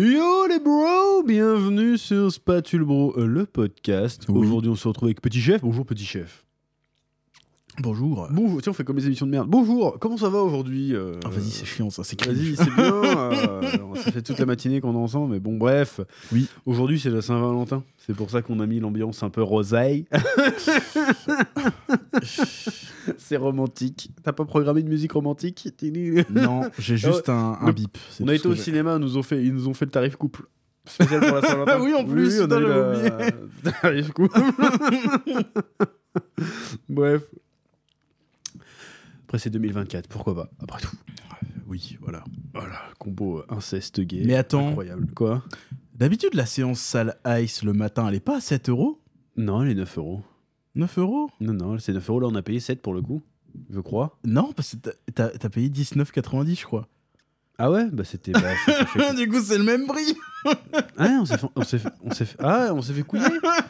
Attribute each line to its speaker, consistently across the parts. Speaker 1: Yo les bros, bienvenue sur Spatule Bro, euh, le podcast.
Speaker 2: Oui.
Speaker 1: Aujourd'hui, on se retrouve avec Petit Chef. Bonjour Petit Chef.
Speaker 2: Bonjour.
Speaker 1: Bonjour, tiens, on fait comme les émissions de merde. Bonjour, comment ça va aujourd'hui euh,
Speaker 2: Ah, vas-y, c'est chiant ça, c'est
Speaker 1: Vas-y,
Speaker 2: cringe.
Speaker 1: c'est bien. euh, alors, ça fait toute la matinée qu'on est ensemble, mais bon, bref.
Speaker 2: Oui.
Speaker 1: Aujourd'hui, c'est la Saint-Valentin. C'est pour ça qu'on a mis l'ambiance un peu rosaille. c'est romantique. T'as pas programmé de musique romantique
Speaker 2: Non, j'ai juste un, un
Speaker 1: Le-
Speaker 2: bip. c'est
Speaker 1: On a
Speaker 2: tout ce
Speaker 1: été
Speaker 2: que
Speaker 1: au
Speaker 2: j'ai.
Speaker 1: cinéma, nous ont fait, ils nous ont fait le tarif couple. Spécial pour la Saint-Valentin.
Speaker 2: Oui, en plus,
Speaker 1: on a
Speaker 2: putain,
Speaker 1: eu
Speaker 2: j'avais
Speaker 1: le tarif couple. Bref. Après, c'est 2024, pourquoi pas, après tout.
Speaker 2: Oui, voilà.
Speaker 1: Voilà, combo euh, inceste gay.
Speaker 2: Mais attends,
Speaker 1: Incroyable. Quoi
Speaker 2: d'habitude, la séance salle Ice le matin, elle est pas à 7 euros
Speaker 1: Non, elle est 9 euros.
Speaker 2: 9 euros
Speaker 1: Non, non, c'est 9 euros. Là, on a payé 7 pour le coup, je crois.
Speaker 2: Non, parce que t'as- t'as t'as payé 19,90, je crois.
Speaker 1: Ah ouais Bah, c'était. bah, c'était fait-
Speaker 2: du coup, c'est le même prix
Speaker 1: ah, on s'est fait, on s'est fait, on s'est fait- Ah, on s'est fait couiller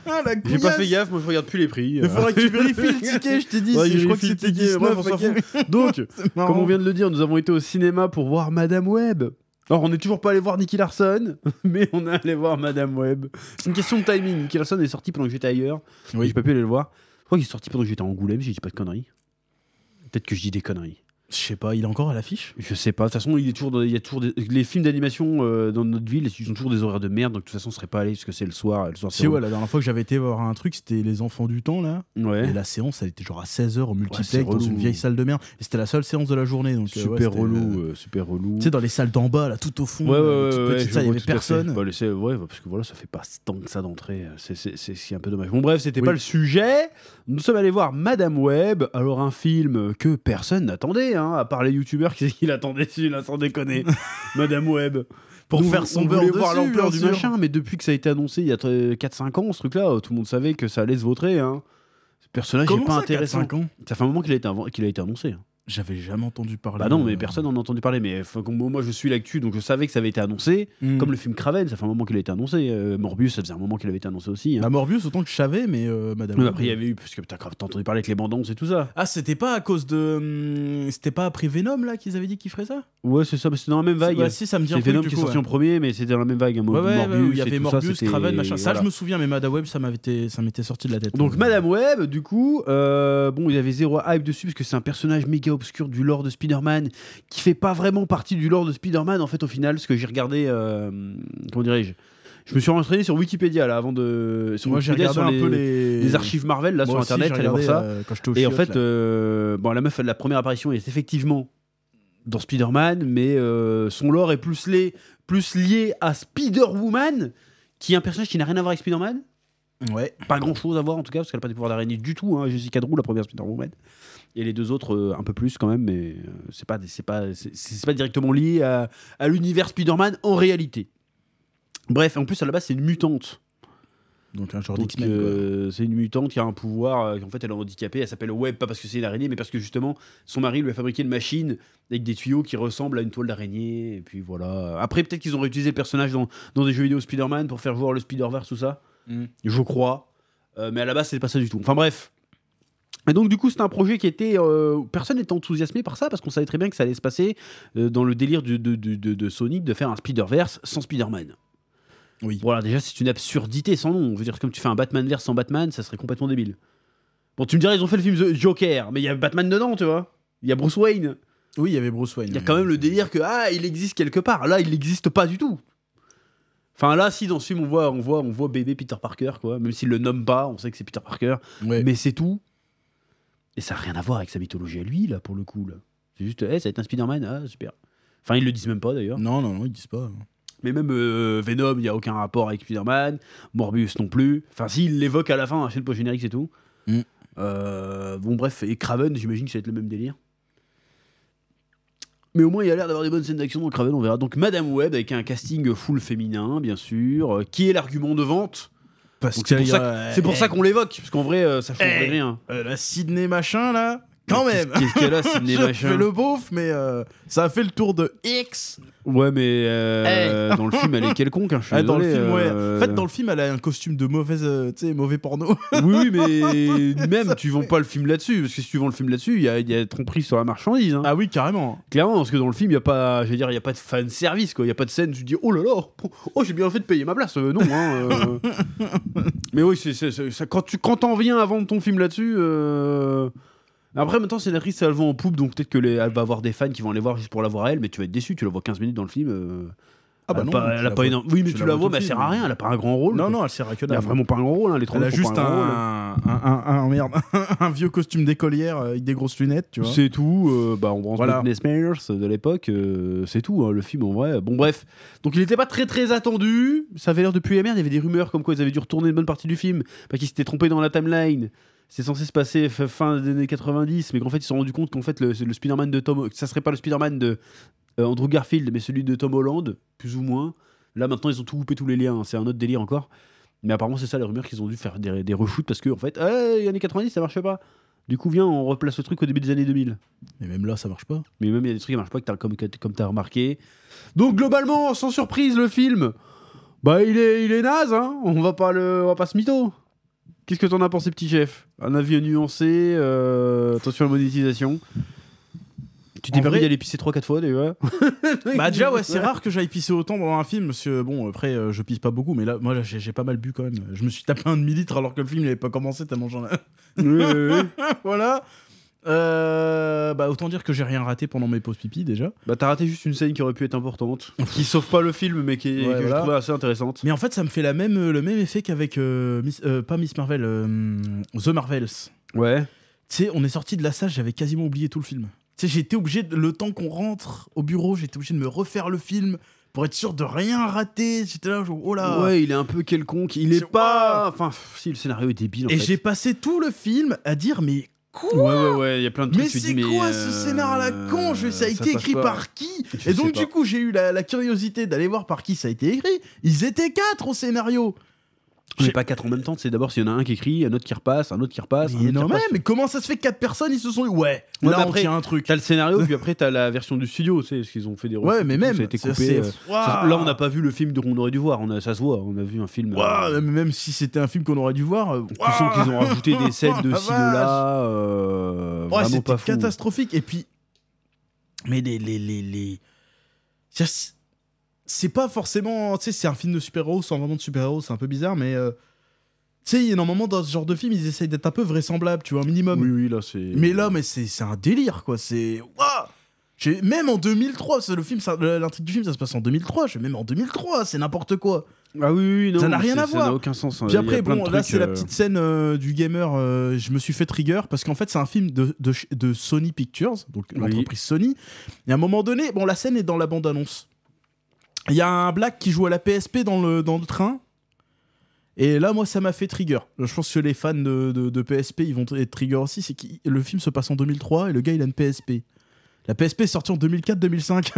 Speaker 2: Ah, La
Speaker 1: J'ai pas
Speaker 2: couillasse.
Speaker 1: fait gaffe, moi, je regarde plus les prix. Euh.
Speaker 2: Il faudra que tu vérifies le ticket, je t'ai dit.
Speaker 1: Ouais,
Speaker 2: c'est- je crois que
Speaker 1: vérifie le
Speaker 2: c'était
Speaker 1: ticket,
Speaker 2: 19.
Speaker 1: bref, on s'en
Speaker 2: ok.
Speaker 1: Donc,
Speaker 2: C'est marrant.
Speaker 1: Comme on vient de le dire, nous avons été au cinéma pour voir Madame Webb. Alors, on n'est toujours pas allé voir Nicky Larson, mais on est allé voir Madame Webb. C'est une question de timing. Nicky Larson est sorti pendant que j'étais ailleurs.
Speaker 2: Oui.
Speaker 1: J'ai pas pu aller le voir. Je crois qu'il est sorti pendant que j'étais en Angoulême, j'ai dit pas de conneries. Peut-être que je dis des conneries.
Speaker 2: Je sais pas, il est encore à l'affiche
Speaker 1: Je sais pas. De toute façon, il, est toujours dans- il y a toujours des- les films d'animation euh, dans notre ville, ils ont toujours des horaires de merde. Donc, de toute façon, on serait pas allé parce que c'est le soir. Le soir c'est
Speaker 2: Si, ouais, la dernière fois que j'avais été voir un truc, c'était Les Enfants du Temps, là.
Speaker 1: Ouais.
Speaker 2: Et la séance, elle était genre à 16h au multiplex
Speaker 1: Eh c'est
Speaker 2: dans
Speaker 1: relou.
Speaker 2: une vieille salle de merde. Et C'était la seule séance de la journée. Donc, euh, ouais,
Speaker 1: Super
Speaker 2: c'était,
Speaker 1: relou,
Speaker 2: euh,
Speaker 1: euh, super relou.
Speaker 2: Tu sais, dans les salles d'en bas, là, tout au fond,
Speaker 1: Ouais, ouais,
Speaker 2: euh, les
Speaker 1: ouais,
Speaker 2: toutes
Speaker 1: ouais,
Speaker 2: petites
Speaker 1: je
Speaker 2: salles, il y
Speaker 1: vois
Speaker 2: avait
Speaker 1: tout à fait.
Speaker 2: personne.
Speaker 1: Bah, laissez- ouais, parce que voilà, ça fait pas tant que ça d'entrée. euh, C'est- C'est c'est ce qui est un peu dommage. Bon, bref, c'était
Speaker 2: Oui.
Speaker 1: pas le sujet. Nous sommes allés voir Madame Web. Alors, un film que personne n'attendait, hein, à part les youtubeurs qui, qui l'attendaient celui-là, sans déconner. Madame Web.
Speaker 2: Pour
Speaker 1: Nous,
Speaker 2: faire son
Speaker 1: on
Speaker 2: beurre
Speaker 1: voulait voir
Speaker 2: dessus, hein,
Speaker 1: l'ampleur
Speaker 2: bien
Speaker 1: du
Speaker 2: sûr.
Speaker 1: machin, mais depuis que ça a été annoncé il y a euh, 4-5 ans, ce truc-là, euh, tout le monde savait que ça allait se vautrer. Hein. Ce personnage n'est
Speaker 2: Comment
Speaker 1: pas
Speaker 2: ça,
Speaker 1: intéressant.
Speaker 2: 4-5 ans
Speaker 1: Ça fait un moment qu'il a été, invo- qu'il a été annoncé. hein.
Speaker 2: J'avais jamais entendu parler.
Speaker 1: Bah non,
Speaker 2: de-
Speaker 1: mais personne n'en a entendu parler. Mais enfin, comme moi, je suis l'actu, donc je savais que ça avait été annoncé.
Speaker 2: Hmm.
Speaker 1: Comme le film Craven, ça fait un moment qu'il a été annoncé. Euh, Morbius, ça faisait un moment qu'il avait été annoncé aussi. hein.
Speaker 2: Bah, Morbius, autant que je savais, mais euh, madame.
Speaker 1: Mais après, il y avait eu, parce que putain, grave, t'as entendu parler avec les bandes et tout ça.
Speaker 2: Ah, c'était pas à cause de. hum, C'était pas après Venom, là, qu'ils avaient dit qu'ils feraient ça
Speaker 1: Ouais, c'est ça, mais c'était dans la même vague.
Speaker 2: C'est- bah, si, ça me dit un
Speaker 1: c'est
Speaker 2: truc.
Speaker 1: Venom
Speaker 2: du
Speaker 1: qui est
Speaker 2: coup,
Speaker 1: sorti
Speaker 2: ouais.
Speaker 1: en premier, mais c'était dans la même vague. hein,
Speaker 2: Ouais, ouais, ouais,
Speaker 1: Morbius
Speaker 2: il y
Speaker 1: et
Speaker 2: avait
Speaker 1: tout ça,
Speaker 2: Morbius,
Speaker 1: c'était-
Speaker 2: Craven, machin. Ça, je
Speaker 1: voilà.
Speaker 2: me souviens, mais Madame Web, ça m'avait été- ça m'était sorti de la tête.
Speaker 1: Donc Madame Web, du coup, euh, bon, il y avait zéro hype dessus parce que c'est un personnage méga obscur du lore de Spider-Man qui fait pas vraiment partie du lore de Spider-Man en fait au final, ce que j'ai regardé, euh, comment dirais-je, je me suis renseigné sur Wikipédia là avant de, sur
Speaker 2: Moi, j'ai
Speaker 1: Wikipédia,
Speaker 2: regardé
Speaker 1: sur
Speaker 2: un
Speaker 1: les,
Speaker 2: peu les. euh,
Speaker 1: les archives Marvel là
Speaker 2: Moi
Speaker 1: sur
Speaker 2: aussi,
Speaker 1: internet,
Speaker 2: j'ai
Speaker 1: allez voir
Speaker 2: regardé,
Speaker 1: ça.
Speaker 2: euh, quand j'étais au
Speaker 1: Et en
Speaker 2: chiottes,
Speaker 1: fait,
Speaker 2: là.
Speaker 1: euh, bon, la meuf, la première apparition est effectivement dans Spider-Man, mais euh, son lore est plus, lié- plus lié à Spider-Woman, qui est un personnage qui n'a rien à voir avec Spider-Man. euh,
Speaker 2: Ouais.
Speaker 1: Pas grand-chose à voir en tout cas, parce qu'elle n'a pas des pouvoirs d'araignée du tout. hein, Jessica Drew, la première Spider-Woman. Et les deux autres, euh, un peu plus quand même, mais euh, c'est pas, des- c'est pas, c'est- c'est pas directement lié à, à l'univers Spider-Man en réalité. Bref, en plus, à la base, c'est une mutante.
Speaker 2: Donc un genre
Speaker 1: Donc,
Speaker 2: d'X-Men. quoi.
Speaker 1: euh, c'est une mutante qui a un pouvoir, euh, en fait elle est handicapée, elle s'appelle Web, pas parce que c'est une araignée, mais parce que justement son mari lui a fabriqué une machine avec des tuyaux qui ressemblent à une toile d'araignée, et puis voilà. Après peut-être qu'ils ont réutilisé le personnage dans, dans des jeux vidéo Spider-Man pour faire voir le Spider-Verse, tout ça,
Speaker 2: Mm.
Speaker 1: je crois, Euh, mais à la base c'est pas ça du tout. Enfin bref. Et donc du coup c'était un projet qui était... euh, personne n'était enthousiasmé par ça, parce qu'on savait très bien que ça allait se passer euh, dans le délire du- de, de, de- de Sony de faire un Spider-Verse sans Spider-Man.
Speaker 2: Oui.
Speaker 1: Voilà, déjà, c'est une absurdité sans nom. Je veux dire, comme tu fais un Batman verse sans Batman, ça serait complètement débile. Bon, tu me dirais, ils ont fait le film The Joker, mais il y a Batman dedans, tu vois. Il y a Bruce Wayne.
Speaker 2: Oui, il y avait Bruce Wayne. euh,
Speaker 1: Il y a quand même le délire que, ah, il existe quelque part. Là, il n'existe pas du tout. Enfin, là, si dans ce film, on voit, on voit, on voit bébé Peter Parker, quoi. Même s'il le nomme pas, on sait que c'est Peter Parker.
Speaker 2: Ouais.
Speaker 1: Mais c'est tout. Et ça n'a rien à voir avec sa mythologie à lui, là, pour le coup. là. C'est juste, eh, ça va être un Spider-Man, ah, super. Enfin, ils le disent même pas, d'ailleurs.
Speaker 2: Non, non, non, ils disent pas. hein.
Speaker 1: Mais même euh, Venom, il n'y a aucun rapport avec Spider-Man. Morbius non plus. Enfin, s'il l'évoque à la fin, hein, c'est le post générique, c'est tout.
Speaker 2: Mm.
Speaker 1: Euh, bon, bref, et Craven, j'imagine que ça va être le même délire. Mais au moins, il a l'air d'avoir des bonnes scènes d'action dans Craven, on verra. Donc, Madame Web, avec un casting full féminin, bien sûr. Euh, qui est l'argument de vente
Speaker 2: Parce
Speaker 1: Donc, C'est pour
Speaker 2: y
Speaker 1: ça
Speaker 2: a-
Speaker 1: Eh, que- c'est pour ça qu'on l'évoque, parce qu'en vrai, euh, ça changerait
Speaker 2: Eh.
Speaker 1: rien.
Speaker 2: Euh, la Sydney machin là, Quand
Speaker 1: Qu'est-ce-
Speaker 2: même
Speaker 1: Qu'est-ce qu'elle a, Sidney
Speaker 2: Je
Speaker 1: Machin
Speaker 2: fais le beauf, mais euh, ça a fait le tour de X.
Speaker 1: Ouais, mais euh, dans le film, elle est quelconque. hein, je suis
Speaker 2: Eh. Ah, dans le
Speaker 1: désolé,
Speaker 2: film, ouais.
Speaker 1: euh,
Speaker 2: En fait, dans le film, elle a un costume de mauvaise, euh, tu sais, mauvais porno.
Speaker 1: Oui, oui, mais même, tu vends pas le film là-dessus. Parce que si tu vends le film là-dessus, il y a, il y a tromperie sur la marchandise. hein.
Speaker 2: ah oui, carrément.
Speaker 1: Clairement, parce que dans le film, il n'y a pas, je veux dire, il y a pas de fan service, quoi. Il y a pas de scène où tu te dis, oh là là, oh, oh, j'ai bien fait de payer ma place. Euh, non, hein, euh. mais oui, c'est, c'est- c'est- ça, quand tu, quand t'en viens à vendre ton film là-dessus. euh, Après, maintenant, sénatrice, elle le vend en poupe, donc peut-être que les- elle va avoir des fans qui vont aller voir juste pour la voir à elle, mais tu vas être déçu. Tu la vois 15 minutes dans le film. euh,
Speaker 2: Ah bah
Speaker 1: elle a
Speaker 2: non.
Speaker 1: pas-
Speaker 2: tu
Speaker 1: elle
Speaker 2: la
Speaker 1: a pas
Speaker 2: vois-
Speaker 1: énorme- Oui, mais tu, la vois,
Speaker 2: tout
Speaker 1: mais
Speaker 2: le
Speaker 1: elle sert
Speaker 2: film.
Speaker 1: à rien. Elle a pas un grand rôle.
Speaker 2: Non,
Speaker 1: quoi.
Speaker 2: non, elle sert à que
Speaker 1: Elle a
Speaker 2: dalle.
Speaker 1: vraiment pas un grand rôle. hein, les trois
Speaker 2: Elle a
Speaker 1: n'ont pas
Speaker 2: juste
Speaker 1: un
Speaker 2: un,
Speaker 1: grand rôle.
Speaker 2: un, un- un- merde, un vieux costume d'écolière euh, avec des grosses lunettes, tu vois.
Speaker 1: C'est tout. euh, bah, on branche
Speaker 2: Voilà.
Speaker 1: Britney Spears de l'époque. euh, c'est tout. hein, le film, en vrai. Bon, bref. Donc, il n'était pas très, très attendu. Ça avait l'air de puer la merde. Il y avait des rumeurs comme quoi ils avaient dû retourner une bonne partie du film parce qu'ils s'étaient trompés dans la timeline. C'est censé se passer f- fin des années 90, mais qu'en fait, ils se sont rendus compte qu'en fait, le, le Spider-Man de Tom. que Ça serait pas le Spider-Man de euh, Andrew Garfield, mais celui de Tom Holland, plus ou moins. Là, maintenant, ils ont tout coupé tous les liens. hein, C'est un autre délire encore. Mais apparemment, c'est ça les rumeurs qu'ils ont dû faire des, des reshoots parce que, en fait, euh, les années 90, ça marchait pas. Du coup, viens, on replace le truc au début des années 2000.
Speaker 2: Mais même là, ça marche pas.
Speaker 1: Mais même il y a des trucs qui marchent pas que t'as- comme, que- comme t'as remarqué. Donc globalement, sans surprise, le film, bah il est, il est naze, hein. On va pas le, on va pas se mytho. Qu'est-ce que t'en as pensé, petit chef Un avis nuancé. euh, attention à la monétisation. Tu t'es
Speaker 2: En
Speaker 1: permis
Speaker 2: vrai-
Speaker 1: d'aller pisser 3-4 fois déjà.
Speaker 2: Bah déjà ouais c'est rare que j'aille pisser autant pendant un film parce que bon après euh, je pisse pas beaucoup mais là moi là, j'ai j'ai pas mal bu quand même je me suis tapé un demi litre alors que le film il avait pas commencé tellement j'en ai
Speaker 1: Oui, oui, oui.
Speaker 2: voilà Euh, bah autant dire que j'ai rien raté pendant mes pauses pipi déjà
Speaker 1: Bah t'as raté juste une scène qui aurait pu être importante, qui sauve pas le film, mais qui est-
Speaker 2: Ouais,
Speaker 1: que je
Speaker 2: voilà.
Speaker 1: trouvais assez intéressante.
Speaker 2: mais en fait ça me fait la même euh, le même effet qu'avec euh, Miss- euh, pas Miss Marvel euh, The Marvels tu
Speaker 1: Ouais.
Speaker 2: sais on est sorti de la salle j'avais quasiment oublié tout le film tu sais j'étais obligé de- le temps qu'on rentre au bureau j'étais obligé de me refaire le film pour être sûr de rien rater j'étais là genre, oh là
Speaker 1: Ouais, il est un peu quelconque. Il
Speaker 2: C'est-
Speaker 1: est pas. Enfin, pff, si le scénario est débile. En
Speaker 2: Et
Speaker 1: fait.
Speaker 2: j'ai passé tout le film à dire mais
Speaker 1: Ouais,
Speaker 2: quoi
Speaker 1: ouais, ouais, il y a plein de trucs.
Speaker 2: Mais
Speaker 1: tu te
Speaker 2: c'est
Speaker 1: dis,
Speaker 2: quoi
Speaker 1: euh,
Speaker 2: ce scénar à la con Je- Ça a été
Speaker 1: passe
Speaker 2: écrit
Speaker 1: pas.
Speaker 2: par qui
Speaker 1: Je
Speaker 2: Et
Speaker 1: sais
Speaker 2: donc
Speaker 1: pas.
Speaker 2: du coup j'ai eu la, la curiosité d'aller voir par qui ça a été écrit. Ils étaient quatre au scénario.
Speaker 1: Mais
Speaker 2: j'ai-
Speaker 1: pas quatre en même temps, c'est d'abord s'il y en a un qui écrit, un autre qui repasse, un autre qui repasse. un autre
Speaker 2: Mais
Speaker 1: qui
Speaker 2: non mais,
Speaker 1: repasse.
Speaker 2: mais comment ça se fait que quatre personnes ils se sont dit ouais,
Speaker 1: Ouais, mais
Speaker 2: là on
Speaker 1: après,
Speaker 2: tient un truc.
Speaker 1: T'as le scénario, puis après t'as la version du studio, tu sais, parce qu'ils ont fait des reshoots
Speaker 2: Ouais
Speaker 1: et
Speaker 2: mais
Speaker 1: tout,
Speaker 2: même
Speaker 1: ça a été
Speaker 2: ça,
Speaker 1: coupé.
Speaker 2: c'est-
Speaker 1: euh, ça-
Speaker 2: Waouh
Speaker 1: là, on n'a pas vu le film qu'on aurait dû voir, on a, ça se voit, on a vu un film.
Speaker 2: Waouh,
Speaker 1: euh,
Speaker 2: mais même si c'était un film qu'on aurait dû voir. euh,
Speaker 1: tu sens
Speaker 2: waouh
Speaker 1: qu'ils ont rajouté des scènes de
Speaker 2: La
Speaker 1: ci, de là. euh,
Speaker 2: Ouais,
Speaker 1: vraiment
Speaker 2: c'était
Speaker 1: pas fou.
Speaker 2: catastrophique. Et puis, mais les les les les- Ça, c'est- c'est pas forcément, tu sais, c'est un film de super-héros sans vraiment de super-héros, c'est un peu bizarre, mais euh, tu sais, normalement dans ce genre de film, ils essayent d'être un peu vraisemblable, tu vois, un minimum.
Speaker 1: Oui, oui, là c'est.
Speaker 2: Mais là, mais c'est c'est un délire, quoi. C'est Ouah J'ai- même en 2003, c'est le film, ça- l'intrigue du film, ça se passe en 2003. Je même en 2003, c'est n'importe quoi.
Speaker 1: Ah oui, oui, non,
Speaker 2: Ça n'a rien
Speaker 1: c'est-
Speaker 2: à
Speaker 1: Ça
Speaker 2: voir.
Speaker 1: n'a aucun sens.
Speaker 2: Puis
Speaker 1: euh, il y
Speaker 2: après,
Speaker 1: a plein
Speaker 2: bon,
Speaker 1: de
Speaker 2: là,
Speaker 1: trucs,
Speaker 2: c'est la
Speaker 1: euh,
Speaker 2: petite scène euh, du gamer. euh, je me suis fait trigger parce qu'en fait, c'est un film de, de, ch- de Sony Pictures, donc
Speaker 1: Oui.
Speaker 2: l'entreprise Sony. Et à un moment donné, bon, la scène est dans la bande-annonce. Il y a un black qui joue à la PSP dans le, dans le train. Et là, moi, ça m'a fait trigger. Je pense que les fans de, de- de PSP, ils vont t- être trigger aussi. C'est que le film se passe en 2003 et le gars, il a une PSP. La PSP est sortie en 2004-2005.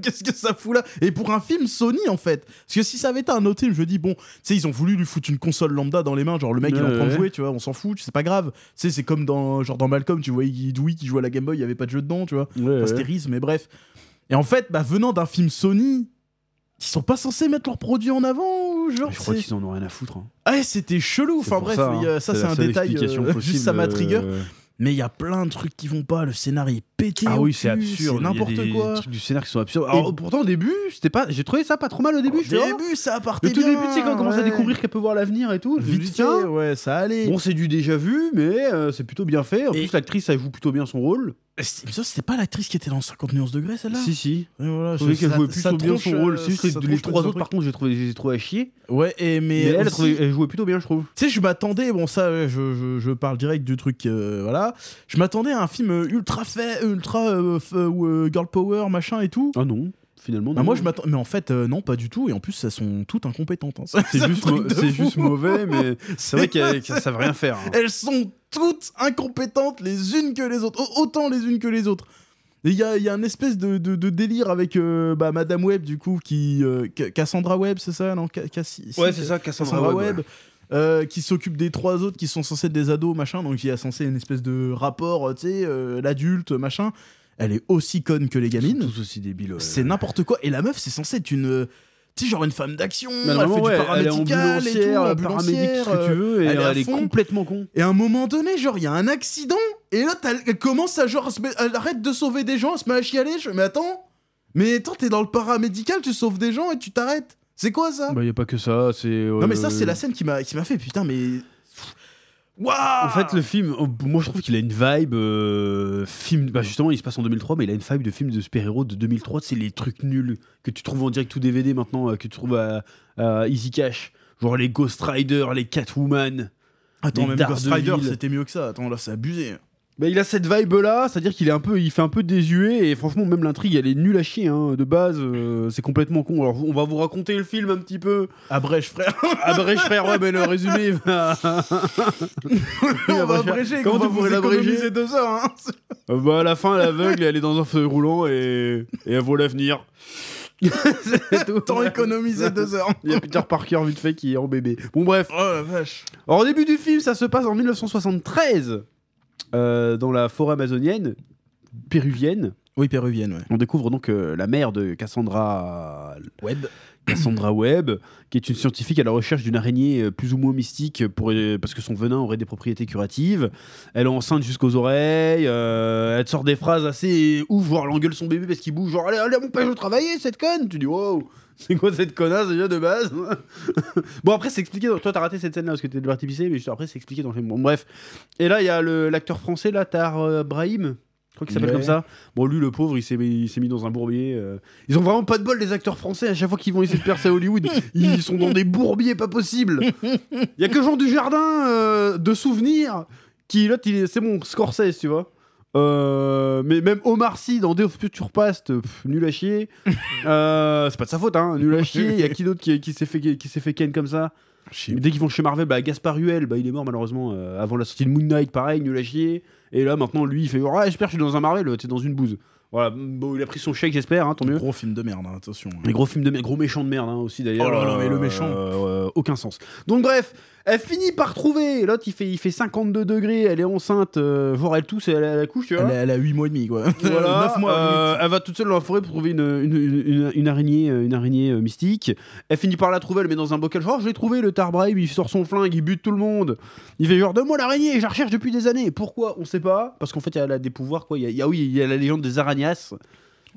Speaker 2: Qu'est-ce que ça fout là Et pour un film Sony, en fait. Parce que si ça avait été un autre film, je dis, bon, tu sais, ils ont voulu lui foutre une console lambda dans les mains. Genre, le mec, il est en
Speaker 1: Ouais,
Speaker 2: train de
Speaker 1: ouais.
Speaker 2: jouer, tu vois, on s'en fout, c'est pas grave. Tu sais, c'est comme dans, genre dans Malcolm, tu vois, Dewey qui jouait à la Game Boy, il y avait pas de jeu dedans, tu vois.
Speaker 1: ouais,
Speaker 2: Enfin,
Speaker 1: ouais.
Speaker 2: astérisme, mais bref. Et en fait, bah, venant d'un film Sony, ils sont pas censés mettre leurs produits en avant ou genre.
Speaker 1: Je crois
Speaker 2: c'est-
Speaker 1: qu'ils en ont rien à foutre. hein.
Speaker 2: Ah, c'était chelou.
Speaker 1: C'est
Speaker 2: Enfin
Speaker 1: pour
Speaker 2: bref,
Speaker 1: ça, hein.
Speaker 2: il y a- ça,
Speaker 1: la
Speaker 2: c'est un
Speaker 1: seule
Speaker 2: détail.
Speaker 1: explication
Speaker 2: euh,
Speaker 1: possible,
Speaker 2: juste ça m'a trigger.
Speaker 1: euh,
Speaker 2: Mais il y a plein de trucs qui vont pas. Le scénario est pété.
Speaker 1: Ah
Speaker 2: au
Speaker 1: oui, c'est
Speaker 2: cul,
Speaker 1: absurde.
Speaker 2: c'est
Speaker 1: Il y a
Speaker 2: N'importe
Speaker 1: des
Speaker 2: quoi.
Speaker 1: trucs du scénar qui sont absurdes. Alors,
Speaker 2: Et-
Speaker 1: pourtant, au début, c'était pas. J'ai trouvé ça pas trop mal au début.
Speaker 2: Au
Speaker 1: j'étais, oh,
Speaker 2: début, ça partait
Speaker 1: le tout
Speaker 2: bien,
Speaker 1: début, tu sais, quand on commence à
Speaker 2: ouais.
Speaker 1: découvrir qu'elle peut voir l'avenir et tout. je me dis,
Speaker 2: Vite fait,
Speaker 1: tiens,
Speaker 2: ouais, ça allait.
Speaker 1: bon, c'est du déjà vu, mais euh, c'est plutôt bien fait. En
Speaker 2: Et-
Speaker 1: plus, l'actrice, elle joue plutôt bien son rôle.
Speaker 2: C'est- mais ça, c'était pas l'actrice qui était dans 50 nuances degrés, celle-là
Speaker 1: Si, si.
Speaker 2: Et voilà,
Speaker 1: Je trouvais
Speaker 2: ça-
Speaker 1: qu'elle jouait
Speaker 2: ça
Speaker 1: plutôt bien son
Speaker 2: tronche,
Speaker 1: rôle.
Speaker 2: euh,
Speaker 1: C'est juste les-
Speaker 2: ça
Speaker 1: les
Speaker 2: tronche
Speaker 1: trois
Speaker 2: dans un
Speaker 1: autres, par
Speaker 2: truc.
Speaker 1: contre, j'ai trouvé, j'ai trouvé à chier.
Speaker 2: Ouais, et mais.
Speaker 1: Mais elle, elle
Speaker 2: aussi-
Speaker 1: trouvait- elle jouait plutôt bien, je trouve.
Speaker 2: Tu sais, je m'attendais, bon ça, euh, je, je, je parle direct du truc, euh, voilà. Je m'attendais à un film euh, ultra fait, ultra euh, f- euh, ou, euh, girl power, machin et tout.
Speaker 1: Ah non, finalement.
Speaker 2: Bah,
Speaker 1: non.
Speaker 2: moi, je m'attends, mais en fait, euh, non, pas du tout. Et en plus, elles sont toutes incompétentes. hein.
Speaker 1: C'est
Speaker 2: un
Speaker 1: juste,
Speaker 2: truc
Speaker 1: mau-
Speaker 2: de
Speaker 1: c'est
Speaker 2: fou.
Speaker 1: juste mauvais, mais c'est vrai qu'elle- qu'elles savent rien faire. hein.
Speaker 2: Elles sont toutes incompétentes les unes que les autres, au- autant les unes que les autres. Et Il y a, il y a un espèce de, de- de délire avec euh, bah, Madame Webb, du coup, qui. euh, Ca- Cassandra Webb, c'est ça Non, Ca- Cassi-
Speaker 1: Ouais, c'est ça, Cassandra
Speaker 2: Cassandra Webb.
Speaker 1: Webb.
Speaker 2: euh, qui s'occupe des trois autres qui sont censés être des ados, machin. Donc il y a censé une espèce de rapport, euh, tu sais, euh, l'adulte, machin. Elle est aussi conne que les
Speaker 1: Ils sont
Speaker 2: gamines.
Speaker 1: tous aussi débiles. euh, ouais.
Speaker 2: C'est n'importe quoi. Et la meuf, c'est censé être une. euh, Tu sais, genre une femme d'action,
Speaker 1: Mais
Speaker 2: elle fait
Speaker 1: normalement,
Speaker 2: du
Speaker 1: ouais, elle est
Speaker 2: paramédical et tout,
Speaker 1: ambulancière, paramédic,
Speaker 2: ambulancière,
Speaker 1: tout ce que tu veux, et
Speaker 2: euh, elle
Speaker 1: elle
Speaker 2: est
Speaker 1: est,
Speaker 2: à fond.
Speaker 1: complètement con.
Speaker 2: et à un moment donné, genre, il y a un accident, et là, t'as- elle commence à genre. à se met- Elle arrête de sauver des gens, elle se met à chialer. Je... Mais attends, mais attends, t'es dans le paramédical, tu sauves des gens et tu t'arrêtes. C'est quoi ça
Speaker 1: Bah, y a pas que ça, c'est. euh,
Speaker 2: Non, mais ça, c'est la scène qui m'a qui m'a fait putain, mais. Waouh
Speaker 1: En fait, le film, oh, moi je trouve qu'il a une vibe euh, film. Bah justement, il se passe en 2003, mais il a une vibe de film de super-héros de 2003. C'est les trucs nuls que tu trouves en direct tout DVD maintenant, euh, que tu trouves à, à Easy Cash. Genre les Ghost Rider, les Catwoman.
Speaker 2: Attends,
Speaker 1: les
Speaker 2: même Ghost Rider,
Speaker 1: Daredevil.
Speaker 2: c'était mieux que ça. Attends, là, c'est abusé.
Speaker 1: Bah, il a cette vibe là, c'est-à-dire qu'il est un peu, il fait un peu désuet et franchement même l'intrigue elle est nulle à chier hein, de base, euh, c'est complètement con. Alors on va vous raconter le film un petit peu.
Speaker 2: À brèche, frère.
Speaker 1: Ah bah, je frère, ouais, mais le résumé va.
Speaker 2: on va abréger.
Speaker 1: Comment
Speaker 2: qu'on va
Speaker 1: tu pourrais
Speaker 2: vous
Speaker 1: l'abréger
Speaker 2: économiser deux heures, hein.
Speaker 1: Euh, Bah, à la fin, l'aveugle, elle est dans un feu roulant et, et elle vaut l'avenir. C'est tout.
Speaker 2: Tant économiser deux heures.
Speaker 1: Il y a Peter Parker, vite fait, qui est en bébé. Bon, bref.
Speaker 2: Oh la vache.
Speaker 1: Alors, au début du film, ça se passe en 1973, euh, dans la forêt amazonienne, péruvienne.
Speaker 2: Oui, péruvienne, ouais.
Speaker 1: On découvre donc euh, la mère de Cassandra
Speaker 2: Web.
Speaker 1: Cassandra Webb, qui est une scientifique à la recherche d'une araignée euh, plus ou moins mystique pour, euh, parce que son venin aurait des propriétés curatives. Elle est enceinte jusqu'aux oreilles, euh, elle te sort des phrases assez ouf, voire elle engueule son bébé parce qu'il bouge, genre allez, allez, mon père, je veux travailler, cette conne Tu dis wow c'est quoi cette connasse déjà de base Bon après c'est expliqué, dans... toi t'as raté cette scène là parce que t'es parti pisser, mais juste après c'est expliqué dans le film. Bon bref, et là il y a le- l'acteur français là, Tar euh, Brahim, je crois qu'il s'appelle
Speaker 2: Ouais.
Speaker 1: comme ça. Bon lui le pauvre il s'est il s'est mis dans un bourbier. euh, ils ont vraiment pas de bol, les acteurs français, à chaque fois qu'ils vont essayer de percer à Hollywood, ils sont dans des bourbiers pas possibles. Il y a que Jean Dujardin euh, de souvenirs qui, l'autre, il est- c'est bon, Scorsese, tu vois. Euh, mais même Omar Sy dans Day of Future Past, euh, pff, nul à chier. Euh, c'est pas de sa faute, hein, nul à chier. Il y a qui d'autre qui, qui s'est fait qui s'est fait ken comme ça Dès qu'ils vont chez Marvel, bah Gaspard Huel, bah il est mort malheureusement euh, avant la sortie de Moon Knight, pareil, nul à chier. Et là maintenant, lui, il fait ouais, j'espère que je suis dans un Marvel, euh, t'es dans une bouse. Voilà, bon, il a pris son chèque, j'espère, hein, tant mieux.
Speaker 2: Gros film de merde, hein, attention. hein.
Speaker 1: Les gros films de merde, gros méchants de merde hein, aussi d'ailleurs.
Speaker 2: Oh là là, mais le méchant.
Speaker 1: Euh, euh, aucun sens. Donc bref, elle finit par trouver. L'autre il fait, il fait 52 degrés, elle est enceinte, euh, genre elle tousse, elle, elle couche, tu vois.
Speaker 2: Elle, a- elle a 8 mois et demi, quoi.
Speaker 1: Voilà,
Speaker 2: 9 mois.
Speaker 1: euh, elle va toute seule dans la forêt pour trouver une, une- une- une- une araignée, euh, une araignée euh, mystique. Elle finit par la trouver, elle met dans un bocal. Genre, je l'ai trouvé, le Tarbraib, il sort son flingue, il bute tout le monde. Il fait genre, donne-moi l'araignée, je la recherche depuis des années. Pourquoi On sait pas. Parce qu'en fait, elle a des pouvoirs, quoi. Il y a, il y a- oui, il y a la légende des aragnasses.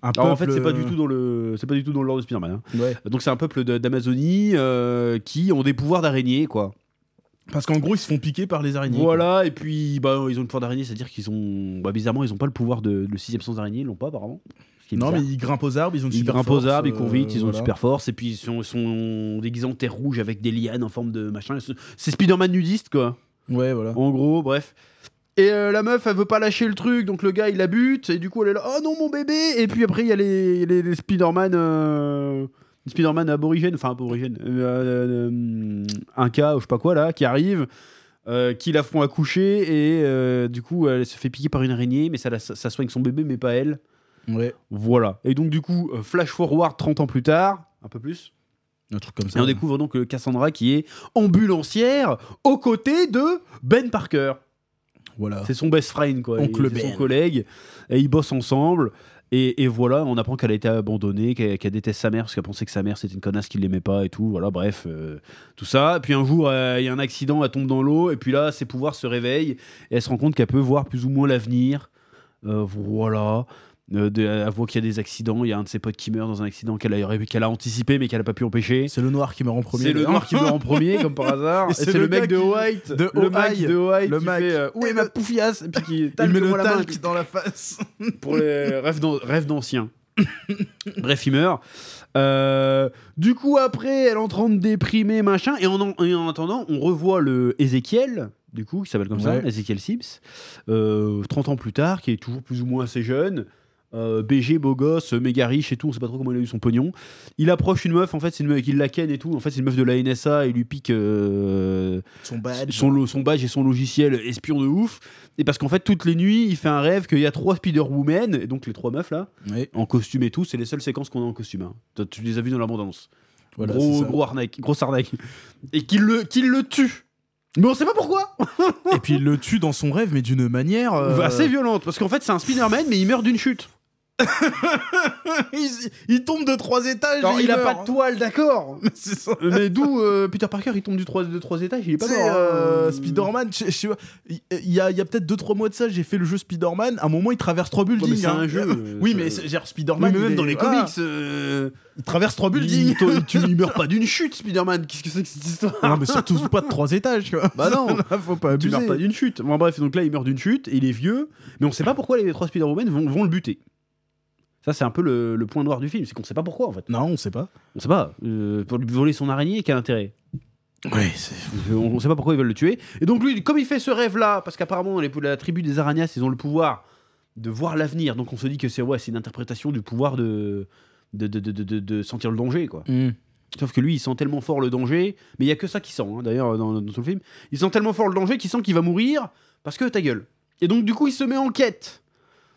Speaker 2: Un
Speaker 1: Alors en fait,
Speaker 2: peuple,
Speaker 1: c'est pas
Speaker 2: euh,
Speaker 1: du tout dans le, c'est pas du tout dans le lore de Spider-Man. hein.
Speaker 2: ouais.
Speaker 1: Donc c'est un peuple de- d'Amazonie euh, qui ont des pouvoirs d'araignée, quoi.
Speaker 2: Parce qu'en gros, ils se font piquer par les araignées.
Speaker 1: Voilà, et puis bah, ils ont le pouvoir d'araignée, c'est-à-dire qu'ils ont... Bah, bizarrement, ils ont pas le pouvoir de le sixième sens d'araignée, ils l'ont pas apparemment. Ce qui est
Speaker 2: Non, mais
Speaker 1: bizarre.
Speaker 2: ils grimpent aux arbres, ils ont une
Speaker 1: Ils
Speaker 2: super
Speaker 1: grimpent aux
Speaker 2: force,
Speaker 1: arbres, ils courent vite,
Speaker 2: euh,
Speaker 1: ils ont
Speaker 2: voilà.
Speaker 1: une super force, et puis ils sont, sont déguisés en terre rouge avec des lianes en forme de machin. C'est Spider-Man nudiste, quoi.
Speaker 2: Ouais, voilà.
Speaker 1: En gros, bref. Et euh, la meuf, elle veut pas lâcher le truc, donc le gars, il la bute, et du coup, elle est là, oh non, mon bébé Et puis après, il y a les, les, les Spider-Man... euh, Spider-Man aborigène, enfin aborigène, euh, euh, un cas ou je sais pas quoi là, qui arrive, euh, qui la font accoucher et euh, du coup elle se fait piquer par une araignée, mais ça, la- ça soigne son bébé, mais pas elle.
Speaker 2: Ouais,
Speaker 1: Voilà. Et donc du coup, euh, flash forward 30 ans plus tard, un peu plus,
Speaker 2: un truc comme
Speaker 1: et
Speaker 2: ça.
Speaker 1: on découvre donc euh, Cassandra qui est ambulancière aux côtés de Ben Parker.
Speaker 2: Voilà.
Speaker 1: C'est son best friend, quoi.
Speaker 2: Oncle
Speaker 1: Et c'est
Speaker 2: Ben.
Speaker 1: son collègue. Et ils bossent ensemble. Et, et voilà, on apprend qu'elle a été abandonnée, qu'elle qu'elle déteste sa mère parce qu'elle pensait que sa mère c'était une connasse qui l'aimait pas et tout. Voilà, bref, euh, tout ça. Puis un jour, euh, il y a un accident, elle tombe dans l'eau. Et puis là, ses pouvoirs se réveillent. Et elle se rend compte qu'elle peut voir plus ou moins l'avenir. Euh, voilà. Euh, de- elle voit qu'il y a des accidents. Il y a un de ses potes qui meurt dans un accident qu'elle a, qu'elle a anticipé mais qu'elle a pas pu empêcher.
Speaker 2: C'est le noir qui meurt en premier. Ah,
Speaker 1: C'est le
Speaker 2: d'ailleurs.
Speaker 1: noir qui meurt en premier, comme par hasard.
Speaker 2: Et
Speaker 1: Et
Speaker 2: c'est
Speaker 1: c'est
Speaker 2: le
Speaker 1: le, mec
Speaker 2: gars
Speaker 1: de
Speaker 2: qui-
Speaker 1: White.
Speaker 2: de
Speaker 1: le mec
Speaker 2: Ohio.
Speaker 1: de White.
Speaker 2: Le
Speaker 1: qui
Speaker 2: mec.
Speaker 1: fait, euh, Où est ma poufiasse Et puis qui talque
Speaker 2: il met
Speaker 1: moi
Speaker 2: le
Speaker 1: la main,
Speaker 2: talc
Speaker 1: puis-
Speaker 2: dans la face.
Speaker 1: Pour les rêves d'an- rêves d'anciens. Bref, il meurt. Euh, du coup, après, elle est en train de déprimer, machin. Et en, en- et en attendant, on revoit le Ezekiel, du coup, qui s'appelle comme ça,
Speaker 2: Ouais.
Speaker 1: Ezekiel Sims, euh, 30 ans plus tard, qui est toujours plus ou moins assez jeune. Euh, BG, beau gosse, méga riche et tout, on sait pas trop comment il a eu son pognon. Il approche une meuf, en fait, c'est une meuf qui la ken et tout. En fait, c'est une meuf de la NSA, il lui pique euh,
Speaker 2: Son badge.
Speaker 1: son, lo- son badge et son logiciel espion de ouf. Et parce qu'en fait, toutes les nuits, il fait un rêve qu'il y a trois Spider-Woman, et donc les trois meufs là,
Speaker 2: Ouais.
Speaker 1: en costume et tout, c'est les seules séquences qu'on a en costume. hein. Toi, Tu les as vues dans la bande-annonce.
Speaker 2: Voilà, c'est
Speaker 1: gros,
Speaker 2: ça.
Speaker 1: gros arnaque, grosse arnaque. Et qu'il le, qu'il le tue. Mais on sait pas pourquoi. Bah,
Speaker 2: Et puis il le tue dans son rêve, mais d'une manière. euh,
Speaker 1: Assez violente, parce qu'en fait c'est un Spider-Man, mais il meurt d'une chute.
Speaker 2: il, il tombe de trois étages.
Speaker 1: Alors
Speaker 2: et
Speaker 1: il, a
Speaker 2: meurt. hein.
Speaker 1: pas de toile, d'accord.
Speaker 2: C'est ça.
Speaker 1: mais d'où euh, Peter Parker, il tombe du 3 de trois étages, il est pas
Speaker 2: Tu sais,
Speaker 1: mort.
Speaker 2: euh,
Speaker 1: hein.
Speaker 2: Spider-Man, je- je sais pas, il il y a, il y a peut-être 2-3 mois de ça, j'ai fait le jeu Spider-Man. À un moment, il traverse 3
Speaker 1: Ouais, mais
Speaker 2: buildings.
Speaker 1: c'est
Speaker 2: hein.
Speaker 1: un jeu. euh,
Speaker 2: Oui,
Speaker 1: ça-
Speaker 2: mais
Speaker 1: Oui,
Speaker 2: c'est- genre, Spider-Man.
Speaker 1: mais
Speaker 2: il
Speaker 1: même
Speaker 2: est-
Speaker 1: dans les
Speaker 2: voilà,
Speaker 1: comics, euh,
Speaker 2: il traverse 3 buildings.
Speaker 1: il- toi, tu, tu meurs pas d'une chute, Spider-Man. Qu'est-ce que c'est que cette histoire
Speaker 2: non, mais surtout pas de 3 étages. quoi.
Speaker 1: Bah non.
Speaker 2: Là, faut pas
Speaker 1: Tu
Speaker 2: abuser.
Speaker 1: meurs pas d'une chute. Bon, bref, donc là, il meurt d'une chute, et il est vieux, mais on sait pas pourquoi les trois Spider-Man vont, vont le buter. Ça, c'est un peu le, le point noir du film, c'est qu'on sait pas pourquoi, en fait.
Speaker 2: Non, on sait pas.
Speaker 1: On sait pas. euh, pour lui voler son araignée, quel intérêt
Speaker 2: Oui, c'est.
Speaker 1: Euh, On on sait pas pourquoi ils veulent le tuer. Et donc, lui, comme il fait ce rêve-là, parce qu'apparemment, dans les- la tribu des Aranias, ils ont le pouvoir de voir l'avenir, donc on se dit que c'est ouais, c'est une interprétation du pouvoir de- de- de- de- de- de- de sentir le danger, quoi.
Speaker 2: Hmm.
Speaker 1: Sauf que lui, il sent tellement fort le danger, mais il y a que ça qu'il sent, hein, d'ailleurs, dans, dans tout le film. Il sent tellement fort le danger qu'il sent qu'il va mourir parce que ta gueule. Et donc, du coup, il se met en quête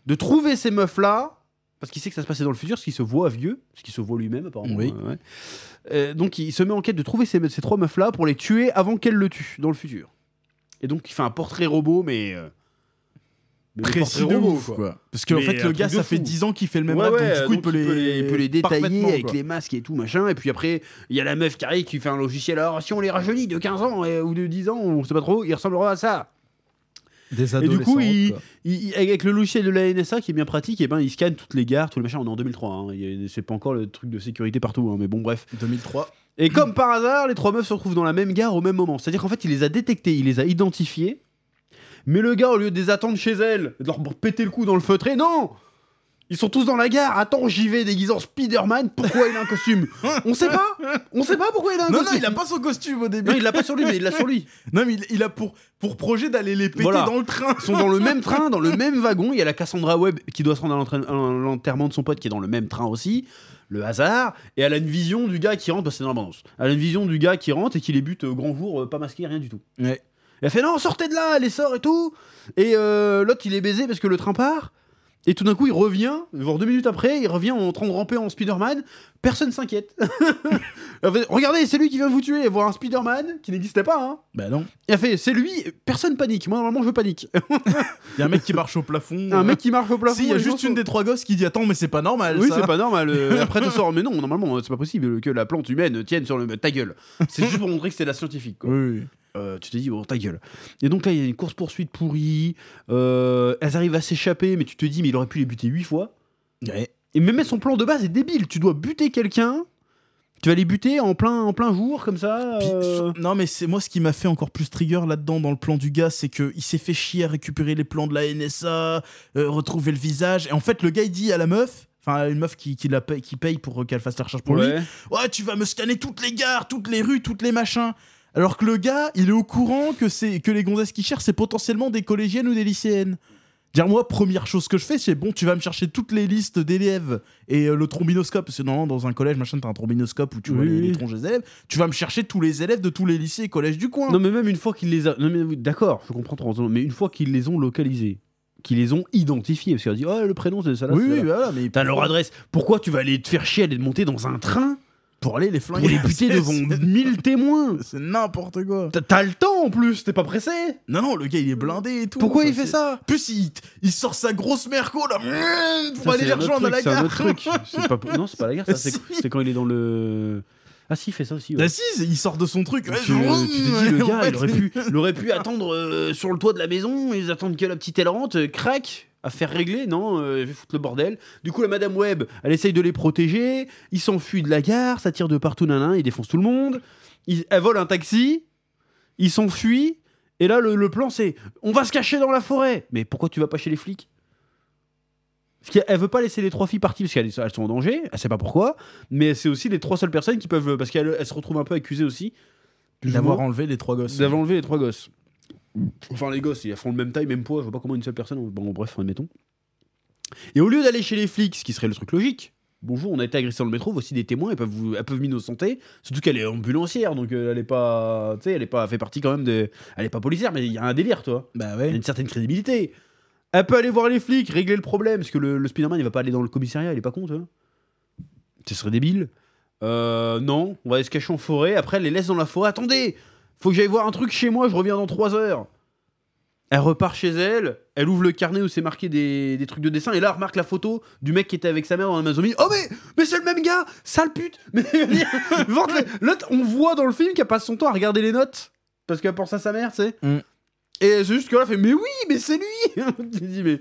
Speaker 1: de trouver ces meufs-là, parce qu'il sait que ça se passait dans le futur, parce qu'il se voit vieux, parce qu'il se voit lui-même, apparemment.
Speaker 2: Oui.
Speaker 1: euh, ouais. Euh, donc, il se met en quête de trouver ces, ces trois meufs-là pour les tuer avant qu'elles le tuent dans le futur. Et donc, il fait un portrait robot, mais. euh, mais le
Speaker 2: Précis
Speaker 1: portrait
Speaker 2: de
Speaker 1: robot,
Speaker 2: ouf,
Speaker 1: quoi.
Speaker 2: quoi. Parce qu'en
Speaker 1: Mais
Speaker 2: fait,
Speaker 1: un
Speaker 2: le
Speaker 1: truc
Speaker 2: gars,
Speaker 1: de
Speaker 2: ça
Speaker 1: fou.
Speaker 2: fait 10 ans qu'il fait le même
Speaker 1: Ouais,
Speaker 2: rêve,
Speaker 1: ouais,
Speaker 2: donc du coup,
Speaker 1: donc
Speaker 2: il peut les,
Speaker 1: il peut les détailler
Speaker 2: parfaitement,
Speaker 1: avec
Speaker 2: quoi.
Speaker 1: les masques et tout, machin. Et puis après, il y a la meuf qui arrive qui fait un logiciel. Alors, si on les rajeunit de 15 ans euh, ou de 10 ans, on sait pas trop, ils ressembleront à ça.
Speaker 2: Des
Speaker 1: Et du coup,
Speaker 2: adolescentes,
Speaker 1: il-
Speaker 2: quoi.
Speaker 1: Il- il- avec le logiciel de la NSA qui est bien pratique, et ben, il scanne toutes les gares, tous les machins. On est en 2003, hein. Il y a- c'est pas encore le truc de sécurité partout, hein, mais bon, bref.
Speaker 2: 2003.
Speaker 1: Et comme par hasard, les trois meufs se retrouvent dans la même gare au même moment. C'est-à-dire qu'en fait, il les a détectées, il les a identifiées. Mais le gars, au lieu de les attendre chez elles, de leur péter le cou dans le feutré, non Ils sont tous dans la gare. Attends, j'y vais déguisé en Spider-Man. Pourquoi il a un costume On sait pas On sait pas pourquoi il a un
Speaker 2: Ah, Non, non,
Speaker 1: costume.
Speaker 2: il a pas son costume au début.
Speaker 1: Non, il l'a pas sur lui, mais il l'a sur lui.
Speaker 2: Non, mais il, il a pour, pour projet d'aller les péter
Speaker 1: Voilà.
Speaker 2: dans le train.
Speaker 1: Ils sont dans le même train, dans le même wagon. Il y a la Cassandra Webb qui doit se rendre à l'entraîne- à l'enterrement de son pote qui est dans le même train aussi. Le hasard. Et elle a une vision du gars qui rentre. bah, c'est dans l'abondance. Elle a une vision du gars qui rentre et qui les bute au grand jour, euh, pas masqué, rien du tout.
Speaker 2: Ouais.
Speaker 1: Et elle fait non, sortez de là, elle les sort et tout. Et euh, l'autre, il est baisé parce que le train part. Et tout d'un coup, il revient, genre deux minutes après, il revient en train de ramper en Spider-Man. Personne s'inquiète. Elle fait, Regardez, c'est lui qui vient vous tuer. Voir un Spider-Man qui n'existait pas. Hein.
Speaker 2: Bah non.
Speaker 1: Et elle fait, c'est lui, personne panique. Moi, normalement, je panique.
Speaker 2: Il y a un mec qui marche au plafond. euh,
Speaker 1: un mec qui marche au plafond.
Speaker 2: Si, il y a
Speaker 1: les gens
Speaker 2: juste
Speaker 1: sont-
Speaker 2: une des trois gosses qui dit Attends, mais c'est pas normal.
Speaker 1: Oui,
Speaker 2: ça.
Speaker 1: c'est pas normal. euh, après, tu sors. Mais non, normalement, euh, c'est pas possible que la plante humaine tienne sur le. Ta gueule. C'est juste pour montrer que c'est la scientifique. Quoi.
Speaker 2: Oui, oui.
Speaker 1: Euh, tu te dis, bon, ta gueule. Et donc là, il y a une course-poursuite pourrie. euh, elles arrivent à s'échapper, mais tu te dis, mais il aurait pu les buter huit fois.
Speaker 2: Ouais.
Speaker 1: Et même son plan de base est débile. Tu dois buter quelqu'un. Tu vas les buter en plein, en plein jour, comme ça.
Speaker 2: Puis,
Speaker 1: euh,
Speaker 2: sur- Non, mais c'est moi ce qui m'a fait encore plus trigger là-dedans dans le plan du gars, c'est que il s'est fait chier à récupérer les plans de la NSA, euh, retrouver le visage. Et en fait, le gars il dit à la meuf, enfin à une meuf qui, qui, la paye, qui paye pour euh, qu'elle fasse la recherche pour lui
Speaker 1: ouais.
Speaker 2: Ouais, tu vas me scanner toutes les gares, toutes les rues, toutes les machins. Alors que le gars, il est au courant que, c'est, que les gonzesses qui cherchent, c'est potentiellement des collégiennes ou des lycéennes. Dire moi, première chose que je fais, c'est bon, tu vas me chercher toutes les listes d'élèves et euh, le trombinoscope. Parce que normalement, dans un collège, machin, t'as un trombinoscope où tu vois
Speaker 1: Oui,
Speaker 2: les,
Speaker 1: oui.
Speaker 2: les tronches des élèves. Tu vas me chercher tous les élèves de tous les lycées et collèges du coin.
Speaker 1: Non, mais même une fois qu'il les a. Non, mais oui, d'accord, je comprends, t'as raison, mais une fois qu'ils les ont localisés, qu'ils les ont identifiés, parce qu'on dit, oh, le prénom, c'est ça là.
Speaker 2: oui,
Speaker 1: c'est ça,
Speaker 2: oui,
Speaker 1: là.
Speaker 2: voilà, mais
Speaker 1: T'as leur adresse. Pourquoi tu vas aller te faire chier à les monter dans un train
Speaker 2: pour aller les
Speaker 1: pour
Speaker 2: flinguer.
Speaker 1: les buter
Speaker 2: C'est-
Speaker 1: devant
Speaker 2: c'est-
Speaker 1: 1000 témoins
Speaker 2: C'est n'importe quoi.
Speaker 1: T'as- T'as le temps en plus, t'es pas pressé
Speaker 2: Non, non, le gars, il
Speaker 1: Mmh.
Speaker 2: est blindé et tout.
Speaker 1: Pourquoi il
Speaker 2: c'est-
Speaker 1: fait ça
Speaker 2: Plus il, il sort sa grosse merco là pour
Speaker 1: Ça,
Speaker 2: aller
Speaker 1: c'est
Speaker 2: les
Speaker 1: un autre
Speaker 2: rejoindre à la
Speaker 1: truc, c'est
Speaker 2: gare.
Speaker 1: un autre truc. C'est pas pour- Non, c'est pas la guerre, ça, c'est
Speaker 2: Si.
Speaker 1: c'est quand il est dans le. Ah si, il fait ça aussi. ouais.
Speaker 2: Ah si, c'est- il sort de son truc.
Speaker 1: Tu,
Speaker 2: Ouais, mmh,
Speaker 1: tu te dis, le
Speaker 2: en
Speaker 1: gars,
Speaker 2: fait,
Speaker 1: il aurait pu, il aurait pu attendre euh, sur le toit de la maison, ils attendent que la petite elle rentre, euh, crac, à faire régler, non, euh, je vais foutre le bordel. Du coup, la Madame Webb, elle essaye de les protéger, ils s'enfuient de la gare, ça tire de partout, nanan, ils défoncent tout le monde, ils, elle vole un taxi, ils s'enfuient, et là, le, le plan, c'est on va se cacher dans la forêt. Mais pourquoi tu vas pas chez les flics parce qu'elle elle veut pas laisser les trois filles partir parce qu'elles elles sont en danger, elle sait pas pourquoi, mais c'est aussi les trois seules personnes qui peuvent. Parce qu'elles elles se retrouvent un peu accusées aussi du
Speaker 2: D'avoir
Speaker 1: jumeau.
Speaker 2: enlevé les trois gosses.
Speaker 1: Vous avez enlevé les trois gosses. Enfin, les gosses, ils font le même taille, même poids. Je vois pas comment une seule personne. Bon, bref, admettons. Et au lieu d'aller chez les flics, ce qui serait le truc logique, bonjour, on a été agressé dans le métro, voici des témoins, elles peuvent, vous, elles peuvent m'innocenter. Surtout qu'elle est ambulancière, donc euh, elle est pas. Tu sais, elle est pas. Elle fait partie quand même des. Elle est pas policière, mais il y a un délire, toi.
Speaker 2: Bah
Speaker 1: Elle a
Speaker 2: ouais.
Speaker 1: une certaine crédibilité. Elle peut aller voir les flics, régler le problème, parce que le, le Spider-Man, il va pas aller dans le commissariat, il est pas con, tu vois. Ce serait débile. Euh, non, on va aller se cacher en forêt. Après, elle les laisse dans la forêt. Attendez, faut que j'aille voir un truc chez moi, je reviens dans 3 heures. Elle repart chez elle, elle ouvre le carnet où c'est marqué des, des trucs de dessin, et là, elle remarque la photo du mec qui était avec sa mère dans l'Amazonie. Oh, mais, mais c'est le même gars, sale pute! Mais, Vente les- l'autre, on voit dans le film qu'elle passe son temps à regarder les notes, parce qu'elle pense à sa mère, tu sais.
Speaker 2: Mm.
Speaker 1: Et c'est juste que là, elle fait, mais oui, mais c'est lui! Tu dis, mais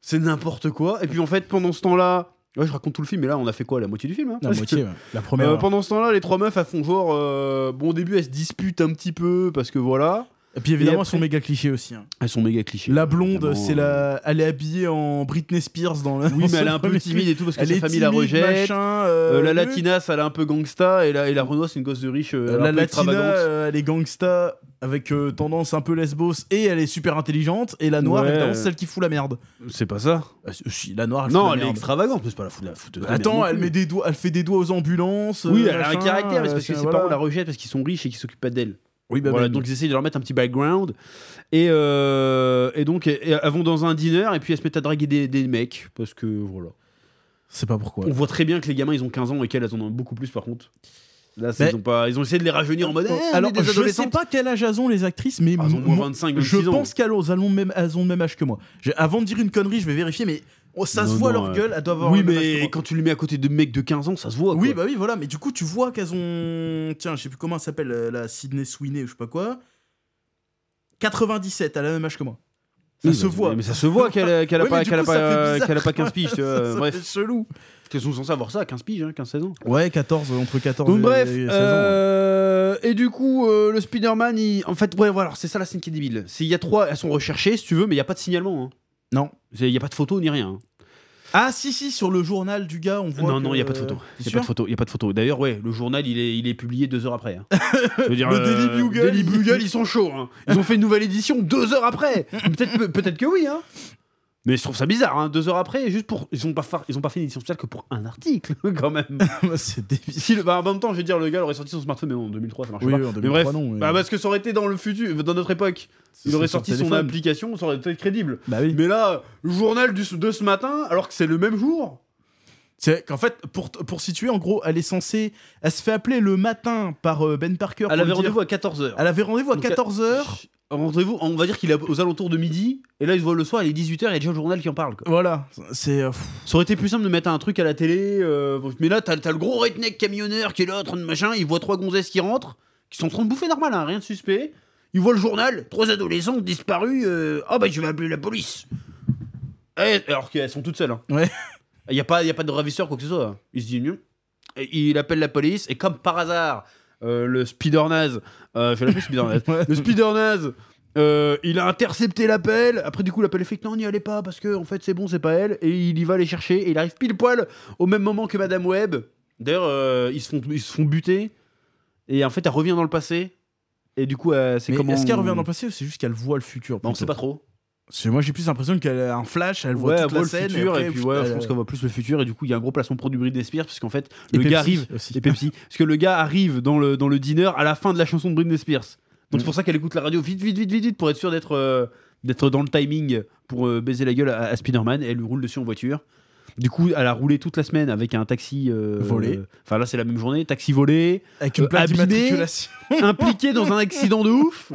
Speaker 1: c'est n'importe quoi. Et puis, en fait, pendant ce temps-là, ouais, je raconte tout le film, mais là, on a fait quoi? La moitié du film? hein
Speaker 2: La moitié, ouais. la première.
Speaker 1: euh,
Speaker 2: heure.
Speaker 1: pendant ce temps-là, les trois meufs, elles font genre. euh, bon, au début, elles se disputent un petit peu parce que voilà.
Speaker 2: Et puis
Speaker 1: et
Speaker 2: évidemment, elles sont méga clichés aussi. hein.
Speaker 1: Elles sont méga clichés.
Speaker 2: La blonde,
Speaker 1: Évidemment,
Speaker 2: c'est
Speaker 1: euh,
Speaker 2: la. Elle est habillée en Britney Spears dans le.
Speaker 1: Oui,
Speaker 2: dans
Speaker 1: mais elle est un
Speaker 2: ce
Speaker 1: peu
Speaker 2: premier
Speaker 1: timide
Speaker 2: film.
Speaker 1: et tout parce que
Speaker 2: Elle
Speaker 1: sa
Speaker 2: est
Speaker 1: famille la
Speaker 2: timide,
Speaker 1: rejette.
Speaker 2: machin,
Speaker 1: Euh,
Speaker 2: euh,
Speaker 1: la
Speaker 2: le-
Speaker 1: Latina, ça, elle est un peu gangsta. Et la, et la Renoir, c'est une gosse de riche. euh,
Speaker 2: Euh,
Speaker 1: un
Speaker 2: la
Speaker 1: peu
Speaker 2: Latina,
Speaker 1: extravagante.
Speaker 2: euh, elle est gangsta avec euh, tendance un peu lesbos et elle est super intelligente. Et la noire,
Speaker 1: Ouais.
Speaker 2: évidemment, c'est celle qui fout la merde.
Speaker 1: C'est pas ça.
Speaker 2: Ah, si, si, la noire, elle
Speaker 1: non,
Speaker 2: fout
Speaker 1: elle
Speaker 2: la
Speaker 1: est
Speaker 2: merde.
Speaker 1: extravagante, mais c'est pas la foutre. La foutre de la merde
Speaker 2: Attends,
Speaker 1: non
Speaker 2: elle,
Speaker 1: plus.
Speaker 2: met des doigts, elle fait des doigts aux ambulances.
Speaker 1: Oui,
Speaker 2: euh,
Speaker 1: elle a un
Speaker 2: machin,
Speaker 1: caractère, mais c'est parce que
Speaker 2: euh,
Speaker 1: ses
Speaker 2: voilà.
Speaker 1: parents la rejettent parce qu'ils sont riches et qu'ils s'occupent pas d'elle.
Speaker 2: Oui, bah,
Speaker 1: Voilà,
Speaker 2: bah,
Speaker 1: donc ils essayent de leur mettre un petit background. Et, euh, et donc, et- et elles vont dans un dîner et puis elles se mettent à draguer des, des mecs parce que voilà.
Speaker 2: c'est pas pourquoi.
Speaker 1: On voit très bien que les gamins, ils ont 15 ans et qu'elles, elles en ont beaucoup plus par contre. Là, c'est-
Speaker 2: Mais-
Speaker 1: ils, ont pas... ils ont essayé de les rajeunir en mode. eh, on
Speaker 2: Alors,
Speaker 1: est des
Speaker 2: je sais
Speaker 1: adolescentes.
Speaker 2: pas quel âge elles ont les actrices, mais
Speaker 1: Ah, ils ont moins
Speaker 2: moi,
Speaker 1: 25, 26
Speaker 2: je
Speaker 1: ans.
Speaker 2: pense qu'elles ont, elles ont le même, elles ont le même âge que moi. J'ai- Avant de dire une connerie, je vais vérifier, mais oh, ça
Speaker 1: Non,
Speaker 2: se voit
Speaker 1: non,
Speaker 2: leur
Speaker 1: euh,
Speaker 2: gueule, elles doivent avoir
Speaker 1: Oui,
Speaker 2: le même âge que
Speaker 1: mais
Speaker 2: moi.
Speaker 1: quand tu les mets à côté de mecs de 15 ans, ça se voit.
Speaker 2: Oui,
Speaker 1: quoi.
Speaker 2: bah oui, voilà, mais du coup, tu vois qu'elles ont. Tiens, je sais plus comment elle s'appelle, euh, la Sydney Sweeney ou je sais pas quoi. 97, elle a le même âge que moi. Ça
Speaker 1: Oui,
Speaker 2: se
Speaker 1: bah,
Speaker 2: voit.
Speaker 1: Mais ça se voit qu'elle a- qu'elle a
Speaker 2: Ouais, mais
Speaker 1: pas
Speaker 2: du
Speaker 1: qu'elle a
Speaker 2: coup, ça fait
Speaker 1: pas- euh,
Speaker 2: bizarre,
Speaker 1: qu'elle a pas
Speaker 2: quoi.
Speaker 1: 15 piges, tu
Speaker 2: Ça,
Speaker 1: vois.
Speaker 2: ça fait
Speaker 1: Bref,
Speaker 2: chelou.
Speaker 1: ils sont censés avoir ça à 15 piges, hein, 15-16 ans.
Speaker 2: Ouais, 14, entre 14
Speaker 1: Donc
Speaker 2: et,
Speaker 1: bref,
Speaker 2: et 16 ans. hein.
Speaker 1: euh, et du coup, euh, le Spider-Man, il- en fait, ouais, voilà, alors, c'est ça la scène qui est débile. C'est il y a trois, elles sont recherchées, si tu veux, mais il y a pas de signalement. hein.
Speaker 2: Non.
Speaker 1: C'est- Il y a pas de photo ni rien. hein.
Speaker 2: Ah, si, si, sur le journal du gars, on voit.
Speaker 1: Non, non,
Speaker 2: que-
Speaker 1: il y a pas de photo.
Speaker 2: T'es
Speaker 1: Il y a
Speaker 2: sûr
Speaker 1: pas de photo. Il y a pas de photo. D'ailleurs, ouais, le journal, il est, il est publié deux heures après. hein. Je veux dire,
Speaker 2: Le Daily Bugle,
Speaker 1: Daily
Speaker 2: il-
Speaker 1: Bugle, ils sont chauds. hein. Ils ont fait une nouvelle édition deux heures après. Peut-être, peut- peut-être que oui. Hein. Mais je trouve ça bizarre. Hein. Deux heures après, juste pour, ils ont pas, fa- ils ont pas fait une édition spéciale que pour un article, quand même.
Speaker 2: c'est débile.
Speaker 1: Si le- bah, en même temps, je veux dire, le gars aurait sorti son smartphone, mais non, en 2003, ça marche
Speaker 2: Oui,
Speaker 1: pas.
Speaker 2: en 2003,
Speaker 1: mais bref,
Speaker 2: non, mais-
Speaker 1: bah, parce que ça aurait été dans le futur, dans notre époque. Il aurait sorti son
Speaker 2: téléphone.
Speaker 1: application, ça aurait été crédible.
Speaker 2: Bah oui.
Speaker 1: Mais là, le journal du, de ce matin, alors que c'est le même jour.
Speaker 2: C'est qu'en fait, pour, pour situer, en gros, elle est censée. Elle se fait appeler le matin par euh, Ben Parker.
Speaker 1: Elle
Speaker 2: pour
Speaker 1: avait
Speaker 2: lui dire-
Speaker 1: rendez-vous à 14h.
Speaker 2: Elle avait rendez-vous à
Speaker 1: Donc,
Speaker 2: 14h.
Speaker 1: Rendez-vous, on va dire qu'il est aux alentours de midi, et là il se voit le soir, il est 18h, il y a déjà le journal qui en parle. Quoi.
Speaker 2: Voilà. C'est. euh,
Speaker 1: Ça aurait été plus simple de mettre un truc à la télé, euh, mais là t'as t'as le gros redneck camionneur qui est là en train de machin, il voit trois gonzesses qui rentrent, qui sont en train de bouffer normal, hein, rien de suspect. Il voit le journal, trois adolescents disparus, euh, ah bah je vais appeler la police. Eh, alors qu'elles sont toutes seules. hein.
Speaker 2: Ouais.
Speaker 1: Il n'y a, pas- il y a pas de ravisseur, quoi que ce soit. Il se dit, Mieux. Et il appelle la police, et comme par hasard, euh, le Spider-Naze, euh, je vais l'appeler Spider-Naze, le Spider-Naze, euh, il a intercepté l'appel. Après, du coup, l'appel est fait que non, n'y allez pas parce que en fait, c'est bon, c'est pas elle. Et il y va les chercher. Et il arrive pile poil au même moment que Madame Webb. D'ailleurs, euh, ils, se font, ils se font buter. Et en fait, elle revient dans le passé. Et du coup, euh, c'est
Speaker 2: Mais
Speaker 1: comment.
Speaker 2: Est-ce qu'elle revient dans le passé ou c'est juste qu'elle voit le futur
Speaker 1: Bah, On
Speaker 2: plutôt
Speaker 1: sait pas trop.
Speaker 2: Parce que Moi, j'ai plus l'impression qu'elle a un flash, elle voit
Speaker 1: Ouais,
Speaker 2: toute
Speaker 1: elle voit
Speaker 2: la
Speaker 1: le
Speaker 2: scène.
Speaker 1: futur. Et,
Speaker 2: après,
Speaker 1: puis, ouais,
Speaker 2: elle-
Speaker 1: je pense qu'on voit plus le futur. Et du coup, il y a un gros placement produit Britney Spears. Parce qu'en fait, le
Speaker 2: Et Pepsi
Speaker 1: gars arrive.
Speaker 2: aussi.
Speaker 1: Et Pepsi. Parce que le gars arrive dans le, dans le dîner à la fin de la chanson de Britney Spears. Donc c'est pour ça qu'elle écoute la radio vite, vite, vite, vite, vite pour être sûre d'être euh, d'être dans le timing pour euh, baiser la gueule à, à Spider-Man. Et elle lui roule dessus en voiture. Du coup, elle a roulé toute la semaine avec un taxi euh,
Speaker 2: Volé.
Speaker 1: Enfin, là, c'est la même journée. Taxi volé,
Speaker 2: Avec une
Speaker 1: euh,
Speaker 2: plaque
Speaker 1: abîmée.
Speaker 2: d'immatriculation.
Speaker 1: impliqué dans un accident de ouf.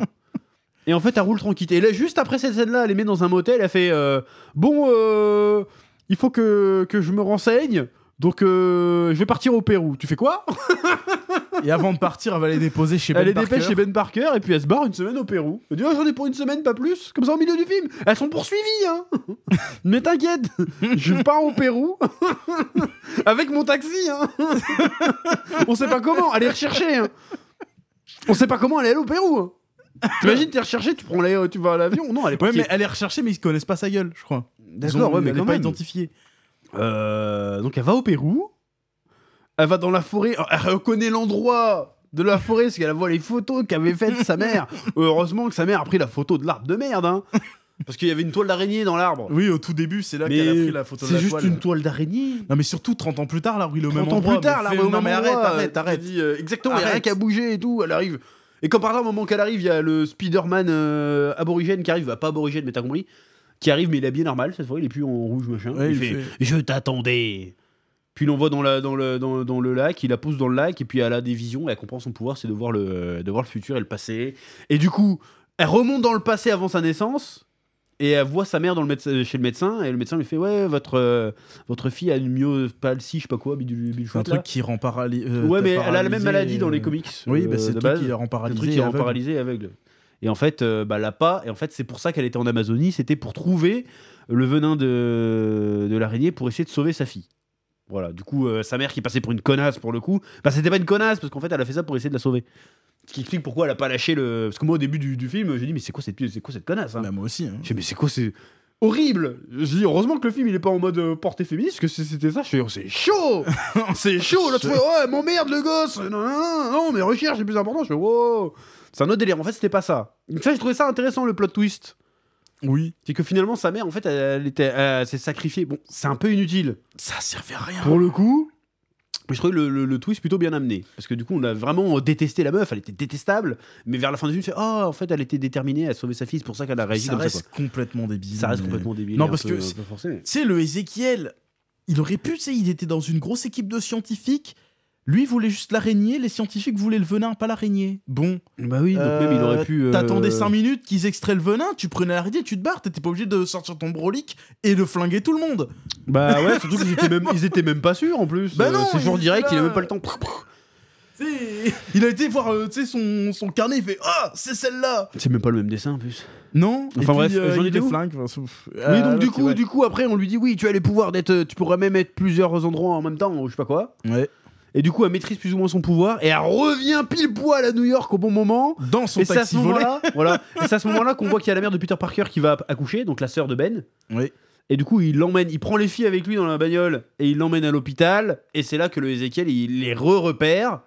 Speaker 1: Et en fait, elle roule tranquille. Et là, juste après cette scène-là, elle est met dans un motel. Elle fait euh, Bon, euh, il faut que, que je me renseigne. Donc, euh, je vais partir au Pérou. Tu fais quoi
Speaker 2: Et avant de partir, elle va les déposer chez Ben
Speaker 1: Elle les
Speaker 2: Parker.
Speaker 1: dépêche chez Ben Parker et puis elle se barre une semaine au Pérou. Elle dit oh, j'en ai pour une semaine, pas plus. Comme ça, au milieu du film, elles sont poursuivies. Hein. Mais t'inquiète, je pars au Pérou avec mon taxi. Hein. On sait pas comment, allez rechercher. Hein. On sait pas comment elle est allée au Pérou. hein. T'imagines, t'es recherché, tu prends l'aé- euh, tu vas à l'avion. Non, elle est
Speaker 2: Ouais,
Speaker 1: partie.
Speaker 2: mais elle est recherchée, mais ils connaissent pas sa gueule, je crois. Ils
Speaker 1: D'accord,
Speaker 2: ont-
Speaker 1: ouais, mais
Speaker 2: elle
Speaker 1: quand
Speaker 2: est pas
Speaker 1: même.
Speaker 2: identifiée.
Speaker 1: Euh, donc elle va au Pérou, elle va dans la forêt, elle reconnaît l'endroit de la forêt parce qu'elle voit les photos qu'avait faites sa mère. Heureusement que sa mère a pris la photo de l'arbre de merde, hein, parce qu'il y avait une toile d'araignée dans l'arbre.
Speaker 2: Oui, au tout début, c'est là
Speaker 1: Mais
Speaker 2: qu'elle a pris la photo de
Speaker 1: c'est
Speaker 2: la
Speaker 1: juste
Speaker 2: toile.
Speaker 1: une toile d'araignée.
Speaker 2: Non, mais surtout 30 ans plus tard, là, où il est au même
Speaker 1: 30 ans
Speaker 2: endroit.
Speaker 1: plus tard,
Speaker 2: mais
Speaker 1: l'arbre
Speaker 2: fait-
Speaker 1: est au
Speaker 2: Non,
Speaker 1: même
Speaker 2: mais arrête,
Speaker 1: endroit,
Speaker 2: arrête,
Speaker 1: tu
Speaker 2: arrête.
Speaker 1: dis, euh, exactement, il y a rien
Speaker 2: Arrête.
Speaker 1: qu'à bouger et tout, elle arrive. Et quand par exemple, au moment qu'elle arrive, il y a le Spider-Man euh, aborigène qui arrive, bah, pas aborigène, mais t'as compris, qui arrive, mais il est habillé normal cette fois, il est plus en rouge machin.
Speaker 2: Ouais,
Speaker 1: il,
Speaker 2: il
Speaker 1: fait,
Speaker 2: fait-
Speaker 1: Je t'attendais. Puis l'envoie dans, la, dans, le, dans, dans le lac, il la pousse dans le lac, et puis elle a des visions, elle comprend son pouvoir, c'est de, voir le- euh, de voir le futur et le passé. Et du coup, elle remonte dans le passé avant sa naissance, et elle voit sa mère dans le médecin, chez le médecin, et le médecin lui fait Ouais, votre, euh, votre fille a une myopalsie, je sais pas quoi, bidule, bidule
Speaker 2: C'est un
Speaker 1: chouette, là.
Speaker 2: truc qui rend euh, paralysé.
Speaker 1: Ouais, mais elle a la même maladie dans les comics.
Speaker 2: Oui,
Speaker 1: euh,
Speaker 2: bah, c'est
Speaker 1: de
Speaker 2: le truc
Speaker 1: base.
Speaker 2: qui la rend
Speaker 1: Le
Speaker 2: paralysée.
Speaker 1: truc qui la rend
Speaker 2: aveugle.
Speaker 1: paralysée et aveugle. Et en fait, euh, bah, elle l'a pas. Et en fait, c'est pour ça qu'elle était en Amazonie. C'était pour trouver le venin de, de l'araignée pour essayer de sauver sa fille. Voilà. Du coup, euh, sa mère qui passait pour une connasse pour le coup, bah c'était pas une connasse parce qu'en fait, elle a fait ça pour essayer de la sauver. Ce qui explique pourquoi elle a pas lâché le. Parce que moi, au début du, du film, j'ai dit mais c'est quoi cette c'est quoi cette connasse hein
Speaker 2: Bah, moi aussi. hein.
Speaker 1: J'ai dit, mais c'est quoi c'est horrible. Je dis heureusement que le film il est pas en mode euh, portée féministe parce que si c'était ça, je dis, oh, c'est chaud. C'est chaud, l'autre fois, ouais, m'emmerde le gosse Non, non, non, non, mais recherche, c'est plus important. Je fais, wow C'est un autre délire. En fait, c'était pas ça. Donc, ça, j'ai trouvé ça intéressant, le plot twist.
Speaker 2: Oui.
Speaker 1: C'est que finalement, sa mère, en fait, elle, elle était, elle s'est sacrifiée. Bon, c'est un peu inutile.
Speaker 2: Ça servait à rien.
Speaker 1: Pour le coup, mais je trouvais le, le- le twist plutôt bien amené. Parce que du coup, on a vraiment détesté la meuf, elle était détestable. Mais vers la fin du film, c'est, oh, en fait, elle était déterminée à sauver sa fille, c'est pour ça qu'elle a réagi
Speaker 2: Ça
Speaker 1: comme ça.
Speaker 2: reste
Speaker 1: quoi.
Speaker 2: complètement débile.
Speaker 1: Ça reste
Speaker 2: mais-
Speaker 1: complètement débile.
Speaker 2: Non,
Speaker 1: et un
Speaker 2: parce
Speaker 1: peu- euh,
Speaker 2: que-
Speaker 1: un peu forcé, mais-
Speaker 2: Tu sais, le Ézéchiel, il aurait pu, tu sais, il était dans une grosse équipe de scientifiques. Lui voulait juste l'araignée, les scientifiques voulaient le venin, pas l'araignée. Bon.
Speaker 1: Bah oui, donc même il aurait
Speaker 2: Euh,
Speaker 1: pu. euh,
Speaker 2: T'attendais 5 minutes qu'ils extraient le venin, tu prenais l'araignée, tu te barres, t'étais pas obligé de sortir ton brolic et de flinguer tout le monde.
Speaker 1: Bah ouais, surtout qu'ils étaient même, ils étaient même pas sûrs en plus.
Speaker 2: Bah
Speaker 1: Euh,
Speaker 2: non,
Speaker 1: c'est genre
Speaker 2: il-
Speaker 1: direct, il a
Speaker 2: là-
Speaker 1: même pas le temps.
Speaker 2: Tu sais, Il a été voir euh, tu sais, son, son carnet, il fait Ah, c'est celle-là euh,
Speaker 1: C'est même pas le même dessin en plus.
Speaker 2: Non
Speaker 1: Enfin bref, j'en
Speaker 2: ai
Speaker 1: étais
Speaker 2: des
Speaker 1: où Euh,
Speaker 2: flingues. Euh,
Speaker 1: oui, donc du coup, du coup, après, on lui dit oui, tu as les pouvoirs d'être, euh, tu pourrais même être plusieurs endroits en même temps, ou je sais pas quoi.
Speaker 2: Ouais.
Speaker 1: Et du coup, elle maîtrise plus ou moins son pouvoir et elle revient pile poil à New York au bon moment.
Speaker 2: Dans son
Speaker 1: et c'est à
Speaker 2: taxi
Speaker 1: ce
Speaker 2: volet.
Speaker 1: moment-là, voilà. Et c'est à ce moment-là qu'on voit qu'il y a la mère de Peter Parker qui va accoucher, donc la sœur de Ben.
Speaker 2: Oui.
Speaker 1: Et du coup, il l'emmène, il prend les filles avec lui dans la bagnole et il l'emmène à l'hôpital. Et c'est là que le Ezekiel, il les re-repère.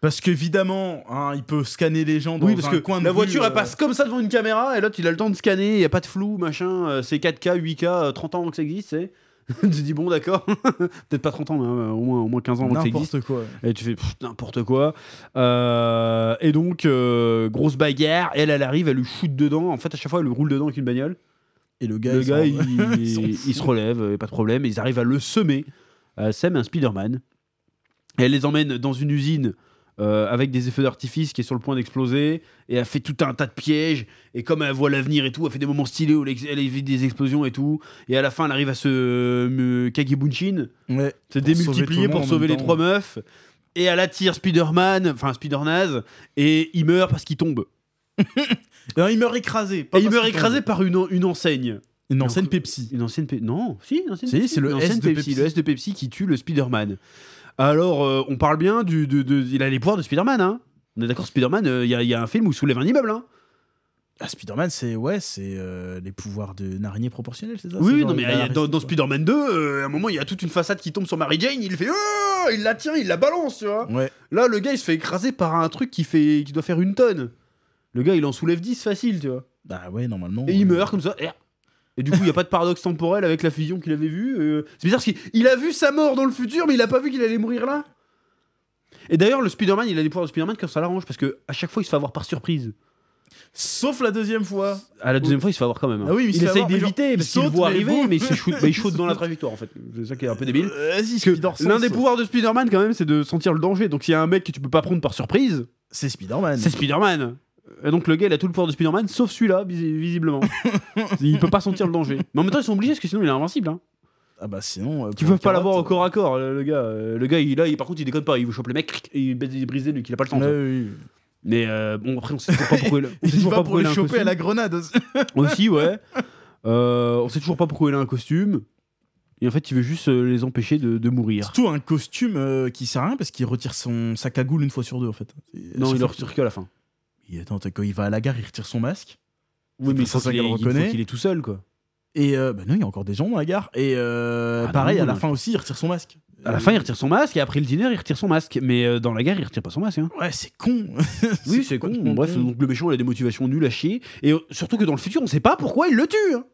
Speaker 2: Parce qu'évidemment, hein, il peut scanner les gens dans
Speaker 1: Oui, parce
Speaker 2: un
Speaker 1: que
Speaker 2: coin de
Speaker 1: la
Speaker 2: rue,
Speaker 1: voiture,
Speaker 2: euh,
Speaker 1: elle passe comme ça devant une caméra, et l'autre, il a le temps de scanner, il n'y a pas de flou, machin, euh, c'est 4K, 8K, euh, 30 ans avant que ça existe, tu sais. tu te dis, bon, d'accord, peut-être pas 30 ans, mais euh, au, moins, au moins 15 ans avant que ça existe.
Speaker 2: N'importe quoi.
Speaker 1: Et tu fais pff, n'importe quoi. Euh, et donc, euh, grosse bagarre, elle, elle arrive, elle lui shoot dedans. En fait, à chaque fois, elle lui roule dedans avec une bagnole.
Speaker 2: Et le gars,
Speaker 1: le
Speaker 2: il
Speaker 1: gars,
Speaker 2: s'en-
Speaker 1: il,
Speaker 2: ils s'en
Speaker 1: il
Speaker 2: fout.
Speaker 1: se relève, euh, pas de problème. Ils arrivent à le semer. Euh, Sam est un Spider-Man. Et Elle les emmène dans une usine euh, avec des effets d'artifice qui est sur le point d'exploser. Et elle fait tout un tas de pièges. Et comme elle voit l'avenir et tout, elle fait des moments stylés où elle ex- elle évite des explosions et tout. Et à la fin, elle arrive à se euh, Kagebunshin, se
Speaker 2: Ouais. Pour sauver tout
Speaker 1: démultiplier
Speaker 2: le monde
Speaker 1: pour
Speaker 2: en
Speaker 1: sauver
Speaker 2: même
Speaker 1: les
Speaker 2: temps.
Speaker 1: trois meufs. Et elle attire Spider-Man, enfin Spider-Naze, et il meurt parce qu'il tombe.
Speaker 2: Non, il meurt écrasé. pas
Speaker 1: Et il
Speaker 2: parce
Speaker 1: meurt
Speaker 2: qu'il
Speaker 1: écrasé par une, en- une enseigne.
Speaker 2: tombe. Une
Speaker 1: Non,
Speaker 2: ancienne
Speaker 1: que-
Speaker 2: Pepsi.
Speaker 1: Une ancienne Pepsi. Non, si, une ancienne
Speaker 2: Si,
Speaker 1: Pepsi.
Speaker 2: c'est le
Speaker 1: Une
Speaker 2: S
Speaker 1: ancienne
Speaker 2: de Pepsi.
Speaker 1: Le S de Pepsi qui tue le Spider-Man. Alors, euh, on parle bien du. de- de- il a les pouvoirs de Spider-Man, hein. On est d'accord, Spider-Man, euh, il y, a- y a un film où il soulève un immeuble, hein.
Speaker 2: Ah, Spider-Man, c'est ouais, c'est euh, les pouvoirs d'une araignée proportionnelle, c'est ça
Speaker 1: oui,
Speaker 2: C'est
Speaker 1: oui,
Speaker 2: genre,
Speaker 1: non, mais y
Speaker 2: il
Speaker 1: a-
Speaker 2: a
Speaker 1: dans,
Speaker 2: arrêté-
Speaker 1: dans Spider-Man 2, euh, à un moment, il y a toute une façade qui tombe sur Mary Jane, il fait. Ah il la tient, il la balance, tu vois.
Speaker 2: Ouais.
Speaker 1: Là, le gars, il se fait écraser par un truc qui, fait, qui doit faire une tonne. Le gars, il en soulève 10 facile, tu vois.
Speaker 2: Bah ouais, normalement.
Speaker 1: Et il
Speaker 2: euh,
Speaker 1: meurt comme ça. Et, et du coup, il n'y a pas de paradoxe temporel avec la fusion qu'il avait vue. euh, C'est bizarre parce qu'il il a vu sa mort dans le futur, mais il a pas vu qu'il allait mourir là. Et d'ailleurs, le Spider-Man, il a des pouvoirs de Spider-Man quand ça l'arrange, parce que à chaque fois, il se fait avoir par surprise.
Speaker 2: Sauf la deuxième fois.
Speaker 1: À la deuxième fois, il se fait avoir quand même. hein.
Speaker 2: Ah oui, mais il se
Speaker 1: il
Speaker 2: fait
Speaker 1: essaye
Speaker 2: avoir, mais genre,
Speaker 1: d'éviter,
Speaker 2: il
Speaker 1: parce qu'il le
Speaker 2: saute,
Speaker 1: voit
Speaker 2: mais
Speaker 1: arriver,
Speaker 2: boum.
Speaker 1: mais il se shoot, bah, il shoot dans la trajectoire, en fait. C'est ça qui est un peu débile.
Speaker 2: Euh, Vas-y,
Speaker 1: Parce que
Speaker 2: Spider-Sens.
Speaker 1: L'un des pouvoirs de Spider-Man, quand même, c'est de sentir le danger. Donc, s'il y a un mec que tu peux pas prendre par surprise,
Speaker 2: C'est Spider-Man.
Speaker 1: C'est Spider-Man. Et donc le gars, il a tout le pouvoir de Spider-Man, sauf celui-là, visi- visiblement. il peut pas sentir le danger. Mais en même temps, ils sont obligés, parce que sinon, il est invincible. Hein.
Speaker 2: Ah bah sinon. euh,
Speaker 1: Ils
Speaker 2: pour
Speaker 1: peuvent pas
Speaker 2: carotte,
Speaker 1: l'avoir au
Speaker 2: euh,
Speaker 1: corps à corps, le, le gars. Euh, Le gars, il, là, il, par contre, il déconne pas. Il chope le mec, cric, et il baisse des brisés, lui, qu'il a pas le temps.
Speaker 2: euh,
Speaker 1: tu vois.
Speaker 2: ouais, oui, oui.
Speaker 1: Mais euh, bon, après, on sait toujours pas pourquoi il, on sait
Speaker 2: Il
Speaker 1: toujours
Speaker 2: va
Speaker 1: pas
Speaker 2: pour
Speaker 1: pourquoi il
Speaker 2: le
Speaker 1: a un
Speaker 2: choper à
Speaker 1: costume.
Speaker 2: la grenade. aussi.
Speaker 1: Aussi, ouais. Euh, on sait toujours pas pourquoi il a un costume. Et en fait, il veut juste euh, les empêcher de, de mourir.
Speaker 2: Surtout un costume euh, qui sert à rien parce qu'il retire son sac à goule une fois sur deux en fait.
Speaker 1: Non, il
Speaker 2: le
Speaker 1: leur retire que à la fin.
Speaker 2: Attends, t'as- quand il va à la gare, il retire son masque.
Speaker 1: Oui, mais
Speaker 2: pour
Speaker 1: il faut
Speaker 2: ça
Speaker 1: qu'il
Speaker 2: qu'elle
Speaker 1: est-
Speaker 2: le
Speaker 1: il faut
Speaker 2: reconnaît.
Speaker 1: qu'il est tout seul, quoi.
Speaker 2: Et euh, bah non, il y a encore des gens dans la gare. Et euh,
Speaker 1: Ah non,
Speaker 2: pareil,
Speaker 1: non,
Speaker 2: à la
Speaker 1: non.
Speaker 2: fin aussi, il retire son masque.
Speaker 1: À la
Speaker 2: Euh,
Speaker 1: fin, il retire son masque, et après le dîner, il retire son masque. Mais euh, dans la gare, il retire pas son masque. Hein.
Speaker 2: Ouais, c'est con.
Speaker 1: Oui, c'est con.
Speaker 2: complètement
Speaker 1: Bref,
Speaker 2: con.
Speaker 1: donc le méchant, il a des motivations nulles à chier. Et euh, surtout que dans le futur, on sait pas pourquoi il le tue. hein.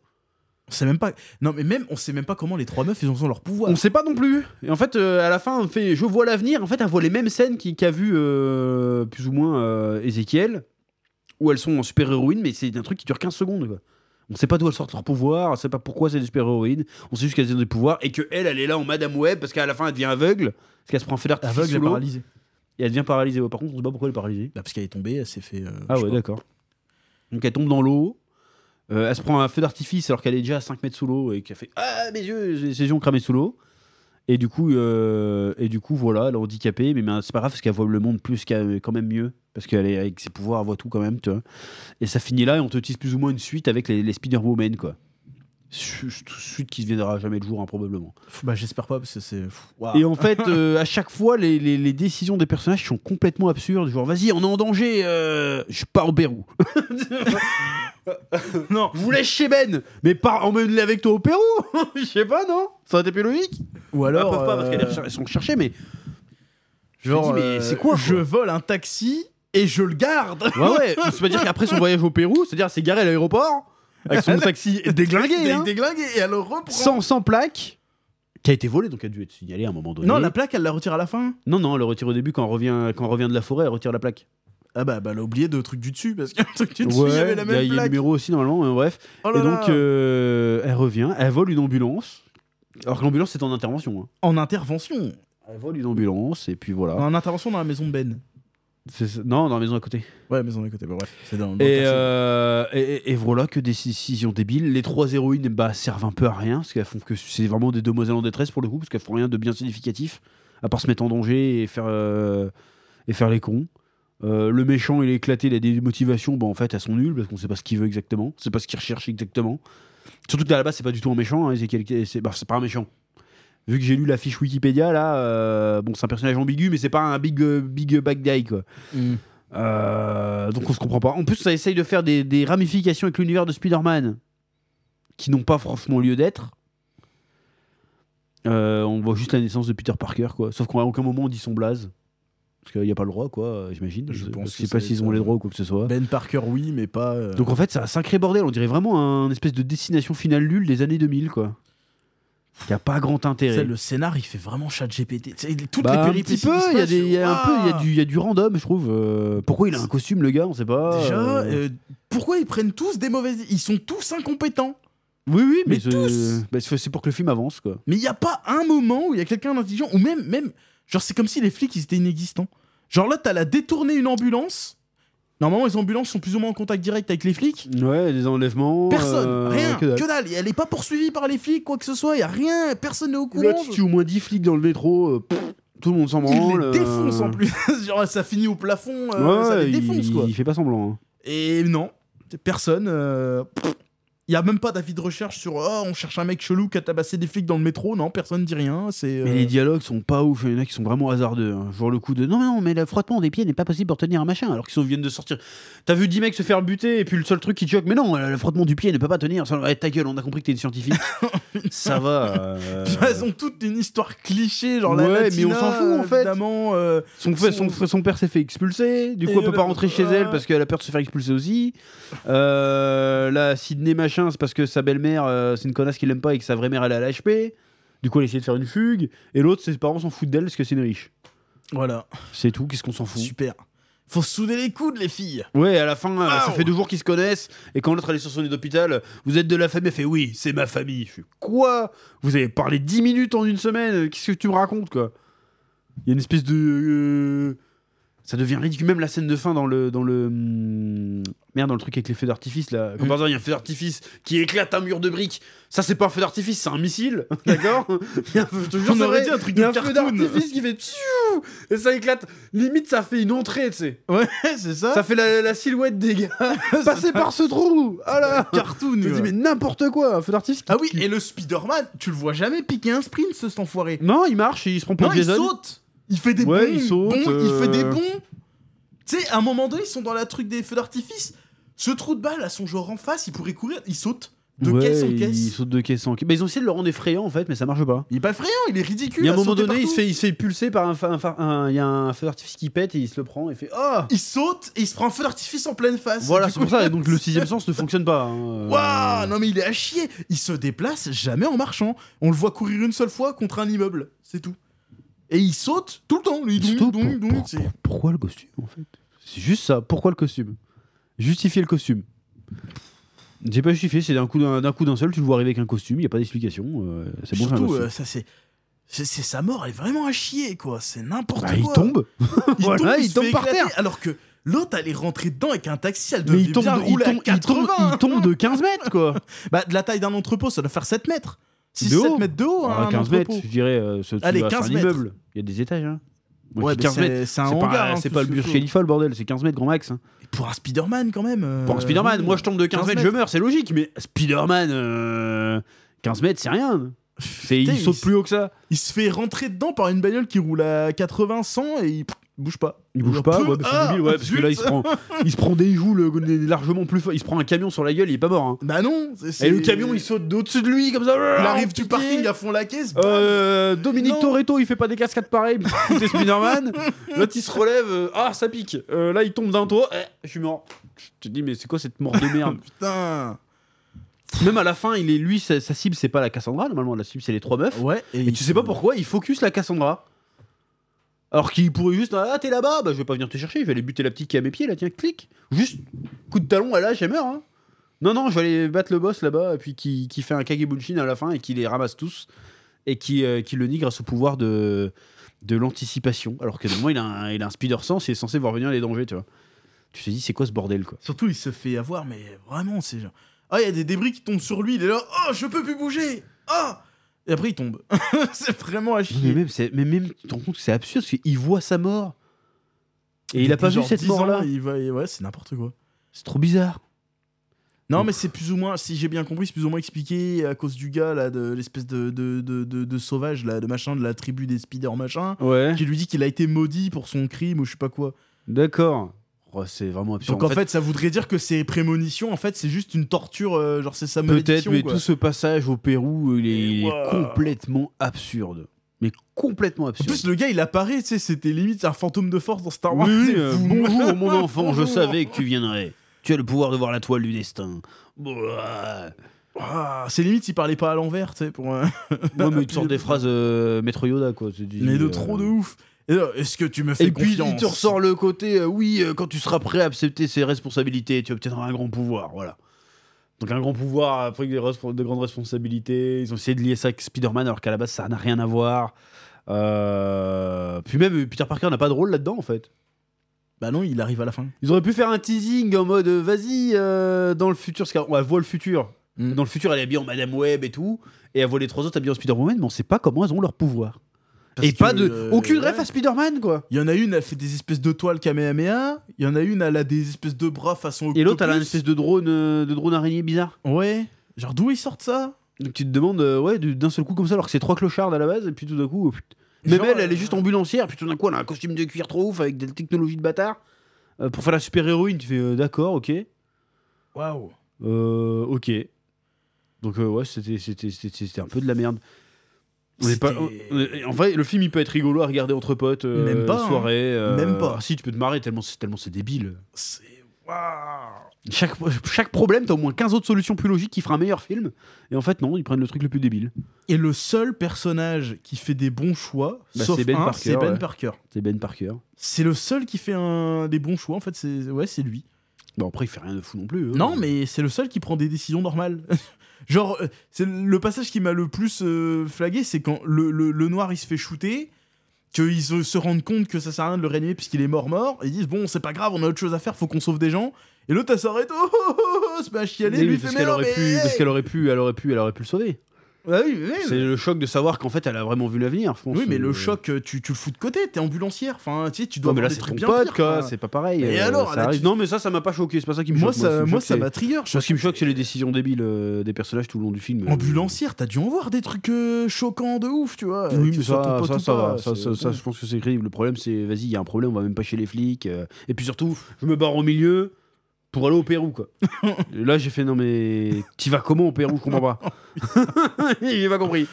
Speaker 2: On sait même pas. Non, mais même, on sait même pas comment les trois meufs ils ont leur pouvoir.
Speaker 1: On sait pas non plus. Et en fait, euh, à la fin, on fait Je vois l'avenir. En fait, elle voit les mêmes scènes qui- qu'a vu euh, plus ou moins euh, Ezekiel, où elles sont en super-héroïne, mais c'est un truc qui dure 15 secondes. quoi. On sait pas d'où elles sortent leurs pouvoirs, on sait pas pourquoi c'est des super-héroïnes, on sait juste qu'elles ont des pouvoirs et que elle, elle est là en Madame Web parce qu'à la fin elle devient aveugle, parce qu'elle se prend un feu d'artifice
Speaker 2: Aveugle
Speaker 1: sous
Speaker 2: et
Speaker 1: l'eau,
Speaker 2: paralysée.
Speaker 1: et elle devient paralysée. Ouais, par contre, on sait pas pourquoi elle est paralysée.
Speaker 2: Bah, parce qu'elle est tombée, elle s'est fait. euh,
Speaker 1: Ah ouais,
Speaker 2: je sais pas.
Speaker 1: d'accord. Donc elle tombe dans l'eau, euh, elle se prend un feu d'artifice alors qu'elle est déjà à 5 mètres sous l'eau et qu'elle fait Ah, mes yeux, ses ses yeux ont cramé sous l'eau. Et du coup, euh, et du coup voilà, elle est handicapée, mais, mais c'est pas grave parce qu'elle voit le monde plus qu'elle- quand même mieux. Parce qu'elle est avec ses pouvoirs, elle voit tout quand même, tu vois. Et ça finit là et on te tease plus ou moins une suite avec les, les Spider-Woman, quoi. Su- su- Suite qui ne viendra jamais le jour, hein, probablement.
Speaker 2: Pff, Bah, j'espère pas, parce que c'est. pff, waouh.
Speaker 1: Et en fait, euh, à chaque fois, les, les- les décisions des personnages sont complètement absurdes. Genre, vas-y, on est en danger, euh, je pars au Pérou.
Speaker 2: Non,
Speaker 1: Je vous laisse chez Ben, mais pars, emmène-les avec toi au Pérou. Je sais pas, non Ça aurait été plus logique
Speaker 2: ou alors.
Speaker 1: Ils peuvent pas parce
Speaker 2: euh,
Speaker 1: qu'elles recher- elles sont recherchées, mais. Je me
Speaker 2: Genre,
Speaker 1: dis, mais
Speaker 2: euh,
Speaker 1: c'est quoi
Speaker 2: Je vole un taxi et je le garde.
Speaker 1: quoi Ouais, ouais, c'est pas dire qu'après son voyage au Pérou, c'est-à-dire s'est garé à l'aéroport, avec son taxi déglingué, hein,
Speaker 2: Déglingué et elle le reprend.
Speaker 1: sans, sans plaque, qui a été volé, donc a dû être signalé à un moment donné.
Speaker 2: Non, la plaque, elle la retire à la fin.
Speaker 1: non, non, elle le retire au début quand on revient, quand on revient de la forêt, elle retire la plaque.
Speaker 2: Ah bah, bah, elle a oublié de truc du dessus, parce que le truc du dessus,
Speaker 1: Ouais,
Speaker 2: il y avait la
Speaker 1: y a-
Speaker 2: même
Speaker 1: y a le
Speaker 2: plaque.
Speaker 1: numéro aussi, normalement, mais bref.
Speaker 2: Oh là
Speaker 1: Et donc,
Speaker 2: là.
Speaker 1: euh, elle revient, elle vole une ambulance. Alors que l'ambulance, c'est en intervention. hein.
Speaker 2: En intervention.
Speaker 1: Elle vole une ambulance, et puis voilà.
Speaker 2: En intervention dans la maison de Ben.
Speaker 1: C'est- c'est- Non, dans la maison à côté.
Speaker 2: Ouais, maison d'à côté, bah, bref. C'est dans, dans le
Speaker 1: Et,
Speaker 2: quartier.
Speaker 1: euh, et- et- et voilà que des décisions débiles. Les trois héroïnes bah, servent un peu à rien, parce qu'elles font que c'est vraiment des demoiselles en détresse pour le coup, parce qu'elles font rien de bien significatif, à part se mettre en danger et faire, euh, et faire les cons. Euh, le méchant, il est éclaté, il a des motivations, bah, en fait, elles sont nulles, parce qu'on sait pas ce qu'il veut exactement, c'est pas ce qu'il recherche exactement. Surtout que là, à la base, c'est pas du tout un méchant, hein, Ezekiel- c'est bah, c'est pas un méchant. Vu que j'ai lu la fiche Wikipédia, là, euh, bon, c'est un personnage ambigu, mais c'est pas un big, euh, big bad guy, quoi.
Speaker 2: Mm.
Speaker 1: Euh, donc on se comprend pas. En plus, ça essaye de faire des, des ramifications avec l'univers de Spider-Man qui n'ont pas franchement lieu d'être. Euh, on voit juste la naissance de Peter Parker, quoi. Sauf qu'à aucun moment on dit son blaze. Parce qu'il n'y a pas le droit, quoi, euh, j'imagine.
Speaker 2: Je pense
Speaker 1: Je sais
Speaker 2: que
Speaker 1: pas
Speaker 2: ça
Speaker 1: s'ils
Speaker 2: va
Speaker 1: ont
Speaker 2: être
Speaker 1: les
Speaker 2: ça.
Speaker 1: droits ou quoi que ce soit.
Speaker 2: Ben Parker, oui, mais pas. euh,
Speaker 1: Donc en fait, c'est un sacré bordel. On dirait vraiment un espèce de destination finale nulle des années 2000, quoi. Il n'y a pas grand
Speaker 2: tu sais,
Speaker 1: intérêt.
Speaker 2: le scénar, il fait vraiment chat GPT. Tu sais, Toutes
Speaker 1: Bah,
Speaker 2: les
Speaker 1: un petit
Speaker 2: péripéties.
Speaker 1: peu,
Speaker 2: qui se
Speaker 1: il y a
Speaker 2: passent,
Speaker 1: des, il y a un peu, il y a
Speaker 2: waouh.
Speaker 1: du, il y a du random, je trouve. Euh, pourquoi il a un costume, le gars, on sait pas.
Speaker 2: Déjà,
Speaker 1: euh.
Speaker 2: euh, pourquoi ils prennent tous des mauvaises. Ils sont tous incompétents.
Speaker 1: Oui, oui, mais,
Speaker 2: Mais
Speaker 1: c'est-
Speaker 2: tous
Speaker 1: bah, c'est c'est pour que le film avance, quoi.
Speaker 2: Mais il n'y a pas un moment où il y a quelqu'un d'intelligent, ou même, même, genre c'est comme si les flics ils étaient inexistants. Genre là, t'as la détourné une ambulance. Normalement, les ambulances sont plus ou moins en contact direct avec les flics.
Speaker 1: Ouais, des enlèvements.
Speaker 2: Personne,
Speaker 1: euh,
Speaker 2: rien,
Speaker 1: que
Speaker 2: que
Speaker 1: dalle.
Speaker 2: dalle. Et Elle n'est pas poursuivie par les flics, quoi que ce soit, il a rien, personne n'est au
Speaker 1: Là,
Speaker 2: courant.
Speaker 1: tu tues au moins 10 flics dans le métro, euh, pff, tout le monde s'en
Speaker 2: Il
Speaker 1: branle.
Speaker 2: les
Speaker 1: euh,
Speaker 2: défonce en plus. genre ça finit au plafond,
Speaker 1: Ouais,
Speaker 2: euh, ça les
Speaker 1: il-
Speaker 2: défonce
Speaker 1: il,
Speaker 2: quoi.
Speaker 1: fait pas semblant. hein.
Speaker 2: Et non, personne. euh, pff. Il n'y a même pas d'avis de recherche sur oh, on cherche un mec chelou qui a tabassé des flics dans le métro. Non, personne dit rien. C'est.
Speaker 1: Mais
Speaker 2: euh,
Speaker 1: les dialogues sont pas ouf. Il y en a qui sont vraiment hasardeux. hein. Genre le coup de non, non, mais le frottement des pieds n'est pas possible pour tenir un machin. Alors qu'ils sont- viennent de sortir. T'as vu 10 mecs se faire buter et puis le seul truc qui te choque, mais non, euh, le frottement du pied ne peut pas tenir. Ça- ouais, ta gueule, on a compris que t'es une scientifique. ça va. euh,
Speaker 2: Elles ont toutes une histoire cliché, genre
Speaker 1: Ouais,
Speaker 2: la
Speaker 1: mais on
Speaker 2: latina,
Speaker 1: s'en fout, en fait.
Speaker 2: Évidemment, euh,
Speaker 1: Son, fa-
Speaker 2: Son-
Speaker 1: son- son père s'est fait expulser, du
Speaker 2: Et
Speaker 1: coup elle peut
Speaker 2: le-
Speaker 1: pas rentrer chez elle
Speaker 2: Ouais.
Speaker 1: parce qu'elle a peur de se faire expulser aussi. Euh, là, Sydney machin, c'est parce que sa belle-mère, euh, c'est une connasse qui l'aime pas et que sa vraie mère elle est à l'HP. Du coup elle essaie de faire une fugue. Et l'autre, ses parents s'en foutent d'elle parce que c'est une riche.
Speaker 2: voilà,
Speaker 1: C'est tout, qu'est-ce qu'on s'en fout
Speaker 2: super. Faut se souder les coudes, les filles.
Speaker 1: Ouais, à la fin, euh, ça
Speaker 2: Wow.
Speaker 1: fait deux jours qu'ils se connaissent. Et quand l'autre elle est sur son lit d'hôpital, vous êtes de la famille, elle fait oui, c'est ma famille. Je fais quoi Vous avez parlé 10 minutes en une semaine, qu'est-ce que tu me racontes quoi Il y a une espèce de. euh, Ça devient ridicule. Même la scène de fin dans le. Dans le hum, Merde, dans le truc avec les feux d'artifice là. Comme par hasard, il y a un feu d'artifice qui éclate un mur de briques. Ça, c'est pas un feu d'artifice, c'est un missile. D'accord Il y a un feu- je te jure,
Speaker 2: On
Speaker 1: c'est
Speaker 2: aurait
Speaker 1: vrai,
Speaker 2: dit un truc
Speaker 1: il y a
Speaker 2: de
Speaker 1: un feu
Speaker 2: cartoon.
Speaker 1: d'artifice qui fait. pfiou Et ça éclate. Limite, ça fait une entrée, tu sais.
Speaker 2: Ouais, c'est ça.
Speaker 1: Ça fait la, la silhouette des gars. Passez par ce trou Ah là
Speaker 2: cartoon.
Speaker 1: Je
Speaker 2: ouais.
Speaker 1: dis, mais n'importe quoi, un feu d'artifice. qui-
Speaker 2: Ah oui, et le Spider-Man, tu le vois jamais piquer un sprint, ce cet enfoiré.
Speaker 1: Non, il marche, il se prend pour
Speaker 2: Non, il
Speaker 1: Jason.
Speaker 2: saute. Il fait des
Speaker 1: Ouais,
Speaker 2: bons.
Speaker 1: il saute,
Speaker 2: bons,
Speaker 1: euh.
Speaker 2: Il fait des bons. Tu sais, à un moment donné, ils sont dans la truc des feux d'artifice. Ce trou de balle, à son joueur en face, il pourrait courir. Il saute de
Speaker 1: Ouais,
Speaker 2: caisse en
Speaker 1: il
Speaker 2: caisse.
Speaker 1: saute de caisse en caisse. Bah, ils ont essayé de le rendre effrayant en fait, mais ça marche pas.
Speaker 2: Il est pas effrayant, il est ridicule.
Speaker 1: Il y a un
Speaker 2: à
Speaker 1: moment
Speaker 2: sauter
Speaker 1: donné, il se,
Speaker 2: partout.
Speaker 1: fait, il se fait pulser par un, fa- un fa- un- il y a un feu d'artifice qui pète et il se le prend et il fait Oh
Speaker 2: Il saute et il se prend un feu d'artifice en pleine face.
Speaker 1: Voilà,
Speaker 2: Du
Speaker 1: c'est
Speaker 2: coup,
Speaker 1: pour ça. Et donc le sixième sens ne fonctionne pas. hein.
Speaker 2: Waouh, non mais il est à chier. Il se déplace jamais en marchant. On le voit courir une seule fois contre un immeuble, c'est tout. Et il saute tout le temps, lui.
Speaker 1: Surtout,
Speaker 2: Dong,
Speaker 1: pour-
Speaker 2: dong, dong,
Speaker 1: pour-
Speaker 2: c'est-
Speaker 1: pour- pourquoi le costume en fait C'est juste ça. Pourquoi le costume Justifier le costume. J'ai pas justifié, c'est d'un coup d'un d'un coup d'un seul, tu le vois arriver avec un costume, il y a pas d'explication. euh, c'est bon, c'est un
Speaker 2: Surtout,
Speaker 1: costume.
Speaker 2: euh, ça c'est. C'est c'est sa mort, elle est vraiment à chier, quoi. C'est n'importe
Speaker 1: Bah,
Speaker 2: quoi.
Speaker 1: il tombe.
Speaker 2: Il
Speaker 1: Voilà,
Speaker 2: tombe,
Speaker 1: il
Speaker 2: se
Speaker 1: tombe
Speaker 2: fait
Speaker 1: par
Speaker 2: éclater,
Speaker 1: terre.
Speaker 2: Alors que l'autre, elle est rentrée dedans avec un taxi, elle
Speaker 1: Mais
Speaker 2: devait
Speaker 1: il tombe,
Speaker 2: bien
Speaker 1: de, il,
Speaker 2: rouler à
Speaker 1: tombe, il, tombe,
Speaker 2: 80.
Speaker 1: il tombe de 15 mètres, quoi.
Speaker 2: Bah, de la taille d'un entrepôt, ça doit faire 7 mètres.
Speaker 1: De haut.
Speaker 2: 6-7 mètres de haut, hein,
Speaker 1: Ah,
Speaker 2: un
Speaker 1: 15 mètres,
Speaker 2: entrepôt.
Speaker 1: je dirais. euh, ce-
Speaker 2: Allez,
Speaker 1: c'est un
Speaker 2: 15 mètres.
Speaker 1: immeuble. Il y a des étages. Hein. Moi, je
Speaker 2: Ouais,
Speaker 1: dis
Speaker 2: mais
Speaker 1: 15
Speaker 2: c'est-
Speaker 1: mètres.
Speaker 2: C'est un
Speaker 1: C'est pas,
Speaker 2: hangar. hein,
Speaker 1: c'est
Speaker 2: tout
Speaker 1: pas
Speaker 2: ce
Speaker 1: le
Speaker 2: que
Speaker 1: Burj
Speaker 2: faut.
Speaker 1: Khalifa, le bordel, c'est 15 mètres grand max. hein.
Speaker 2: Pour un Spider-Man, quand même. euh,
Speaker 1: Pour un Spider-Man, moi je tombe de 15,
Speaker 2: 15
Speaker 1: mètres, je meurs, c'est logique, mais Spider-Man, euh, 15 mètres, c'est rien. C'est,
Speaker 2: Putain,
Speaker 1: il saute
Speaker 2: il-
Speaker 1: plus haut que ça.
Speaker 2: Il se fait rentrer dedans par une bagnole qui roule à 80-100 et il pff, bouge pas.
Speaker 1: Il bouge pas,
Speaker 2: Pouf,
Speaker 1: ouais, parce, que
Speaker 2: ah,
Speaker 1: débile, ouais, parce que là il se
Speaker 2: zut.
Speaker 1: prend, il se prend des joues le- le- largement plus fort. Il se prend un camion sur la gueule, il est pas mort. hein.
Speaker 2: Bah non c'est- c'est-
Speaker 1: Et le camion il saute d'au-dessus de lui comme ça.
Speaker 2: Il arrive
Speaker 1: piqué.
Speaker 2: du parking à fond la caisse.
Speaker 1: Euh, Dominique
Speaker 2: Non.
Speaker 1: Toretto il fait pas des cascades pareilles, mais c'est Spider-Man. L'autre il se relève, euh, ah ça pique. Euh, là il tombe d'un toit, eh, je suis mort. Je te dis, mais c'est quoi cette mort de merde
Speaker 2: Putain
Speaker 1: Même à la fin, il est lui, sa, sa cible c'est pas la Cassandra, normalement la cible c'est les trois meufs.
Speaker 2: Ouais,
Speaker 1: Et tu sais pas pourquoi, il focus la Cassandra. Alors qu'il pourrait juste, ah t'es là-bas, bah je vais pas venir te chercher, je vais aller buter la petite qui est à mes pieds là, tiens, clic. Juste, coup de talon, elle lâche, elle meurt. Hein. Non, non, je vais aller battre le boss là-bas, et puis qui, qui fait un Kagebunshin à la fin et qui les ramasse tous, et qui, euh, qui le nie grâce au pouvoir de, de l'anticipation. Alors que normalement, il a un, il a un spider sense, il est censé voir venir les dangers, tu vois. Tu te dis, c'est quoi ce bordel quoi
Speaker 2: Surtout, il se fait avoir, mais vraiment, c'est genre. Ah, il y a des débris qui tombent sur lui, il est là, oh, je peux plus bouger Ah Et après, il tombe. c'est vraiment à
Speaker 1: Mais
Speaker 2: chier.
Speaker 1: même, c'est- mais même, tu te rends compte que c'est absurde, parce qu'il voit sa mort. Et il a
Speaker 2: était
Speaker 1: pas vu
Speaker 2: genre
Speaker 1: cette
Speaker 2: 10 ans,
Speaker 1: mort-là.
Speaker 2: il va- et Ouais, c'est n'importe quoi.
Speaker 1: C'est trop bizarre.
Speaker 2: Non,
Speaker 1: Ouf.
Speaker 2: mais c'est plus ou moins, si j'ai bien compris, c'est plus ou moins expliqué à cause du gars, là, de l'espèce de, de, de, de- de sauvage, là, de machin, de la tribu des spider machin,
Speaker 1: Ouais.
Speaker 2: qui lui dit qu'il a été maudit pour son crime ou je sais pas quoi.
Speaker 1: D'accord. Oh, c'est vraiment absurde.
Speaker 2: Donc en fait, ça voudrait dire que ces prémonitions, en fait, c'est juste une torture, euh, genre c'est sa
Speaker 1: peut-être,
Speaker 2: malédiction.
Speaker 1: mais
Speaker 2: quoi.
Speaker 1: tout ce passage au Pérou, il est,
Speaker 2: Et
Speaker 1: il est
Speaker 2: waouh.
Speaker 1: complètement absurde. Mais complètement
Speaker 2: En
Speaker 1: absurde.
Speaker 2: plus, le gars, il apparaît, tu sais, c'était limite un fantôme de force dans Star Wars.
Speaker 1: oui,
Speaker 2: C'est
Speaker 1: euh,
Speaker 2: fou.
Speaker 1: bonjour mon enfant, je
Speaker 2: Bonjour.
Speaker 1: savais que tu viendrais. Tu as le pouvoir de voir la toile du destin. Bouah.
Speaker 2: Ah, c'est limite, il parlait pas à l'envers, tu sais, pour. euh,
Speaker 1: Moi, mais il te sort des phrases euh, Maître Yoda, quoi. C'est du-
Speaker 2: Mais de
Speaker 1: euh,
Speaker 2: trop de ouf. Et alors, Est-ce que tu me fais
Speaker 1: Et puis
Speaker 2: confiance
Speaker 1: il te ressort le côté euh, oui euh, quand tu seras prêt à accepter ses responsabilités tu obtiendras un grand pouvoir voilà donc un grand pouvoir après des res- de grandes responsabilités ils ont essayé de lier ça avec Spider-Man alors qu'à la base ça n'a rien à voir Euh, puis même Peter Parker n'a pas de rôle là-dedans en fait
Speaker 2: Bah non, il arrive à la fin.
Speaker 1: ils auraient pu faire un teasing en mode euh, vas-y euh, dans le futur parce qu'on elle voit le futur
Speaker 2: Mm.
Speaker 1: dans le futur elle est habillée en Madame Web et tout et elle voit les trois autres habillées en Spider-Woman mais on sait pas comment elles ont leur pouvoir
Speaker 2: Parce
Speaker 1: et pas
Speaker 2: que,
Speaker 1: de
Speaker 2: euh,
Speaker 1: aucune
Speaker 2: ouais.
Speaker 1: ref à Spider-Man quoi
Speaker 2: Il y en a une, elle fait des espèces de toiles Kamehameha. Il y en a une, elle a des espèces de bras façon
Speaker 1: Et l'autre, elle a une
Speaker 2: octopus.
Speaker 1: espèce de drone, euh, de drone araignée bizarre.
Speaker 2: Ouais. Genre, d'où ils sortent ça
Speaker 1: Donc tu te demandes, euh, ouais, du- d'un seul coup comme ça, alors que c'est trois clochards à la base, et puis tout d'un coup. oh, putain. Même
Speaker 2: Genre,
Speaker 1: elle, elle
Speaker 2: euh,
Speaker 1: est juste ambulancière, puis tout d'un coup, elle a un costume de cuir trop ouf avec des technologies de bâtard. Euh, pour faire la super-héroïne, tu fais euh, d'accord, ok.
Speaker 2: Waouh.
Speaker 1: Euh, ok. Donc, euh, ouais, c'était- c'était c'était- c'était un peu de la merde. On est pas,
Speaker 2: C'était-
Speaker 1: on est- en vrai, le film il peut être rigolo à regarder entre potes, euh,
Speaker 2: Même pas, hein.
Speaker 1: soirée. euh,
Speaker 2: Même pas.
Speaker 1: Si tu peux te marrer tellement c'est tellement c'est débile.
Speaker 2: C'est. Waouh.
Speaker 1: Chaque, chaque problème, t'as au moins 15 autres solutions plus logiques qui fera un meilleur film. Et en fait, non, ils prennent le truc le plus débile.
Speaker 2: Et le seul personnage qui fait des bons choix,
Speaker 1: Bah,
Speaker 2: sauf
Speaker 1: c'est Ben
Speaker 2: un,
Speaker 1: Parker,
Speaker 2: c'est Ben
Speaker 1: ouais.
Speaker 2: Parker.
Speaker 1: C'est Ben Parker.
Speaker 2: C'est le seul qui fait un... des bons choix, en fait, c'est ouais, c'est lui.
Speaker 1: Bon, après, il fait rien de fou non plus. hein.
Speaker 2: Non, mais c'est le seul qui prend des décisions normales. Genre, euh, c'est le passage qui m'a le plus euh, flagué, c'est quand le, le- le noir il se fait shooter, qu'ils se se rendent compte que ça sert à rien de le réanimer puisqu'il est mort-mort, ils disent bon, c'est pas grave, on a autre chose à faire, faut qu'on sauve des gens. Et l'autre, elle s'arrête, oh, oh, oh, oh, se met à
Speaker 1: Mais
Speaker 2: chialer, lui
Speaker 1: oui,
Speaker 2: il fait
Speaker 1: parce
Speaker 2: mais
Speaker 1: qu'elle
Speaker 2: non,
Speaker 1: aurait,
Speaker 2: mais,
Speaker 1: pu- parce
Speaker 2: hey
Speaker 1: qu'elle aurait pu, elle aurait pu, elle aurait pu le sauver.
Speaker 2: Bah oui, mais-
Speaker 1: C'est le choc de savoir qu'en fait, elle a vraiment vu l'avenir. je pense.
Speaker 2: Oui, mais
Speaker 1: Euh,
Speaker 2: le choc, euh, tu, tu le fous de côté, t'es ambulancière, enfin, tu sais, tu dois
Speaker 1: Non, mais là,
Speaker 2: avoir des
Speaker 1: c'est ton
Speaker 2: trucs bien
Speaker 1: pote,
Speaker 2: pires,
Speaker 1: quoi.
Speaker 2: enfin.
Speaker 1: C'est pas pareil.
Speaker 2: Et
Speaker 1: euh,
Speaker 2: alors,
Speaker 1: ça
Speaker 2: là, tu-
Speaker 1: arrive. Non, mais ça, ça m'a pas choqué. C'est pas ça qui me
Speaker 2: Moi,
Speaker 1: choque. ce qui me
Speaker 2: ça, moi,
Speaker 1: choque,
Speaker 2: ça
Speaker 1: c'est-
Speaker 2: m'a trigger.
Speaker 1: Moi, Ce qui me choque, c'est les décisions débiles euh, des personnages tout le long du film. Euh,
Speaker 2: Ambulancière, t'as dû en voir des trucs euh, choquants de ouf, tu vois.
Speaker 1: Oui,
Speaker 2: que
Speaker 1: mais
Speaker 2: ce soit
Speaker 1: ça,
Speaker 2: ton
Speaker 1: ça,
Speaker 2: pote
Speaker 1: ça
Speaker 2: ou
Speaker 1: va.
Speaker 2: pas,
Speaker 1: Ça,
Speaker 2: c'est-
Speaker 1: ça, ça, je pense que hein, c'est crédible. Le problème, c'est vas-y, il y a un problème, on va même pas chez les flics. euh, Et puis surtout, je me barre au milieu pour aller au Pérou, quoi. Et Là, j'ai fait non, mais t'y vas comment au Pérou Je comprends pas. J'ai pas compris.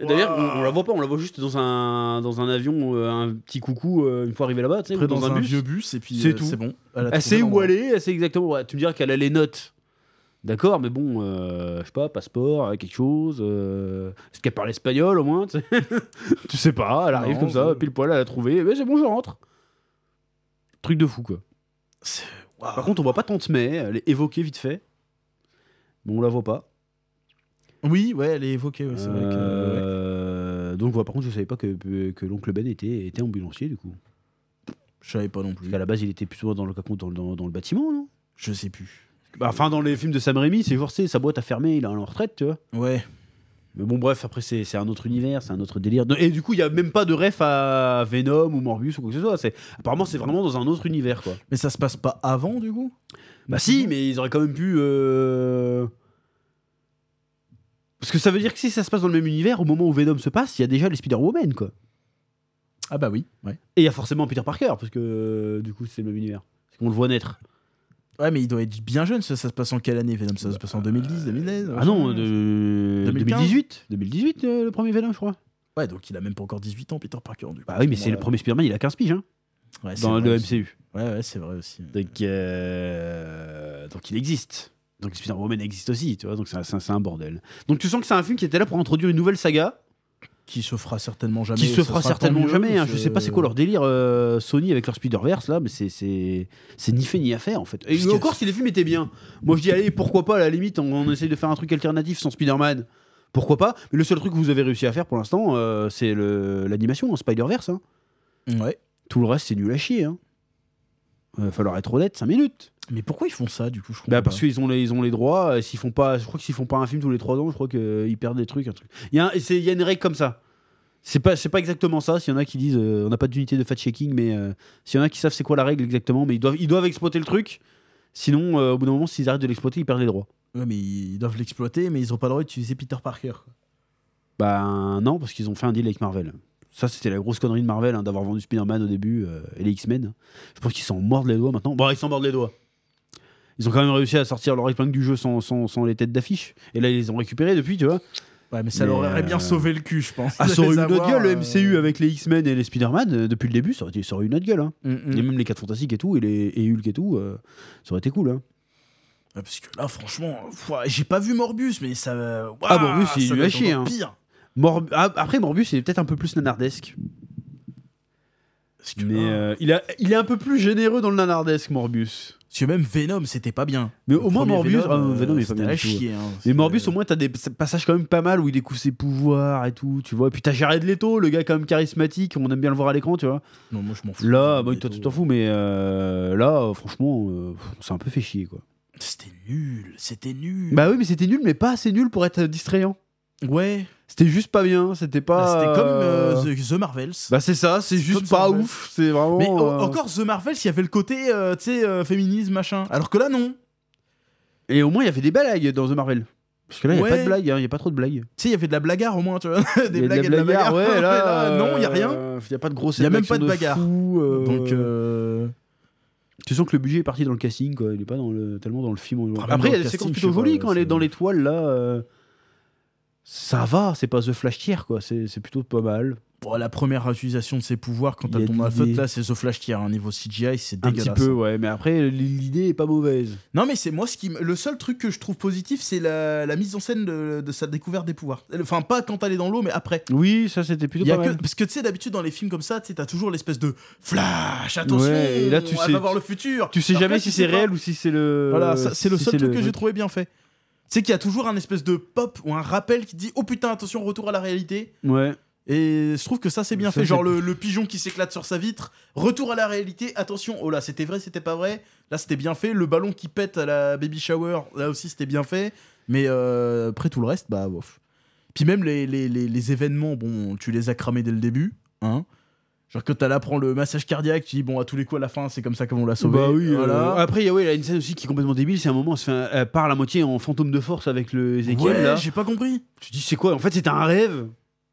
Speaker 1: Et D'ailleurs,
Speaker 2: Waouh.
Speaker 1: on, on la voit pas, on la voit juste dans un, dans un avion, euh, un petit coucou, euh, une fois arrivé là-bas, tu sais,
Speaker 2: Après,
Speaker 1: ou dans, un, bus.
Speaker 2: vieux bus, et puis
Speaker 1: C'est
Speaker 2: euh,
Speaker 1: tout.
Speaker 2: c'est bon. Elle, a
Speaker 1: Elle
Speaker 2: trouvé
Speaker 1: sait où
Speaker 2: l'endroit.
Speaker 1: aller, elle sait exactement. ouais, tu me diras qu'elle a les notes. D'accord, mais bon, euh, je sais pas, passeport, euh, quelque chose. euh, Est-ce qu'elle parle espagnol au moins tu sais Tu sais pas, elle arrive
Speaker 2: Non,
Speaker 1: comme ça,
Speaker 2: ouais.
Speaker 1: pile poil, elle a trouvé. Mais c'est bon, je rentre. Truc de fou quoi.
Speaker 2: C'est-
Speaker 1: Par
Speaker 2: waouh.
Speaker 1: contre, on voit pas tant de mais, elle est évoquée vite fait. mais on la voit pas.
Speaker 2: Oui, ouais, elle est évoquée. ouais, c'est vrai que, ouais.
Speaker 1: Euh, Donc, voilà, par contre, je savais pas que, que l'oncle Ben était, était ambulancier, du coup.
Speaker 2: Je savais pas non
Speaker 1: Parce
Speaker 2: plus.
Speaker 1: qu'à la base, il était plutôt dans le, dans, dans, dans le bâtiment, non
Speaker 2: Je sais plus.
Speaker 1: Bah, Enfin, dans les films de Sam Raimi, c'est genre, c'est sa boîte a fermé, il est en retraite, tu vois.
Speaker 2: Ouais.
Speaker 1: Mais bon, bref, après, c'est c'est un autre univers, c'est un autre délire. Et du coup, il n'y a même pas de ref à Venom ou Morbius ou quoi que ce soit. C'est- Apparemment, c'est vraiment dans un autre univers, quoi.
Speaker 2: Mais ça se passe pas avant, du coup
Speaker 1: Bah si,
Speaker 2: Mhm.
Speaker 1: mais ils auraient quand même pu... euh, Parce que ça veut dire que si ça se passe dans le même univers, au moment où Venom se passe, il y a déjà les Spider-Woman, quoi.
Speaker 2: Ah bah oui. Ouais.
Speaker 1: Et il y a forcément Peter Parker, parce que euh, du coup, c'est le même univers. Parce qu'on le voit naître.
Speaker 2: Ouais, mais il doit être bien jeune. Ça, ça se passe en quelle année, Venom Ça se passe en 2010, 2016
Speaker 1: Bah, Ah non,
Speaker 2: machin.
Speaker 1: de...
Speaker 2: 2015.
Speaker 1: 2018 2018, euh, le premier Venom, je crois.
Speaker 2: Ouais, donc il a même pas encore 18 ans, Peter Parker. Du coup,
Speaker 1: Bah oui, mais c'est le
Speaker 2: Ouais,
Speaker 1: premier Spider-Man, il a 15 piges, hein,
Speaker 2: ouais, c'est
Speaker 1: dans
Speaker 2: vrai
Speaker 1: le
Speaker 2: aussi.
Speaker 1: MCU.
Speaker 2: Ouais, ouais, c'est vrai aussi.
Speaker 1: Donc, euh, donc il existe. Donc Spider-Woman existe aussi, tu vois. Donc c'est un- c'est un, c'est un bordel. Donc tu sens que c'est un film qui était là pour introduire une nouvelle saga
Speaker 2: Qui se fera certainement jamais.
Speaker 1: qui se
Speaker 2: ça
Speaker 1: fera
Speaker 2: sera tant
Speaker 1: certainement
Speaker 2: mieux,
Speaker 1: jamais. hein.
Speaker 2: parce
Speaker 1: Je sais pas c'est quoi leur délire euh, Sony avec leur Spider-Verse là, mais c'est- c'est c'est ni fait ni à faire en fait. Et
Speaker 2: Parce que-
Speaker 1: encore si les films étaient bien. Moi je dis allez pourquoi pas à la limite on, on essaye de faire un truc alternatif sans Spider-Man. Pourquoi pas Mais le seul truc que vous avez réussi à faire pour l'instant euh, c'est le- l'animation en Spider-Verse. hein.
Speaker 2: que- Ouais.
Speaker 1: Tout le reste c'est nul à chier. Hein. Euh, falloir être honnête, 5 minutes.
Speaker 2: Mais pourquoi ils font ça, du coup je
Speaker 1: Bah
Speaker 2: comprends
Speaker 1: parce qu'ils ont les ils ont les droits. euh, S'ils font pas, je crois que s'ils font pas un film tous les trois ans, je crois qu'ils perdent des trucs, un truc. Il y a un- c'est- il y a une règle comme ça. C'est pas c'est pas exactement ça. S'il y en a qui disent euh, on n'a pas d'unité de fact checking, mais euh, s'il y en a qui savent c'est quoi la règle exactement, mais ils doivent ils doivent exploiter le truc. Sinon, euh, au bout d'un moment, s'ils arrêtent de l'exploiter, ils perdent les droits.
Speaker 2: pas. Ouais, mais ils doivent l'exploiter, mais ils ont pas le droit d'utiliser Peter Parker. quoi.
Speaker 1: Bah non, parce qu'ils ont fait un deal avec Marvel. Ça, c'était la grosse connerie de Marvel hein, d'avoir vendu Spider-Man au début euh, et les X-Men. Je pense qu'ils s'en mordent les doigts maintenant. Bon, ils s'en mordent les doigts. Ils ont quand même réussi à sortir leur épingle du jeu sans, sans, sans les têtes d'affiche. Et là, ils les ont récupérés depuis, tu vois.
Speaker 2: Ouais, mais ça
Speaker 1: Mais,
Speaker 2: leur aurait
Speaker 1: euh,
Speaker 2: bien sauvé le cul, je pense.
Speaker 1: Ah,
Speaker 2: de
Speaker 1: ça aurait eu
Speaker 2: les
Speaker 1: une autre
Speaker 2: avoir,
Speaker 1: gueule, le
Speaker 2: euh,
Speaker 1: MCU avec les X-Men et les Spider-Man. euh, depuis le début, ça aurait, été- ça aurait eu une autre gueule. hein.
Speaker 2: Mm, mm.
Speaker 1: Et même les 4 Fantastiques et tout, et, les, et Hulk et tout, euh, ça aurait été cool. hein.
Speaker 2: Ouais, Ah, parce que là, franchement, pff, j'ai pas vu Morbus, mais ça. waouh,
Speaker 1: Ah, Morbus, il
Speaker 2: ça
Speaker 1: lui
Speaker 2: doit
Speaker 1: a
Speaker 2: être
Speaker 1: chié,
Speaker 2: encore
Speaker 1: hein.
Speaker 2: Pire.
Speaker 1: Mor- ah, après, Morbus, il est peut-être un peu plus nanardesque.
Speaker 2: Parce que,
Speaker 1: Mais
Speaker 2: là,
Speaker 1: euh, il, a, il est un peu plus généreux dans le nanardesque, Morbus.
Speaker 2: parce que même Venom, c'était pas bien.
Speaker 1: Mais au moins,
Speaker 2: premier
Speaker 1: Morbus- ah,
Speaker 2: euh,
Speaker 1: Venom est pas
Speaker 2: c'était
Speaker 1: bien
Speaker 2: à
Speaker 1: du tout,
Speaker 2: chier, hein.
Speaker 1: Mais
Speaker 2: C'était-
Speaker 1: Morbus, au moins, t'as des passages quand même pas mal où il découvre ses pouvoirs et tout, tu vois. Et puis t'as Jared Leto, le gars quand même charismatique, on aime bien le voir à l'écran, tu vois.
Speaker 2: Non, moi, je m'en fous.
Speaker 1: Là, bah,
Speaker 2: Venom et
Speaker 1: toi,
Speaker 2: tout.
Speaker 1: tu t'en fous, mais euh, là, euh, franchement, euh, pff, on s'est un peu fait chier, quoi.
Speaker 2: C'était nul, c'était nul.
Speaker 1: Bah oui, mais c'était nul, mais pas assez nul pour être euh, distrayant.
Speaker 2: ouais,
Speaker 1: C'était juste pas bien, c'était
Speaker 2: bah,
Speaker 1: pas.
Speaker 2: c'était comme
Speaker 1: ah, euh,
Speaker 2: euh, The, The Marvels.
Speaker 1: Bah c'est ça, c'est
Speaker 2: c'est
Speaker 1: juste
Speaker 2: comme
Speaker 1: pas
Speaker 2: ça, ouais.
Speaker 1: ouf, c'est vraiment.
Speaker 2: mais o-
Speaker 1: euh,
Speaker 2: encore The Marvels, il y avait le côté, euh, tu sais, euh, féminisme, machin. Alors que là, non.
Speaker 1: Et au moins, il y avait des blagues dans The Marvel. Parce que là, il n'y a pas
Speaker 2: Ouais.
Speaker 1: de blagues, hein, il y a pas trop de blagues.
Speaker 2: Tu sais, il y avait de la blagarre au moins, tu vois. Des
Speaker 1: Il y a
Speaker 2: blagues et de la
Speaker 1: blagarre,
Speaker 2: bagarre.
Speaker 1: ouais,
Speaker 2: Mais
Speaker 1: là.
Speaker 2: non, il y a
Speaker 1: euh,
Speaker 2: rien.
Speaker 1: Il y a pas de grosse
Speaker 2: Il y a même
Speaker 1: action
Speaker 2: pas de bagarre.
Speaker 1: fou, euh,
Speaker 2: Donc, euh,
Speaker 1: Tu sens que le budget est parti dans le casting, quoi. Il est pas dans le, tellement dans le film.
Speaker 2: Ah, même
Speaker 1: Après, il y a des
Speaker 2: dans le
Speaker 1: séquences
Speaker 2: casting,
Speaker 1: plutôt
Speaker 2: je sais pas,
Speaker 1: jolies quand elle
Speaker 2: c'est-
Speaker 1: est dans l'étoile, là. euh, Ça va, c'est pas The Flash tier, quoi. C'est c'est plutôt pas mal.
Speaker 2: bon, la première utilisation de ses pouvoirs quand
Speaker 1: Il y
Speaker 2: t'as
Speaker 1: a
Speaker 2: ton
Speaker 1: de
Speaker 2: afote,
Speaker 1: l'idée.
Speaker 2: là, c'est The Flash tier. Hein, niveau CGI, c'est
Speaker 1: Un petit
Speaker 2: dégueulasse.
Speaker 1: peu, ouais. Mais après, l'idée est pas mauvaise.
Speaker 2: Non, mais c'est moi ce qui. m- Le seul truc que je trouve positif, c'est la, la mise en scène de, de sa découverte des pouvoirs. Enfin, pas quand elle est dans l'eau, mais après.
Speaker 1: Oui, ça, c'était plutôt
Speaker 2: Il y a
Speaker 1: pas
Speaker 2: que-
Speaker 1: mal.
Speaker 2: Parce que tu sais, d'habitude, dans les films comme ça, tu sais, t'as toujours l'espèce de flash, attention,
Speaker 1: Ouais, et là, tu
Speaker 2: on
Speaker 1: sais-
Speaker 2: va voir le futur.
Speaker 1: Tu sais
Speaker 2: Alors que
Speaker 1: jamais
Speaker 2: là,
Speaker 1: si
Speaker 2: tu
Speaker 1: c'est
Speaker 2: sais pas.
Speaker 1: réel ou si c'est le.
Speaker 2: Voilà, ça, c'est le
Speaker 1: si
Speaker 2: seul truc que
Speaker 1: le-
Speaker 2: j'ai trouvé bien fait. C'est qu'il y a toujours un espèce de pop ou un rappel qui dit Oh putain, attention, retour à la réalité.
Speaker 1: Ouais.
Speaker 2: Et je trouve que ça, c'est bien
Speaker 1: Ça,
Speaker 2: fait.
Speaker 1: c'est-
Speaker 2: Genre le, le pigeon qui s'éclate sur sa vitre, retour à la réalité, attention, oh là, c'était vrai, c'était pas vrai. Là, c'était bien fait. Le ballon qui pète à la baby shower, là aussi, c'était bien fait. Mais euh, après tout le reste, bah, bof. Puis même les, les, les- les événements, bon, tu les as cramés dès le début, hein. Genre que t'as là, prends le massage cardiaque, tu dis, bon, à tous les coups, à la fin, c'est comme ça qu'on l'a sauvé.
Speaker 1: Bah oui, euh,
Speaker 2: voilà.
Speaker 1: Après, il y a ouais, il y a une scène aussi qui est complètement débile. C'est un moment, elle, se fait un- elle part la moitié en fantôme de force avec le Ezekiel.
Speaker 2: Ouais,
Speaker 1: là.
Speaker 2: j'ai pas compris.
Speaker 1: Tu te dis, c'est quoi En fait, c'était un rêve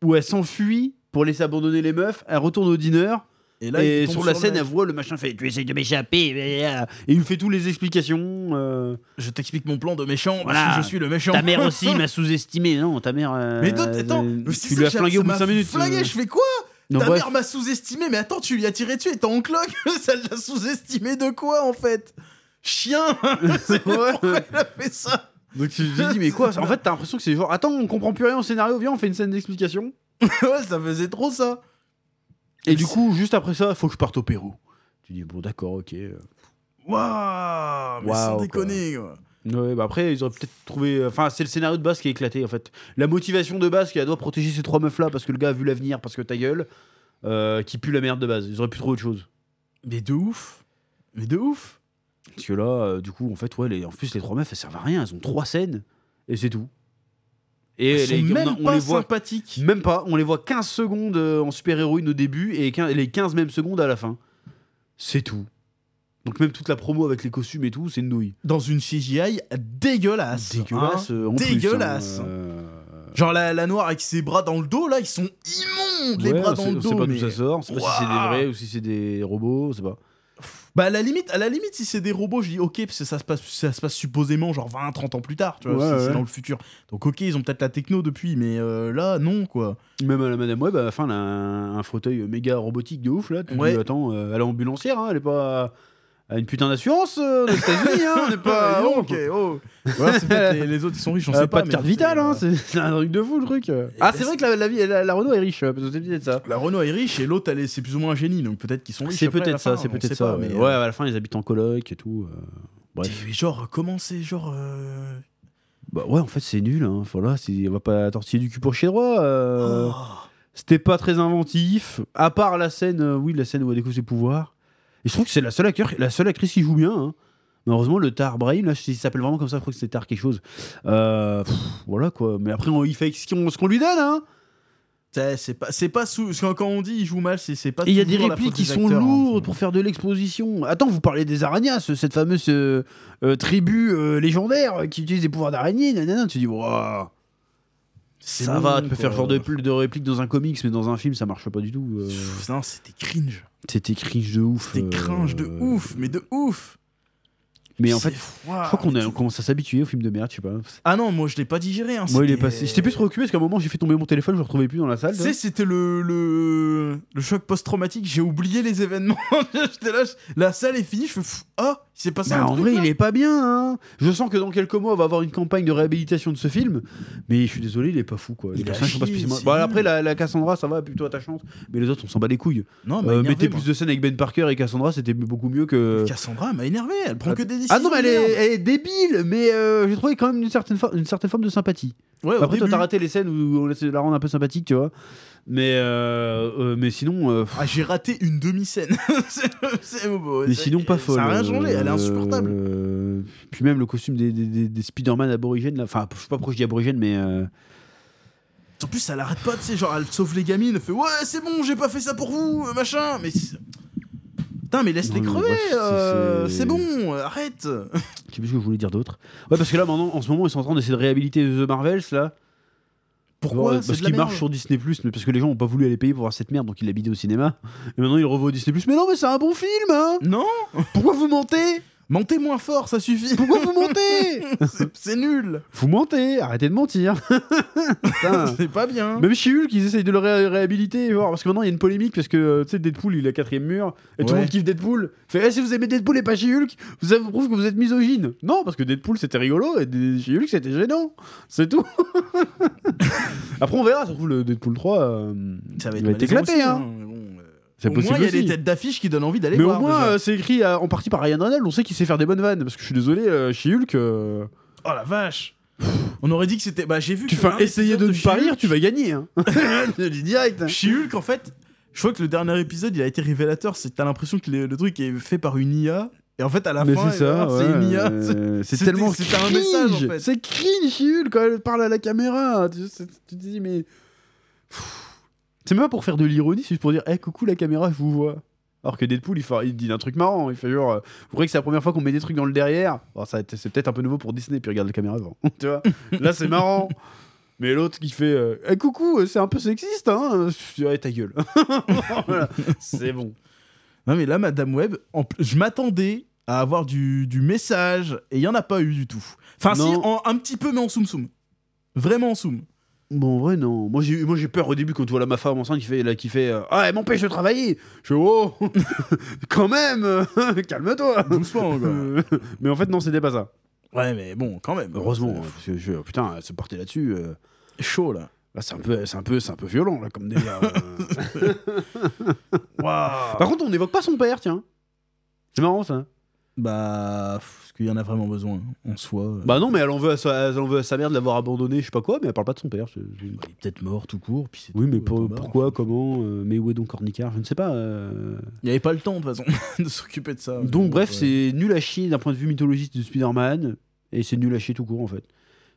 Speaker 1: où elle s'enfuit pour laisser abandonner les meufs. Elle retourne au dîner.
Speaker 2: là, il
Speaker 1: et
Speaker 2: tombe
Speaker 1: sur la
Speaker 2: le
Speaker 1: scène,
Speaker 2: mec.
Speaker 1: elle voit le machin fait Tu essayes de m'échapper. blablabla Et il lui fait toutes les explications. euh,
Speaker 2: je t'explique mon plan de méchant,
Speaker 1: Voilà.
Speaker 2: parce que je suis le méchant.
Speaker 1: ta mère aussi m'a sous-estimé. Non, ta mère. euh,
Speaker 2: Mais d'autres, attends,
Speaker 1: euh,
Speaker 2: mais c'est
Speaker 1: tu
Speaker 2: ça,
Speaker 1: lui as
Speaker 2: j'ai-
Speaker 1: flingué au
Speaker 2: ça
Speaker 1: bout de
Speaker 2: m'a
Speaker 1: 5 minutes.
Speaker 2: Flingué,
Speaker 1: euh.
Speaker 2: je fais quoi
Speaker 1: Donc,
Speaker 2: Ta
Speaker 1: bref.
Speaker 2: mère m'a sous-estimé, mais attends, tu lui as tiré dessus et t'es en cloque Ça l'a sous-estimé de quoi en fait Chien C'est Pourquoi elle a fait ça
Speaker 1: Donc tu te dis, mais quoi En fait, t'as l'impression que c'est genre Attends, on comprend plus rien au scénario. Viens, on fait une scène d'explication.
Speaker 2: Ouais, ça faisait trop ça
Speaker 1: Et du coup, juste après ça, faut que je parte au Pérou. Tu dis, bon, d'accord, ok. euh.
Speaker 2: Waouh Mais
Speaker 1: Waouh,
Speaker 2: sans
Speaker 1: quoi.
Speaker 2: déconner quoi.
Speaker 1: Ouais, bah après, ils auraient peut-être trouvé. euh, Enfin, c'est le scénario de base qui est éclaté en fait. La motivation de base qui doit protéger ces trois meufs là parce que le gars a vu l'avenir, parce que ta gueule, euh, qui pue la merde de base. Ils auraient pu trouver autre chose.
Speaker 2: Mais de ouf. Mais de ouf.
Speaker 1: Parce que là, euh, du coup, en fait, ouais, les- en plus, les trois meufs, elles servent à rien. Elles ont trois scènes et c'est tout. Et les,
Speaker 2: Ils sont
Speaker 1: on a-
Speaker 2: même
Speaker 1: on,
Speaker 2: pas
Speaker 1: les voit.
Speaker 2: sympathiques.
Speaker 1: Même pas, on les voit 15 secondes euh, en super-héroïne au début et 15 les 15 mêmes secondes à la fin. C'est tout. Donc même toute la promo avec les costumes et tout, c'est une nouille.
Speaker 2: Dans une CGI dégueulasse.
Speaker 1: Dégueulasse.
Speaker 2: hein.
Speaker 1: euh, en plus, hein,
Speaker 2: Dégueulasse.
Speaker 1: euh,
Speaker 2: Genre la, la noire avec ses bras dans le dos, là, ils sont immondes, les
Speaker 1: ouais,
Speaker 2: bras
Speaker 1: on
Speaker 2: dans
Speaker 1: sait-
Speaker 2: le
Speaker 1: on sait
Speaker 2: dos.
Speaker 1: pas d'où
Speaker 2: mais-
Speaker 1: ça sort, on sait pas si c'est des
Speaker 2: Ouah.
Speaker 1: vrais ou si c'est des robots, on sait pas.
Speaker 2: Bah à la limite, à la limite si c'est des robots, je dis OK parce que ça se passe ça se passe supposément genre 20 30 ans plus tard, tu vois,
Speaker 1: Ouais,
Speaker 2: c'est-
Speaker 1: ouais.
Speaker 2: c'est dans le futur. Donc OK, ils ont peut-être la techno depuis mais euh, là non quoi.
Speaker 1: Même à la Madame Web, à la fin, elle a un, un fauteuil méga robotique de ouf là. Tu te
Speaker 2: Ouais.
Speaker 1: dis, attends, euh, elle est ambulancière, hein, elle est pas à une putain d'assurance euh, aux États-Unis, hein, on n'est pas.
Speaker 2: Dis
Speaker 1: on-
Speaker 2: donc, oh. Voilà, c'est peut-être les, les autres ils sont riches, on
Speaker 1: Euh,
Speaker 2: sait
Speaker 1: pas,
Speaker 2: pas.
Speaker 1: de
Speaker 2: mais
Speaker 1: carte
Speaker 2: c'est-
Speaker 1: vitale, hein, c'est c'est un truc de fou le truc. Ah, c'est vrai que la, la, vie- la- la Renault est riche, euh, parce que c'est peut-être ça.
Speaker 2: La Renault est riche et l'autre elle est- c'est plus ou moins un génie donc peut-être qu'ils sont riches.
Speaker 1: C'est
Speaker 2: après, à la
Speaker 1: peut-être ça,
Speaker 2: fin,
Speaker 1: c'est
Speaker 2: on
Speaker 1: peut-être
Speaker 2: sait
Speaker 1: ça.
Speaker 2: pas,
Speaker 1: ouais.
Speaker 2: mais euh,
Speaker 1: Ouais, à la fin, ils habitent en coloc et tout. euh, bref.
Speaker 2: mais genre comment c'est genre euh,
Speaker 1: Bah ouais, en fait, c'est nul. Hein. Voilà, c'est- on va pas tortiller du cul pour chez droit. euh,
Speaker 2: oh.
Speaker 1: C'était pas très inventif, à part la scène, euh, oui, la scène où elle découvre ses pouvoirs. Et je trouve que c'est la seule, acteur, la seule actrice qui joue bien. hein. Malheureusement, le Tar Brain, là, il s'appelle vraiment comme ça, je crois que c'est Tar quelque chose. Euh, pff, voilà quoi. Mais après, on, il fait ce qu'on ce qu'on lui donne. Hein.
Speaker 2: Ça, c'est pas c'est pas sous parce que quand on dit ils jouent mal, c'est c'est pas
Speaker 1: Et il y a des
Speaker 2: toujours la
Speaker 1: répliques
Speaker 2: faute
Speaker 1: qui
Speaker 2: des
Speaker 1: sont
Speaker 2: acteurs, hein.
Speaker 1: lourdes pour faire de l'exposition. Attends, vous parlez des araignas, ce- cette fameuse euh, euh, tribu euh, légendaire euh, qui utilise des pouvoirs d'araignée. nanana. Tu dis, Wouah,
Speaker 2: C'est
Speaker 1: ça va,
Speaker 2: long,
Speaker 1: tu peux faire ce genre
Speaker 2: quoi.
Speaker 1: de, de réplique dans un comics, mais dans un film, ça marche pas du tout. euh.
Speaker 2: Pff, Non, c'était cringe.
Speaker 1: C'était cringe de ouf.
Speaker 2: C'était cringe de
Speaker 1: euh,
Speaker 2: ouf, mais de ouf.
Speaker 1: Mais en
Speaker 2: C'est-
Speaker 1: fait,
Speaker 2: Ouah,
Speaker 1: je crois qu'on
Speaker 2: mais
Speaker 1: a- on
Speaker 2: tout-
Speaker 1: commence à s'habituer aux films de merde, je sais pas.
Speaker 2: Ah non, moi je l'ai pas digéré. Hein,
Speaker 1: Moi, il est
Speaker 2: c'était-
Speaker 1: passé. J'étais plus trop hein. occupé parce qu'à un moment, j'ai fait tomber mon téléphone, je le retrouvais plus dans la salle.
Speaker 2: Tu sais, c'était le, le, le choc post-traumatique. J'ai oublié les événements. J'étais là, je- la salle est finie. Je fais pff, ah, il s'est passé
Speaker 1: Bah,
Speaker 2: un
Speaker 1: en
Speaker 2: truc,
Speaker 1: vrai,
Speaker 2: là.
Speaker 1: il est pas bien. hein. Je sens que dans quelques mois, on va avoir une campagne de réhabilitation de ce film. Mais je suis désolé, il est pas fou quoi. Les
Speaker 2: Il a
Speaker 1: personnages sont pas
Speaker 2: chié,
Speaker 1: spécialement-
Speaker 2: c'est
Speaker 1: Bon,
Speaker 2: nul.
Speaker 1: après, la, la Cassandra, ça va, plutôt attachante. Mais les autres, on s'en bat les couilles.
Speaker 2: Non,
Speaker 1: Euh,
Speaker 2: mais
Speaker 1: mettez plus de scènes avec Ben Parker et Cassandra, c'était beaucoup mieux que.
Speaker 2: Cassandra elle m'a énervé. Elle prend que des décisions.
Speaker 1: Ah non, mais elle est,
Speaker 2: de merde.
Speaker 1: elle est débile, mais euh, j'ai trouvé quand même une certaine, for- une certaine forme de sympathie.
Speaker 2: Ouais, au
Speaker 1: Après, toi,
Speaker 2: début.
Speaker 1: t'as raté les scènes où on essaie de la rendre un peu sympathique, tu vois. Mais, euh, euh, mais sinon, euh, pff,
Speaker 2: Ah, j'ai raté une demi-scène. C'est- c'est-
Speaker 1: mais sinon pas folle.
Speaker 2: Ça a rien changé. Elle est
Speaker 1: Euh,
Speaker 2: insupportable.
Speaker 1: euh, puis même le costume des, des, des- des Spider-Man aborigènes, là. enfin, je sais pas pourquoi je dis aborigène, mais. euh,
Speaker 2: En plus, elle arrête pas, tu sais, genre elle sauve les gamines, elle fait ouais, c'est bon, j'ai pas fait ça pour vous, euh, machin, mais. c'est- Putain, mais laisse-les
Speaker 1: Non, mais
Speaker 2: crever,
Speaker 1: bref, c'est-
Speaker 2: euh,
Speaker 1: c'est-
Speaker 2: c'est bon, euh, arrête
Speaker 1: Je sais plus ce que je voulais dire d'autre. Ouais, parce que là, maintenant, en ce moment, ils sont en train d'essayer de réhabiliter The Marvels, là.
Speaker 2: Pourquoi
Speaker 1: Ouais,
Speaker 2: C'est
Speaker 1: Parce
Speaker 2: de la
Speaker 1: qu'il
Speaker 2: merde.
Speaker 1: marche sur Disney, mais parce que les gens ont pas voulu aller payer pour voir cette merde, donc ils l'ont bidé au cinéma. Et maintenant, ils le revoient au Disney, mais non, mais c'est un bon film, hein
Speaker 2: Non
Speaker 1: Pourquoi vous mentez
Speaker 2: Mentez moins fort, ça suffit
Speaker 1: Pourquoi vous mentez
Speaker 2: C'est- C'est nul
Speaker 1: Vous mentez, arrêtez de mentir Putain
Speaker 2: C'est pas bien
Speaker 1: Même chez Hulk, ils essayent de le ré- réhabiliter. genre, parce que maintenant, il y a une polémique. Parce que, euh, tu sais, Deadpool, il a quatrième mur. Et tout le
Speaker 2: Ouais.
Speaker 1: monde kiffe Deadpool. Fait, eh, si vous aimez Deadpool et pas chez Hulk, vous- ça vous prouve que vous êtes misogyne. Non, parce que Deadpool, c'était rigolo. Et des- chez Hulk, c'était gênant. C'est tout. Après, on verra. Surtout le Deadpool 3. euh,
Speaker 2: Ça va
Speaker 1: il va être
Speaker 2: malaisant
Speaker 1: éclaté,
Speaker 2: aussi,
Speaker 1: hein.
Speaker 2: mais bon, euh,
Speaker 1: c'est
Speaker 2: au
Speaker 1: possible.
Speaker 2: moins, il y a
Speaker 1: aussi.
Speaker 2: des têtes d'affiche qui donnent envie d'aller
Speaker 1: Mais
Speaker 2: voir.
Speaker 1: au moins,
Speaker 2: déjà.
Speaker 1: euh, c'est écrit à- en partie par Ryan Reynolds. On sait qu'il sait faire des bonnes vannes. Parce que je suis désolé, euh, chez Hulk. euh,
Speaker 2: Oh la vache On aurait dit que c'était. Bah, j'ai vu.
Speaker 1: tu
Speaker 2: que
Speaker 1: fais
Speaker 2: l'un des
Speaker 1: essayer de
Speaker 2: épisodes
Speaker 1: ne pas
Speaker 2: She-Hulk-
Speaker 1: rire, tu vas gagner. Hein. je le dis direct. hein.
Speaker 2: She-Hulk, en fait, je crois que le dernier épisode, il a été révélateur. C'est que t'as l'impression que le, le truc est fait par une IA. Et en fait, à la
Speaker 1: Mais
Speaker 2: fin,
Speaker 1: c'est ça,
Speaker 2: c'est une
Speaker 1: ouais,
Speaker 2: IA.
Speaker 1: euh, C'est
Speaker 2: c'était-
Speaker 1: tellement
Speaker 2: c'était un message, en
Speaker 1: cringe.
Speaker 2: fait.
Speaker 1: C'est cringe, Chihul, quand elle parle à la caméra. Tu, c'est- tu te dis, mais. Pfff. C'est même pas pour faire de l'ironie, c'est juste pour dire, eh coucou la caméra, je vous vois. Alors que Deadpool, il, fait, il dit un truc marrant. Il fait genre, euh, vous croyez que c'est la première fois qu'on met des trucs dans le derrière Alors, ça, C'est peut-être un peu nouveau pour Disney, puis regarde la caméra avant. tu vois Là, c'est marrant. Mais l'autre qui fait, euh, eh coucou, euh, c'est un peu sexiste, hein Je dis, Ouais, ta gueule. Voilà. C'est bon.
Speaker 2: Non mais là, Madame Web, en pl- je m'attendais à avoir du, du message et il n'y en a pas eu du tout. Enfin si,
Speaker 1: Non.
Speaker 2: en- un petit peu mais en soum soum. Vraiment en soum.
Speaker 1: Bon, en vrai, non. Moi, j'ai moi, j'ai peur au début quand tu vois là, ma femme enceinte qui fait, là, qui fait euh, Ah, elle m'empêche de travailler Je fais Oh Quand même euh, Calme-toi
Speaker 2: Doucement quoi.
Speaker 1: Euh, Mais en fait, non, c'était pas ça.
Speaker 2: Ouais mais bon, quand même.
Speaker 1: Heureusement,
Speaker 2: C'est
Speaker 1: hein, parce que je- putain, elle se partait là-dessus. euh,
Speaker 2: Chaud là.
Speaker 1: là, c'est un, peu- c'est un, peu- c'est un peu violent, là, comme délire. euh.
Speaker 2: Waouh.
Speaker 1: Par contre, on n'évoque pas son père, tiens. C'est marrant, ça.
Speaker 2: Bah, parce qu'il y en a vraiment besoin en soi. euh.
Speaker 1: Bah non, mais elle en veut à sa, elle en veut à sa mère de l'avoir abandonné, je sais pas quoi, mais elle parle pas de son père. c'est- c'est-
Speaker 2: Bah, il est peut-être mort tout court. Puis c'est
Speaker 1: Oui,
Speaker 2: tout,
Speaker 1: mais
Speaker 2: euh,
Speaker 1: pour-
Speaker 2: point barre.
Speaker 1: pourquoi, comment, euh, mais où est donc Ornicard Je ne sais pas. euh.
Speaker 2: Il n'y avait pas le temps de toute façon de s'occuper de ça.
Speaker 1: Donc, bref,
Speaker 2: Ouais.
Speaker 1: c'est nul à chier d'un point de vue mythologiste de Spider-Man, et c'est nul à chier tout court en fait.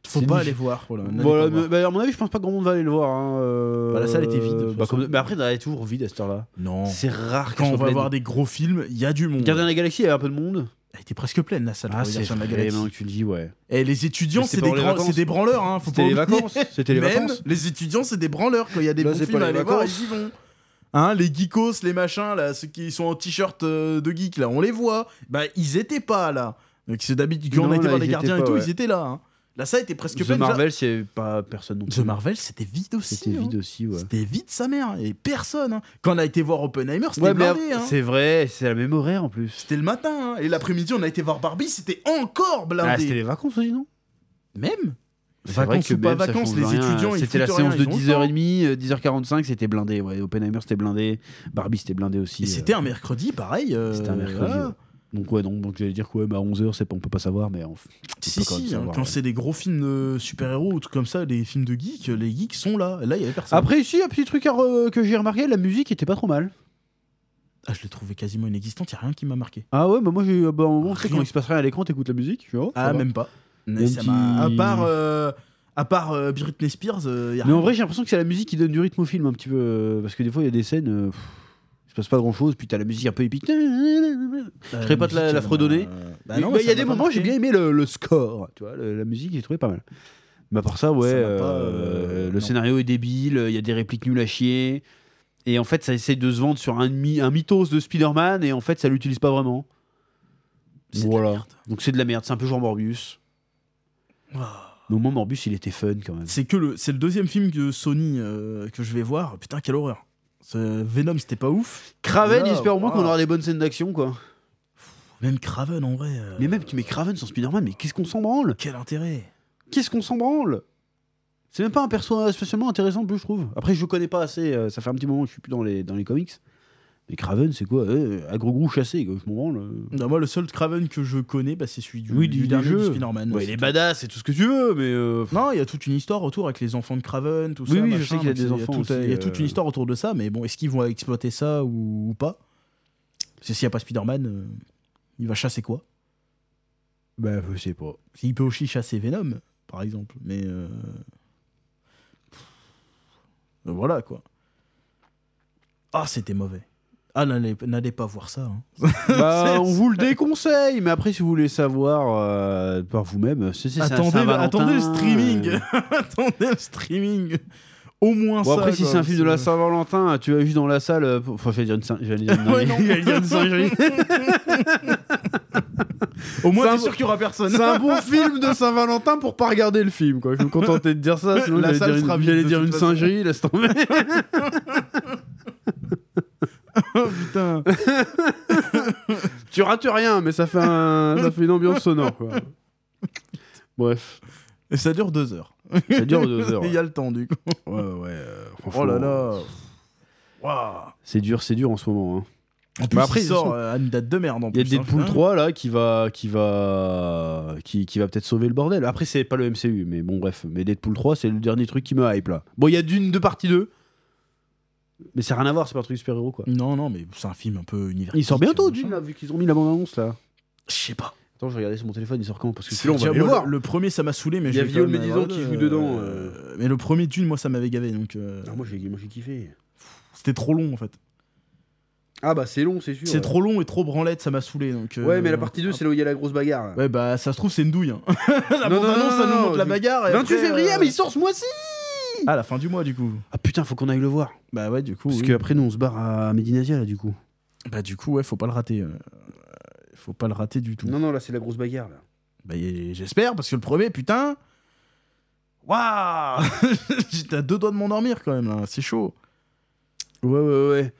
Speaker 2: Faut
Speaker 1: c'est
Speaker 2: pas
Speaker 1: nul.
Speaker 2: aller voir. Voilà, Oh n'allez
Speaker 1: Voilà,
Speaker 2: pas voir.
Speaker 1: mais, bah, à mon avis, je pense pas que grand monde va aller le voir. hein, euh,
Speaker 2: Bah, la salle était vide, de
Speaker 1: bah,
Speaker 2: toute façon.
Speaker 1: comme- mais après, elle est toujours vide à cette heure-là.
Speaker 2: Non.
Speaker 1: C'est rare
Speaker 2: Quand on va voir des gros films, il y a du monde.
Speaker 1: Gardien de la Galaxie, il y avait un peu de monde.
Speaker 2: Elle était presque pleine la salle.
Speaker 1: Ah,
Speaker 2: pour
Speaker 1: c'est
Speaker 2: Guardians of the
Speaker 1: vrai,
Speaker 2: Galaxy.
Speaker 1: maintenant que tu le dis, ouais.
Speaker 2: Et Eh, les étudiants,
Speaker 1: Mais c'est
Speaker 2: c'est des,
Speaker 1: pendant les
Speaker 2: grands-
Speaker 1: vacances.
Speaker 2: c'est des branleurs. Hein, faut pas
Speaker 1: C'était les
Speaker 2: oublier.
Speaker 1: vacances. C'était les
Speaker 2: Même
Speaker 1: vacances.
Speaker 2: les étudiants, c'est des branleurs. Quand il y a des
Speaker 1: Là,
Speaker 2: bons
Speaker 1: c'est
Speaker 2: films
Speaker 1: pas
Speaker 2: à
Speaker 1: les
Speaker 2: aller voir,
Speaker 1: vacances.
Speaker 2: ils y vont. Hein, les geekos, les machins, là, ceux qui sont en t-shirt euh, de geek, là, on les voit. Bah, ils étaient pas là. Donc, c'est d'habitude, quand
Speaker 1: Non,
Speaker 2: on était
Speaker 1: là,
Speaker 2: voir les
Speaker 1: ils
Speaker 2: gardiens
Speaker 1: étaient
Speaker 2: et tout,
Speaker 1: pas, ouais.
Speaker 2: ils étaient là. hein. Là, ça était presque
Speaker 1: The
Speaker 2: plein, déjà.
Speaker 1: Marvel, c'est pas personne non plus.
Speaker 2: The Marvel, c'était vide aussi.
Speaker 1: C'était
Speaker 2: hein.
Speaker 1: vide aussi, ouais.
Speaker 2: C'était vide, sa mère. Et personne. hein. Quand on a été voir Oppenheimer, c'était
Speaker 1: Ouais, mais
Speaker 2: blindé.
Speaker 1: av-
Speaker 2: hein.
Speaker 1: c'est vrai, c'est à la même horaire en plus.
Speaker 2: C'était le matin. hein. Et l'après-midi, on a été voir Barbie, c'était encore blindé.
Speaker 1: Ah, c'était les vacances aussi, non
Speaker 2: Même
Speaker 1: C'est
Speaker 2: Vacances
Speaker 1: vrai que
Speaker 2: ou pas
Speaker 1: même, ça
Speaker 2: vacances,
Speaker 1: change
Speaker 2: les
Speaker 1: rien.
Speaker 2: étudiants, ils
Speaker 1: C'était la
Speaker 2: foutent
Speaker 1: séance
Speaker 2: rien,
Speaker 1: de
Speaker 2: ils ont le temps.
Speaker 1: 10h30, euh, 10h45, c'était blindé. Ouais, Oppenheimer, c'était blindé. Barbie, c'était blindé aussi.
Speaker 2: Et
Speaker 1: euh.
Speaker 2: c'était un mercredi, pareil. euh,
Speaker 1: C'était un mercredi.
Speaker 2: voilà.
Speaker 1: ouais. Donc, ouais, donc, donc j'allais dire quoi, bah, à 11h, c'est pas- on peut pas savoir, mais en f-
Speaker 2: Si,
Speaker 1: peut quand même
Speaker 2: si, hein,
Speaker 1: savoir,
Speaker 2: quand
Speaker 1: ouais.
Speaker 2: c'est des gros films de super-héros ou tout comme ça, les films de geeks, les geeks sont là. Là, il y avait personne.
Speaker 1: Après, ici, un petit truc à
Speaker 2: euh,
Speaker 1: re- que j'ai remarqué, la musique était pas trop mal.
Speaker 2: Ah, je l'ai trouvé quasiment inexistante, il n'y a rien qui m'a marqué.
Speaker 1: Ah ouais, bah moi, j'ai. Bah, en gros, tu sais,
Speaker 2: Rien.
Speaker 1: quand il se passe rien à l'écran, t'écoutes la musique. tu vois, ça
Speaker 2: Ah,
Speaker 1: va.
Speaker 2: même pas.
Speaker 1: y
Speaker 2: Mais
Speaker 1: a
Speaker 2: ça
Speaker 1: un
Speaker 2: m'a-
Speaker 1: petit-
Speaker 2: À part, euh, à part euh, Britney Spears, euh, y a
Speaker 1: Mais en
Speaker 2: rien.
Speaker 1: vrai, j'ai l'impression que c'est la musique qui donne du rythme au film un petit peu. euh, Parce que des fois, il y a des scènes. euh, pff, il se passe pas grand chose, puis t'as la musique un peu épique. Il
Speaker 2: Euh,
Speaker 1: je serais pas te la-
Speaker 2: musique,
Speaker 1: la
Speaker 2: elle m'a-
Speaker 1: fredonner.
Speaker 2: Bah non,
Speaker 1: y a
Speaker 2: ça
Speaker 1: des
Speaker 2: m'a pas
Speaker 1: moments, j'ai
Speaker 2: marqué.
Speaker 1: bien aimé le, le score. Tu vois, le- la musique, j'ai trouvé pas mal. Mais à part ça, ouais,
Speaker 2: Ça m'a pas,
Speaker 1: euh,
Speaker 2: euh,
Speaker 1: le
Speaker 2: non.
Speaker 1: scénario est débile, il y a des répliques nulles à chier. Et en fait, ça essaie de se vendre sur un, mi- un mythos de Spider-Man, et en fait, ça l'utilise pas vraiment.
Speaker 2: C'est de la
Speaker 1: Voilà.
Speaker 2: merde.
Speaker 1: Donc c'est de la merde, c'est un peu genre Morbius.
Speaker 2: Ah.
Speaker 1: Mais au moins, Morbius, il était fun quand même.
Speaker 2: C'est que le, c'est le deuxième film de Sony euh, que je vais voir. Putain, quelle horreur. Ce Venom, c'était pas ouf.
Speaker 1: Craven,
Speaker 2: Ah,
Speaker 1: j'espère au moins
Speaker 2: wow.
Speaker 1: qu'on aura des bonnes scènes d'action, quoi.
Speaker 2: Même Craven, en vrai. euh,
Speaker 1: Mais même, tu mets Craven sans Spider-Man, mais qu'est-ce qu'on s'en branle
Speaker 2: Quel intérêt
Speaker 1: Qu'est-ce qu'on s'en branle C'est même pas un personnage spécialement intéressant, en plus, je trouve. Après, je le connais pas assez, euh, ça fait un petit moment que je suis plus dans les, dans les comics. Mais Craven, c'est quoi euh, À gros goût chassé, quoi, je m'en branle. euh.
Speaker 2: Non, moi, le seul Craven que je connais, bah, c'est celui du,
Speaker 1: Oui,
Speaker 2: du
Speaker 1: du- du
Speaker 2: dernier
Speaker 1: jeu.
Speaker 2: du Spider-Man.
Speaker 1: Ouais, il
Speaker 2: C'est
Speaker 1: est
Speaker 2: tout.
Speaker 1: badass, c'est tout ce que tu veux, mais. euh, pff,
Speaker 2: Non, il y a toute une histoire autour avec les enfants de Craven, tout
Speaker 1: Oui,
Speaker 2: ça.
Speaker 1: oui, je
Speaker 2: machin,
Speaker 1: sais qu'il y a
Speaker 2: donc
Speaker 1: des
Speaker 2: c'est-
Speaker 1: enfants
Speaker 2: tout-
Speaker 1: aussi,
Speaker 2: Il y a toute
Speaker 1: euh,
Speaker 2: une histoire autour de ça, mais bon, est-ce qu'ils vont exploiter ça ou, ou pas Parce que s'il n'y a pas Spider-Man, euh, il va chasser quoi
Speaker 1: bah, je sais pas.
Speaker 2: Il peut aussi chasser Venom, par exemple, mais. euh, pff, euh, Voilà, quoi. Ah, c'était mauvais. Ah, n'allez n'allez pas voir ça. hein.
Speaker 1: Bah,
Speaker 2: C'est-
Speaker 1: on vous le déconseille, mais après, si vous voulez savoir euh, par vous-même, c'est c'est- c'est un
Speaker 2: Attendez, le-
Speaker 1: Saint-Valentin,
Speaker 2: attendez le
Speaker 1: euh,
Speaker 2: streaming. attendez le streaming. Au moins
Speaker 1: Bon,
Speaker 2: ça. bah,
Speaker 1: après, si
Speaker 2: quoi,
Speaker 1: c'est un film de la
Speaker 2: parce que-
Speaker 1: Saint-Valentin, tu vas juste dans la salle. euh, pour- Enfin, j'allais dire une, Saint- j'allais dire une
Speaker 2: Ouais, non.
Speaker 1: j'allais dire une singerie.
Speaker 2: Au moins,
Speaker 1: C'est
Speaker 2: t'es
Speaker 1: un-
Speaker 2: sûr qu'il y aura personne.
Speaker 1: C'est un bon film de Saint-Valentin pour pas regarder le film, quoi. Je vais me contenter de dire ça, sinon
Speaker 2: La
Speaker 1: j'allais
Speaker 2: salle
Speaker 1: dire une,
Speaker 2: sera vide,
Speaker 1: j'allais
Speaker 2: de
Speaker 1: dire
Speaker 2: toute
Speaker 1: une
Speaker 2: façon.
Speaker 1: singerie, laisse tomber.
Speaker 2: Putain.
Speaker 1: tu rates rien, mais ça fait, un- ça fait une ambiance sonore, quoi. Bref,
Speaker 2: Et ça dure deux heures.
Speaker 1: ça dure deux heures.
Speaker 2: Il y a le temps, du coup.
Speaker 1: Ouais, ouais, euh, franchement,
Speaker 2: Oh là là. Waouh.
Speaker 1: C'est dur, c'est dur en ce moment. hein.
Speaker 2: En
Speaker 1: Bah
Speaker 2: plus,
Speaker 1: après,
Speaker 2: il
Speaker 1: de toute
Speaker 2: sort
Speaker 1: façon,
Speaker 2: euh, à une date de merde en
Speaker 1: Il y a
Speaker 2: plus, hein,
Speaker 1: Deadpool
Speaker 2: putain.
Speaker 1: 3 là qui va qui va qui, qui va peut-être sauver le bordel. Après c'est pas le MCU mais bon bref, mais Deadpool 3 c'est le dernier truc qui me hype là. Bon, il y a d'une de partie 2. Mais ça n'a rien à voir, c'est pas un truc super-héros quoi.
Speaker 2: Non, non, mais c'est un film un peu univers.
Speaker 1: Il sort bientôt d'une là vu qu'ils ont mis la bande annonce là.
Speaker 2: Je sais pas.
Speaker 1: Attends, je regardais sur mon téléphone, il sort quand parce que
Speaker 2: C'est
Speaker 1: sinon on va
Speaker 2: déjà-
Speaker 1: aller bah, le
Speaker 2: moi,
Speaker 1: voir.
Speaker 2: Le premier, ça m'a saoulé, mais
Speaker 1: Il y a
Speaker 2: j'ai
Speaker 1: Vio
Speaker 2: quand même
Speaker 1: Médisant
Speaker 2: regardé,
Speaker 1: qui joue
Speaker 2: euh,
Speaker 1: dedans,
Speaker 2: Mais le premier d'une, moi, ça m'avait gavé, donc euh,
Speaker 1: Ah, moi j'ai moi, j'ai kiffé.
Speaker 2: c'était trop long en fait.
Speaker 1: Ah bah c'est long, c'est ah. sûr.
Speaker 2: C'est trop long et trop branlette, ça m'a saoulé. Donc, euh,
Speaker 1: Ouais, mais la partie 2 c'est là où il y a la grosse bagarre. là.
Speaker 2: Ouais, bah ça se trouve, c'est une douille. hein. la
Speaker 1: Non, non,
Speaker 2: bande-annonce,
Speaker 1: non,
Speaker 2: ça
Speaker 1: non,
Speaker 2: nous
Speaker 1: non,
Speaker 2: montre la
Speaker 1: je-
Speaker 2: bagarre. et
Speaker 1: 28
Speaker 2: après,
Speaker 1: février,
Speaker 2: euh,
Speaker 1: mais il sort ce mois-ci.
Speaker 2: Ah, la fin du mois, du coup.
Speaker 1: Ah putain, faut qu'on aille le voir
Speaker 2: Bah ouais, du coup.
Speaker 1: parce
Speaker 2: oui.
Speaker 1: qu'après nous on se barre à Medinazia là du coup.
Speaker 2: Bah du coup, ouais, faut pas le rater. euh, Faut pas le rater du tout.
Speaker 1: non, là c'est la grosse bagarre là.
Speaker 2: Bah y- j'espère, parce que le premier, putain... Waouh J'étais à deux doigts de m'endormir quand même, là. C'est chaud.
Speaker 1: Ouais, ouais, ouais.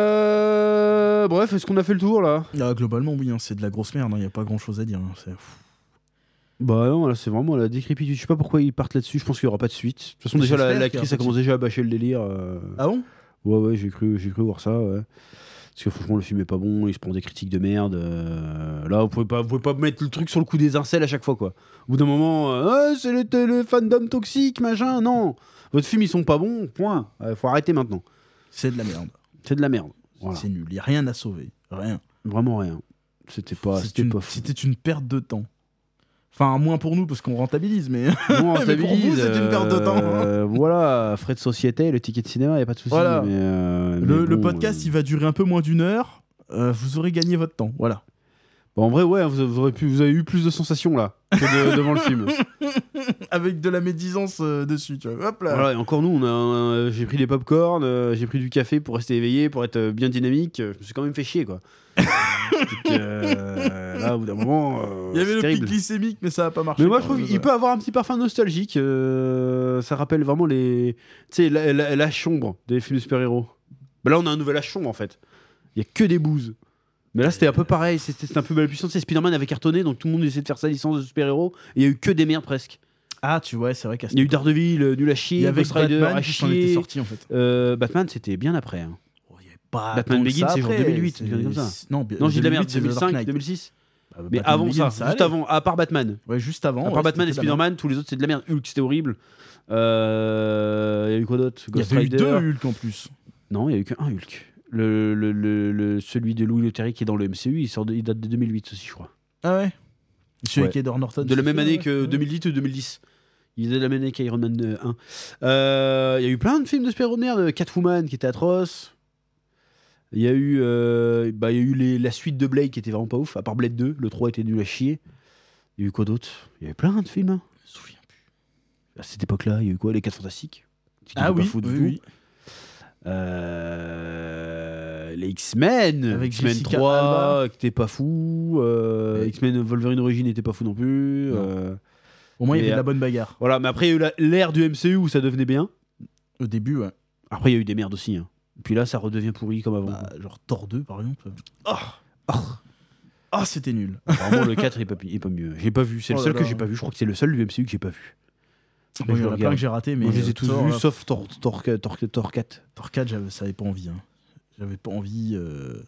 Speaker 1: Euh... Bref, est-ce qu'on a fait le tour là
Speaker 2: Ah, globalement, oui, hein, c'est de la grosse merde. Il n'y a pas grand-chose à dire. hein, c'est- pff.
Speaker 1: Bah non, là c'est vraiment la décrépitude. Je sais pas pourquoi ils partent là-dessus. Je pense qu'il y aura pas de suite. De toute façon, déjà la,
Speaker 2: J'espère
Speaker 1: la
Speaker 2: qu'il y
Speaker 1: crise
Speaker 2: aura pas
Speaker 1: ça
Speaker 2: de
Speaker 1: commence déjà à bâcher le délire. euh.
Speaker 2: Ah bon
Speaker 1: Ouais, ouais, j'ai cru, j'ai cru voir ça. Ouais. Parce que franchement, le film est pas bon, il se prend des critiques de merde. euh, là, vous pouvez, pas, vous pouvez pas mettre le truc sur le coup des incels à chaque fois, quoi. Au bout d'un moment, euh, Ah, c'est le, le fandom toxique, machin. Non, votre film, ils sont pas bons, point. Euh, faut arrêter maintenant.
Speaker 2: C'est de la merde.
Speaker 1: C'est de la merde. Voilà.
Speaker 2: C'est nul. Il n'y a rien à sauver. Rien.
Speaker 1: Vraiment rien. C'était pas,
Speaker 2: C'était
Speaker 1: c'était
Speaker 2: une,
Speaker 1: pas fou.
Speaker 2: c'était une perte de temps. Enfin, moins pour nous parce qu'on rentabilise, mais
Speaker 1: Non, euh,
Speaker 2: Mais pour vous, c'est une perte de temps.
Speaker 1: voilà, frais de société, le ticket de cinéma, y a pas de souci.
Speaker 2: Voilà.
Speaker 1: mais, euh,
Speaker 2: le,
Speaker 1: mais
Speaker 2: le
Speaker 1: bon,
Speaker 2: podcast
Speaker 1: euh,
Speaker 2: il va durer un peu moins d'une heure. Euh, vous aurez gagné votre temps. Voilà.
Speaker 1: bah, en vrai, ouais, vous, vous aurez pu, vous avez eu plus de sensations là que de- devant le film.
Speaker 2: Avec de la médisance euh, dessus, tu vois. Hop là.
Speaker 1: Voilà, et encore nous, on a, un- j'ai pris des pop j'ai pris du café pour rester éveillé, pour être euh, bien dynamique. euh, Je me suis quand même fait chier, quoi. Donc, euh, là, au bout d'un moment, euh,
Speaker 2: Il y avait
Speaker 1: c'est
Speaker 2: le pic
Speaker 1: terrible.
Speaker 2: glycémique, mais ça a pas marché.
Speaker 1: Mais moi, je
Speaker 2: quoi.
Speaker 1: trouve qu'il peut avoir un petit parfum nostalgique. euh, ça rappelle vraiment les, tu sais, la, la- la chambre des films de super-héros. Bah là, on a un nouvel âge chambre en fait. Il y a que des bouses. Mais là, c'était un peu pareil. C'était c'était un peu mal puissant. C'est Spider-Man avait cartonné, donc tout le monde essayait de faire sa licence de super-héros. Et il y a eu que des merdes presque.
Speaker 2: Ah, tu vois, c'est vrai qu'à ce
Speaker 1: Il y a eu Daredevil, euh, nul à
Speaker 2: Il
Speaker 1: chier.
Speaker 2: y avait
Speaker 1: Ghost Rider,
Speaker 2: Batman
Speaker 1: à
Speaker 2: qui s'en était
Speaker 1: chier.
Speaker 2: sorti en fait. Oh,
Speaker 1: Euh, Batman, c'était bien après. hein.
Speaker 2: Il y avait pas
Speaker 1: Batman
Speaker 2: tant que
Speaker 1: Begins,
Speaker 2: ça
Speaker 1: c'est genre
Speaker 2: après,
Speaker 1: 2008,
Speaker 2: c'est-
Speaker 1: quelque chose comme ça.
Speaker 2: Non, bi-
Speaker 1: Non, j'ai de la merde.
Speaker 2: 2008, c'est The Dark
Speaker 1: 2005,
Speaker 2: Knight.
Speaker 1: 2006.
Speaker 2: Bah,
Speaker 1: Mais
Speaker 2: Batman
Speaker 1: avant
Speaker 2: Begins,
Speaker 1: ça, juste
Speaker 2: allait.
Speaker 1: avant, à part Batman.
Speaker 2: Ouais, juste avant.
Speaker 1: à part
Speaker 2: ouais,
Speaker 1: Batman et
Speaker 2: c'était de la merde.
Speaker 1: Spider-Man, tous les autres, c'est de la merde. Hulk, c'était horrible. Euh, Il y a eu quoi d'autre
Speaker 2: Il y
Speaker 1: Ghost
Speaker 2: avait eu
Speaker 1: Rider.
Speaker 2: deux Hulk en plus.
Speaker 1: Non, il n'y a eu qu'un Hulk. Le, le- le- le- celui de Louis Leterrier qui est dans le MCU, il, sort de- il date de 2008 aussi, je crois.
Speaker 2: Ah ouais Celui avec
Speaker 1: Ouais.
Speaker 2: Edward Norton.
Speaker 1: De la
Speaker 2: c'est
Speaker 1: même
Speaker 2: ça,
Speaker 1: année
Speaker 2: ouais.
Speaker 1: que
Speaker 2: Ouais.
Speaker 1: 2008 ou 2010. Il faisait de la même année qu'Iron Man euh, 1. Euh, Il y a eu plein de films de super-héros de merde. euh, Catwoman qui était atroce. Il y a eu, euh, bah, il y a eu les- la suite de Blade qui était vraiment pas ouf, à part Blade 2. Le 3 était nul à chier. Il y a eu quoi d'autre Il y a eu plein de films. hein.
Speaker 2: Je me souviens plus.
Speaker 1: À cette époque-là, il y a eu quoi Les 4 Fantastiques. qui
Speaker 2: Ah
Speaker 1: étaient pas
Speaker 2: oui,
Speaker 1: fous du
Speaker 2: oui,
Speaker 1: tout.
Speaker 2: oui.
Speaker 1: Euh, les X-Men,
Speaker 2: Avec
Speaker 1: X-Men
Speaker 2: Jessica
Speaker 1: 3,
Speaker 2: Alba.
Speaker 1: qui était pas fou, euh,
Speaker 2: Ouais.
Speaker 1: X-Men Wolverine Origin n'était pas fou non plus.
Speaker 2: Non.
Speaker 1: euh,
Speaker 2: Au moins, il y
Speaker 1: Mais,
Speaker 2: avait de la
Speaker 1: euh,
Speaker 2: bonne bagarre.
Speaker 1: voilà, mais après il y a eu la- l'ère du MCU où ça devenait bien.
Speaker 2: Au début, ouais.
Speaker 1: Après il y a eu des merdes aussi. hein. Puis là ça redevient pourri comme avant.
Speaker 2: Bah, genre Thor 2, par exemple. Oh Ah, c'était nul.
Speaker 1: Vraiment le 4 est pas, est pas mieux. J'ai pas vu, c'est le
Speaker 2: Oh là
Speaker 1: seul que
Speaker 2: là.
Speaker 1: j'ai pas vu. Je crois que c'est le seul du MCU que j'ai pas vu.
Speaker 2: Bon, il y
Speaker 1: je
Speaker 2: en a plein
Speaker 1: regarde.
Speaker 2: que j'ai raté, mais.
Speaker 1: Moi, je les
Speaker 2: euh,
Speaker 1: ai tous
Speaker 2: Thor,
Speaker 1: vus
Speaker 2: là,
Speaker 1: sauf Thor, hein. Thor- Thor- Thor 4.
Speaker 2: Thor 4, j'avais- ça avait pas envie. hein. J'avais pas envie. euh,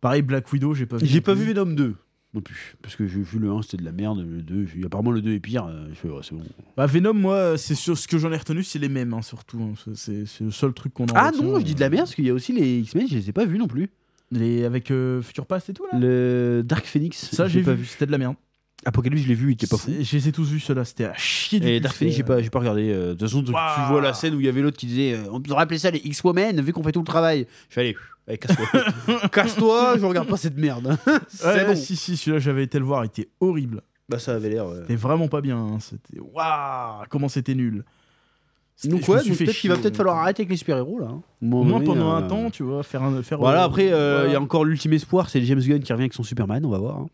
Speaker 2: Pareil, Black Widow, j'ai pas vu.
Speaker 1: J'ai
Speaker 2: non
Speaker 1: pas
Speaker 2: plus.
Speaker 1: vu Venom 2 non plus. Parce que j'ai vu le 1 c'était de la merde, le 2, j'ai- apparemment le 2 est pire. euh, je fais, ouais, c'est bon.
Speaker 2: Bah, Venom, moi, c'est sur ce que j'en ai retenu, c'est les mêmes, hein, surtout. hein. C'est- C'est c'est le seul truc qu'on a.
Speaker 1: Ah non, je dis de la merde parce qu'il y a aussi les X-Men, je les ai pas vus non plus.
Speaker 2: Les... Avec euh, Future Past et tout, là
Speaker 1: Le Dark Phoenix,
Speaker 2: Ça, j'ai vu. C'était de la merde.
Speaker 1: Apocalypse, je l'ai vu, il était pas fou.
Speaker 2: C'est- Je les ai tous vus, ceux-là. C'était à chier du
Speaker 1: Et
Speaker 2: cul,
Speaker 1: Dark Phoenix,
Speaker 2: c'est-
Speaker 1: j'ai pas, j'ai pas regardé. euh, De toute façon, tu-
Speaker 2: Waouh.
Speaker 1: tu vois la scène où il y avait l'autre qui disait euh, On devrait appeler ça les X-Women, vu qu'on fait tout le travail. Je fais Allez, pff, allez, casse-toi. casse-toi, je regarde pas cette merde. C'est
Speaker 2: Ouais,
Speaker 1: bon.
Speaker 2: si, si, celui-là, j'avais été le voir, il était horrible.
Speaker 1: Bah, ça avait l'air.
Speaker 2: C'était vraiment pas bien. hein. C'était. Waouh Comment c'était nul. C'était-
Speaker 1: Donc,
Speaker 2: je me
Speaker 1: ouais,
Speaker 2: suis
Speaker 1: donc
Speaker 2: fait
Speaker 1: peut-être qu'il va
Speaker 2: chier,
Speaker 1: peut-être
Speaker 2: ouais.
Speaker 1: falloir arrêter avec les super-héros là. hein.
Speaker 2: Au moins pendant un
Speaker 1: euh,
Speaker 2: temps, tu vois, faire un. Faire
Speaker 1: Voilà,
Speaker 2: euh,
Speaker 1: après, euh, il y
Speaker 2: voilà.
Speaker 1: a encore l'ultime espoir, c'est James Gunn qui revient avec son Superman, on va voir. hein.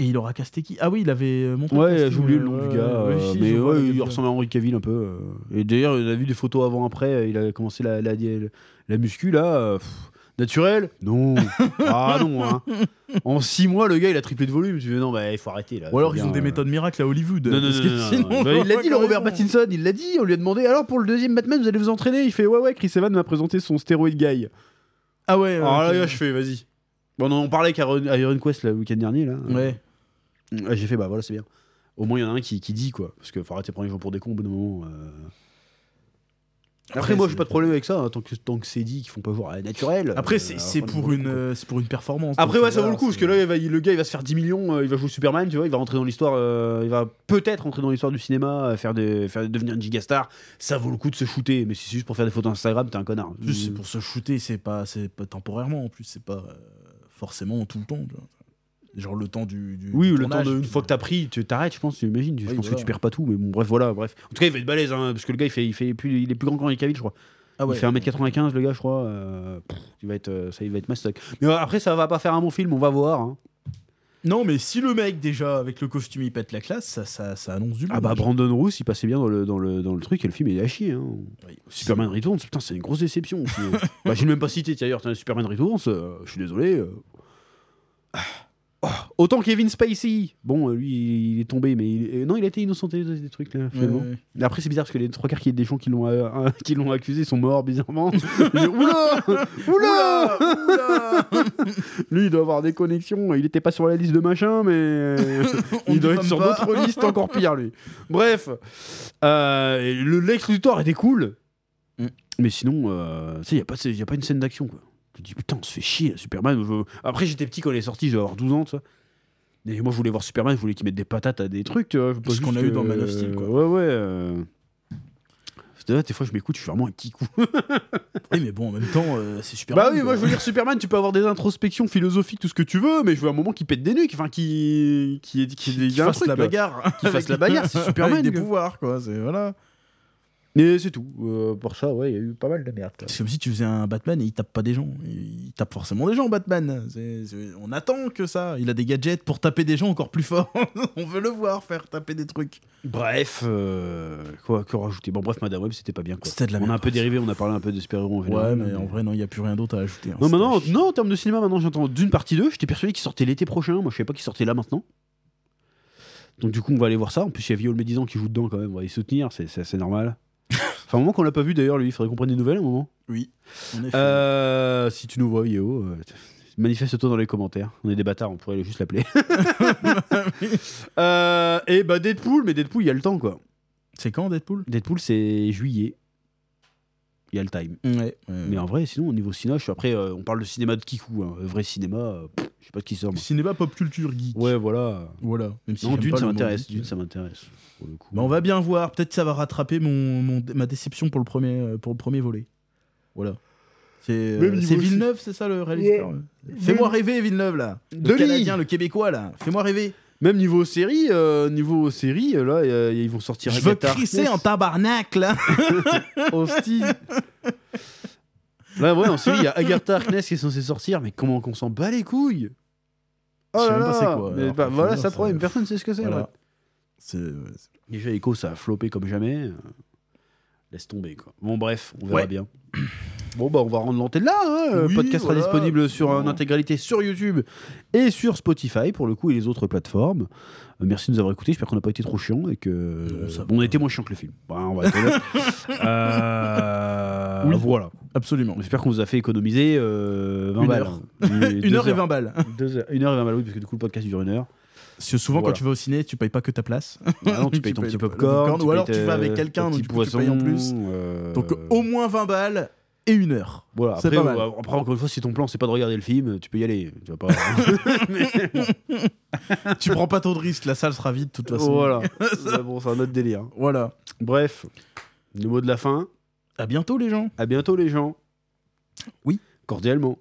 Speaker 2: Et il aura casté qui Ah oui, il avait euh, montré. le
Speaker 1: Ouais,
Speaker 2: casting,
Speaker 1: j'ai oublié
Speaker 2: euh,
Speaker 1: le nom
Speaker 2: ouais,
Speaker 1: du gars.
Speaker 2: ouais,
Speaker 1: euh,
Speaker 2: si,
Speaker 1: mais
Speaker 2: je vois
Speaker 1: ouais,
Speaker 2: le
Speaker 1: il
Speaker 2: gars.
Speaker 1: ressemble à Henry Cavill un peu. euh. Et d'ailleurs, on a vu des photos avant après. euh, Il a commencé la, la, la, la muscu là. euh, pff, naturel Non. ah non. hein. En 6 mois, le gars, il a triplé de volume. Tu fais, non, bah il faut arrêter là.
Speaker 2: Ou alors
Speaker 1: Faut
Speaker 2: ils ont
Speaker 1: bien,
Speaker 2: des
Speaker 1: euh,
Speaker 2: méthodes miracles à Hollywood.
Speaker 1: Non, non,
Speaker 2: parce
Speaker 1: non,
Speaker 2: que
Speaker 1: non, non,
Speaker 2: sinon,
Speaker 1: non. Bah, il l'a dit, le
Speaker 2: quand
Speaker 1: Robert
Speaker 2: même,
Speaker 1: Pattinson, il l'a dit. On lui a demandé alors pour le deuxième Batman, vous allez vous entraîner Il fait ouais, ouais, Chris Evans m'a présenté son stéroïde guy.
Speaker 2: Ah ouais.
Speaker 1: Alors Oh là,
Speaker 2: ok.
Speaker 1: le gars, je fais, vas-y. Bon, on en parlait avec Iron, Iron Quest là, le week-end dernier là.
Speaker 2: Ouais.
Speaker 1: Ouais, J'ai fait, bah voilà, c'est bien. Au moins, il y en a un qui, qui dit, quoi. Parce que faut arrêter de prendre les gens pour des cons au bout d'un moment. euh. Après,
Speaker 2: Après,
Speaker 1: moi,
Speaker 2: c'est-
Speaker 1: j'ai pas de problème avec ça. hein, tant que, tant que c'est dit qu'ils font pas voir à la naturelle.
Speaker 2: Après,
Speaker 1: euh,
Speaker 2: c'est
Speaker 1: alors,
Speaker 2: c'est
Speaker 1: ça vaut
Speaker 2: pour
Speaker 1: le coup,
Speaker 2: une,
Speaker 1: quoi.
Speaker 2: euh, c'est pour une performance.
Speaker 1: Après,
Speaker 2: donc,
Speaker 1: ouais, ça vaut
Speaker 2: voilà,
Speaker 1: le coup. Parce
Speaker 2: c'est-
Speaker 1: que là, il va- il- le gars, il va se faire 10 millions. euh, il va jouer Superman, tu vois. Il va rentrer dans l'histoire. euh, il va peut-être rentrer dans l'histoire du cinéma. euh, faire des, faire, devenir une gigastar. Ça vaut le coup de se shooter. Mais si c'est juste pour faire des photos Instagram, t'es un connard.
Speaker 2: En plus, c'est pour se shooter, c'est pas, c'est pas temporairement. En plus, c'est pas euh, forcément tout le temps. tu vois. Genre le temps du. du-
Speaker 1: Oui,
Speaker 2: du
Speaker 1: le temps
Speaker 2: tournage,
Speaker 1: de, une
Speaker 2: puis-
Speaker 1: fois que t'as pris, tu t'arrêtes, je pense, j'imagine. Je
Speaker 2: Oui,
Speaker 1: pense que
Speaker 2: voilà.
Speaker 1: tu perds pas tout, mais bon, bref, voilà, bref. En tout cas, il va être balèze, hein, parce que le gars, il, fait, il, fait plus, il est plus grand qu'Henri Cavill, je crois.
Speaker 2: Ah ouais.
Speaker 1: Il fait 1m95, le gars, je crois. euh, pff, il va être, euh, ça, il va être mastoc. Mais euh, après, ça va pas faire un bon film, on va voir. hein.
Speaker 2: Non, mais si le mec déjà avec le costume il pète la classe, ça, ça, ça annonce du bon.
Speaker 1: Ah bah,
Speaker 2: déjà.
Speaker 1: Brandon Roos, il passait bien dans le, dans le, dans le truc, et le film, il est à chier. hein.
Speaker 2: Oui, aussi.
Speaker 1: Superman Returns, putain, c'est une grosse déception. aussi, hein. bah, j'ai même pas cité, d'ailleurs, Superman Returns, euh, je suis désolé. euh. Ah, oh, Autant Kevin Spacey. Bon, euh, lui, il est tombé, mais il- euh, non, il a été innocenté de des trucs là. Finalement.
Speaker 2: Ouais, ouais.
Speaker 1: Mais Après, c'est bizarre parce que les trois quarts qui- des gens qui l'ont euh, euh, qui l'ont accusé sont morts bizarrement. Il dit, Oula, oula,
Speaker 2: Oula, oula.
Speaker 1: Lui, il doit avoir des connexions. Il n'était pas sur la liste de machin, mais
Speaker 2: On
Speaker 1: il doit
Speaker 2: diffame
Speaker 1: être sur
Speaker 2: pas.
Speaker 1: d'autres listes encore pire, lui. Bref, euh, et le Lex Luthor était cool,
Speaker 2: Mm.
Speaker 1: mais sinon, euh, tu sais, il n'y a, pas- y a pas une scène d'action, quoi. Tu te dis, putain, on se fait chier, Superman. je- Après, j'étais petit quand il est sorti, je devais avoir 12 ans, tu vois. Et moi, je voulais voir Superman, je voulais qu'il mette des patates à des trucs, tu vois. pas
Speaker 2: Ce
Speaker 1: juste
Speaker 2: qu'on a eu
Speaker 1: que-
Speaker 2: dans Man of Steel, quoi.
Speaker 1: Ouais, ouais. euh. Parce que là, des fois, je m'écoute, je suis vraiment un petit coup.
Speaker 2: Eh, mais bon, en même temps, euh, c'est super.
Speaker 1: Bah
Speaker 2: bon,
Speaker 1: oui, moi
Speaker 2: quoi.
Speaker 1: je veux dire Superman, tu peux avoir des introspections philosophiques, tout ce que tu veux, mais je veux un moment qui pète des nuques, enfin qui qui qui, qui,
Speaker 2: Qu'il fasse la
Speaker 1: quoi.
Speaker 2: bagarre.
Speaker 1: Qu'il fasse la bagarre, c'est Superman,
Speaker 2: Avec des
Speaker 1: quoi.
Speaker 2: pouvoirs, quoi. C'est voilà.
Speaker 1: Mais c'est tout. Euh, pour ça, ouais, il y a eu pas mal de merde. quoi.
Speaker 2: C'est comme si tu faisais un Batman et il tape pas des gens. Il il tape forcément des gens, Batman. C'est- c'est- On attend que ça. Il a des gadgets pour taper des gens encore plus fort. On veut le voir faire taper des trucs.
Speaker 1: Bref, euh, quoi que rajouter Bon bref, Madame Web, c'était pas bien quoi.
Speaker 2: C'était de la
Speaker 1: on a un
Speaker 2: merde.
Speaker 1: peu dérivé, on a parlé un peu de super-héros en
Speaker 2: Ouais,
Speaker 1: général,
Speaker 2: mais en vrai, non, il n'y a plus rien d'autre à ajouter. hein.
Speaker 1: Non, maintenant,
Speaker 2: C'était-
Speaker 1: non, en termes de cinéma, maintenant j'entends d'une partie 2. J'étais persuadé qu'il sortait l'été prochain. Moi, je savais pas qu'il sortait là maintenant. Donc, du coup, on va aller voir ça. En plus, il y a Viol Médisant qui joue dedans quand même. On va y soutenir, c'est- c'est c'est normal. Enfin, un moment qu'on l'a pas vu d'ailleurs, lui. Il faudrait qu'on prenne des nouvelles un moment.
Speaker 2: Oui, en effet.
Speaker 1: Euh, si tu nous vois, Yo, euh, manifeste-toi dans les commentaires. On est des bâtards, on pourrait juste l'appeler. Euh, et bah Deadpool, mais Deadpool, il y a le temps quoi.
Speaker 2: C'est quand Deadpool
Speaker 1: Deadpool, c'est juillet. Il y a le time.
Speaker 2: Ouais.
Speaker 1: Mais en vrai, sinon, au niveau cinoche, après, euh, on parle de cinéma de Kikou. Hein. Vrai cinéma, euh, pff, je sais pas ce qui sort. moi.
Speaker 2: Cinéma pop culture geek.
Speaker 1: Ouais, voilà.
Speaker 2: Voilà. Même si
Speaker 1: non,
Speaker 2: j'aime
Speaker 1: Dune,
Speaker 2: pas
Speaker 1: ça
Speaker 2: le mot
Speaker 1: m'intéresse.
Speaker 2: geek.
Speaker 1: Dune, ça m'intéresse. pour le coup.
Speaker 2: Bah, on va bien voir. Peut-être ça va rattraper mon, mon- ma déception pour le premier, euh, pour le premier volet. Voilà. C'est euh,
Speaker 1: Même niveau
Speaker 2: c'est
Speaker 1: aussi.
Speaker 2: Villeneuve, c'est ça le réalisateur ouais. Fais-moi rêver, Villeneuve, là.
Speaker 1: De
Speaker 2: Le
Speaker 1: lui.
Speaker 2: Canadien, le Québécois, là. Fais-moi rêver.
Speaker 1: Même niveau série, euh, niveau série, euh, là, euh, ils vont sortir.
Speaker 2: Je veux
Speaker 1: Agatha
Speaker 2: crisser
Speaker 1: Harkness.
Speaker 2: en tabarnak, là.
Speaker 1: Hostie. Là, ouais, en série, il y a Agatha Harkness qui est censée sortir, mais comment qu'on s'en bat les couilles Oh
Speaker 2: Je sais
Speaker 1: là
Speaker 2: même pas
Speaker 1: là
Speaker 2: c'est quoi,
Speaker 1: mais
Speaker 2: alors,
Speaker 1: bah,
Speaker 2: faut
Speaker 1: Voilà,
Speaker 2: dire,
Speaker 1: ça
Speaker 2: ça-
Speaker 1: problème, personne sait ce que c'est.
Speaker 2: Voilà.
Speaker 1: ouais.
Speaker 2: C'est- ouais, c'est-
Speaker 1: Déjà, Echo, ça a flopé comme jamais. Euh, Laisse tomber, quoi. Bon, bref, on verra
Speaker 2: Ouais.
Speaker 1: bien. Bon, bah, on va rendre l'antenne là. hein. Le
Speaker 2: Oui,
Speaker 1: podcast
Speaker 2: voilà,
Speaker 1: sera disponible sur, en
Speaker 2: absolument.
Speaker 1: intégralité sur YouTube et sur Spotify, pour le coup, et les autres plateformes. Euh, merci de nous avoir écoutés. J'espère qu'on n'a pas été trop chiant et que.
Speaker 2: Non, ça
Speaker 1: bon, on était moins chiant que le film. Bah, on va être honnête. Euh,
Speaker 2: Oui.
Speaker 1: Voilà.
Speaker 2: Absolument.
Speaker 1: J'espère qu'on vous a fait économiser euh, 20
Speaker 2: Une
Speaker 1: balles.
Speaker 2: heure.
Speaker 1: Une,
Speaker 2: Une heure et vingt balles.
Speaker 1: Deux heures- une heure et 20 balles, oui, parce que du coup, le podcast dure une heure.
Speaker 2: Parce que souvent,
Speaker 1: Voilà.
Speaker 2: quand tu vas au ciné, tu payes pas que ta place.
Speaker 1: Ah non, tu
Speaker 2: Tu
Speaker 1: payes ton
Speaker 2: payes
Speaker 1: petit
Speaker 2: le- le
Speaker 1: popcorn.
Speaker 2: popcorn, ou alors
Speaker 1: payes
Speaker 2: tu
Speaker 1: ta-
Speaker 2: vas avec quelqu'un,
Speaker 1: ton
Speaker 2: donc
Speaker 1: petit
Speaker 2: du coup, tu payes en plus.
Speaker 1: euh,
Speaker 2: Donc, au moins 20 balles et une heure.
Speaker 1: Voilà,
Speaker 2: c'est
Speaker 1: après,
Speaker 2: pas mal.
Speaker 1: euh, après, encore une fois, si ton plan, c'est pas de regarder le film, tu peux y aller. Tu vas pas.
Speaker 2: tu prends pas trop de risques, la salle sera vide, de toute façon.
Speaker 1: voilà. Mais bon, c'est un autre délire. hein.
Speaker 2: Voilà.
Speaker 1: Bref, le mot de la fin.
Speaker 2: À bientôt, les gens.
Speaker 1: À bientôt, les gens.
Speaker 2: Oui.
Speaker 1: Cordialement.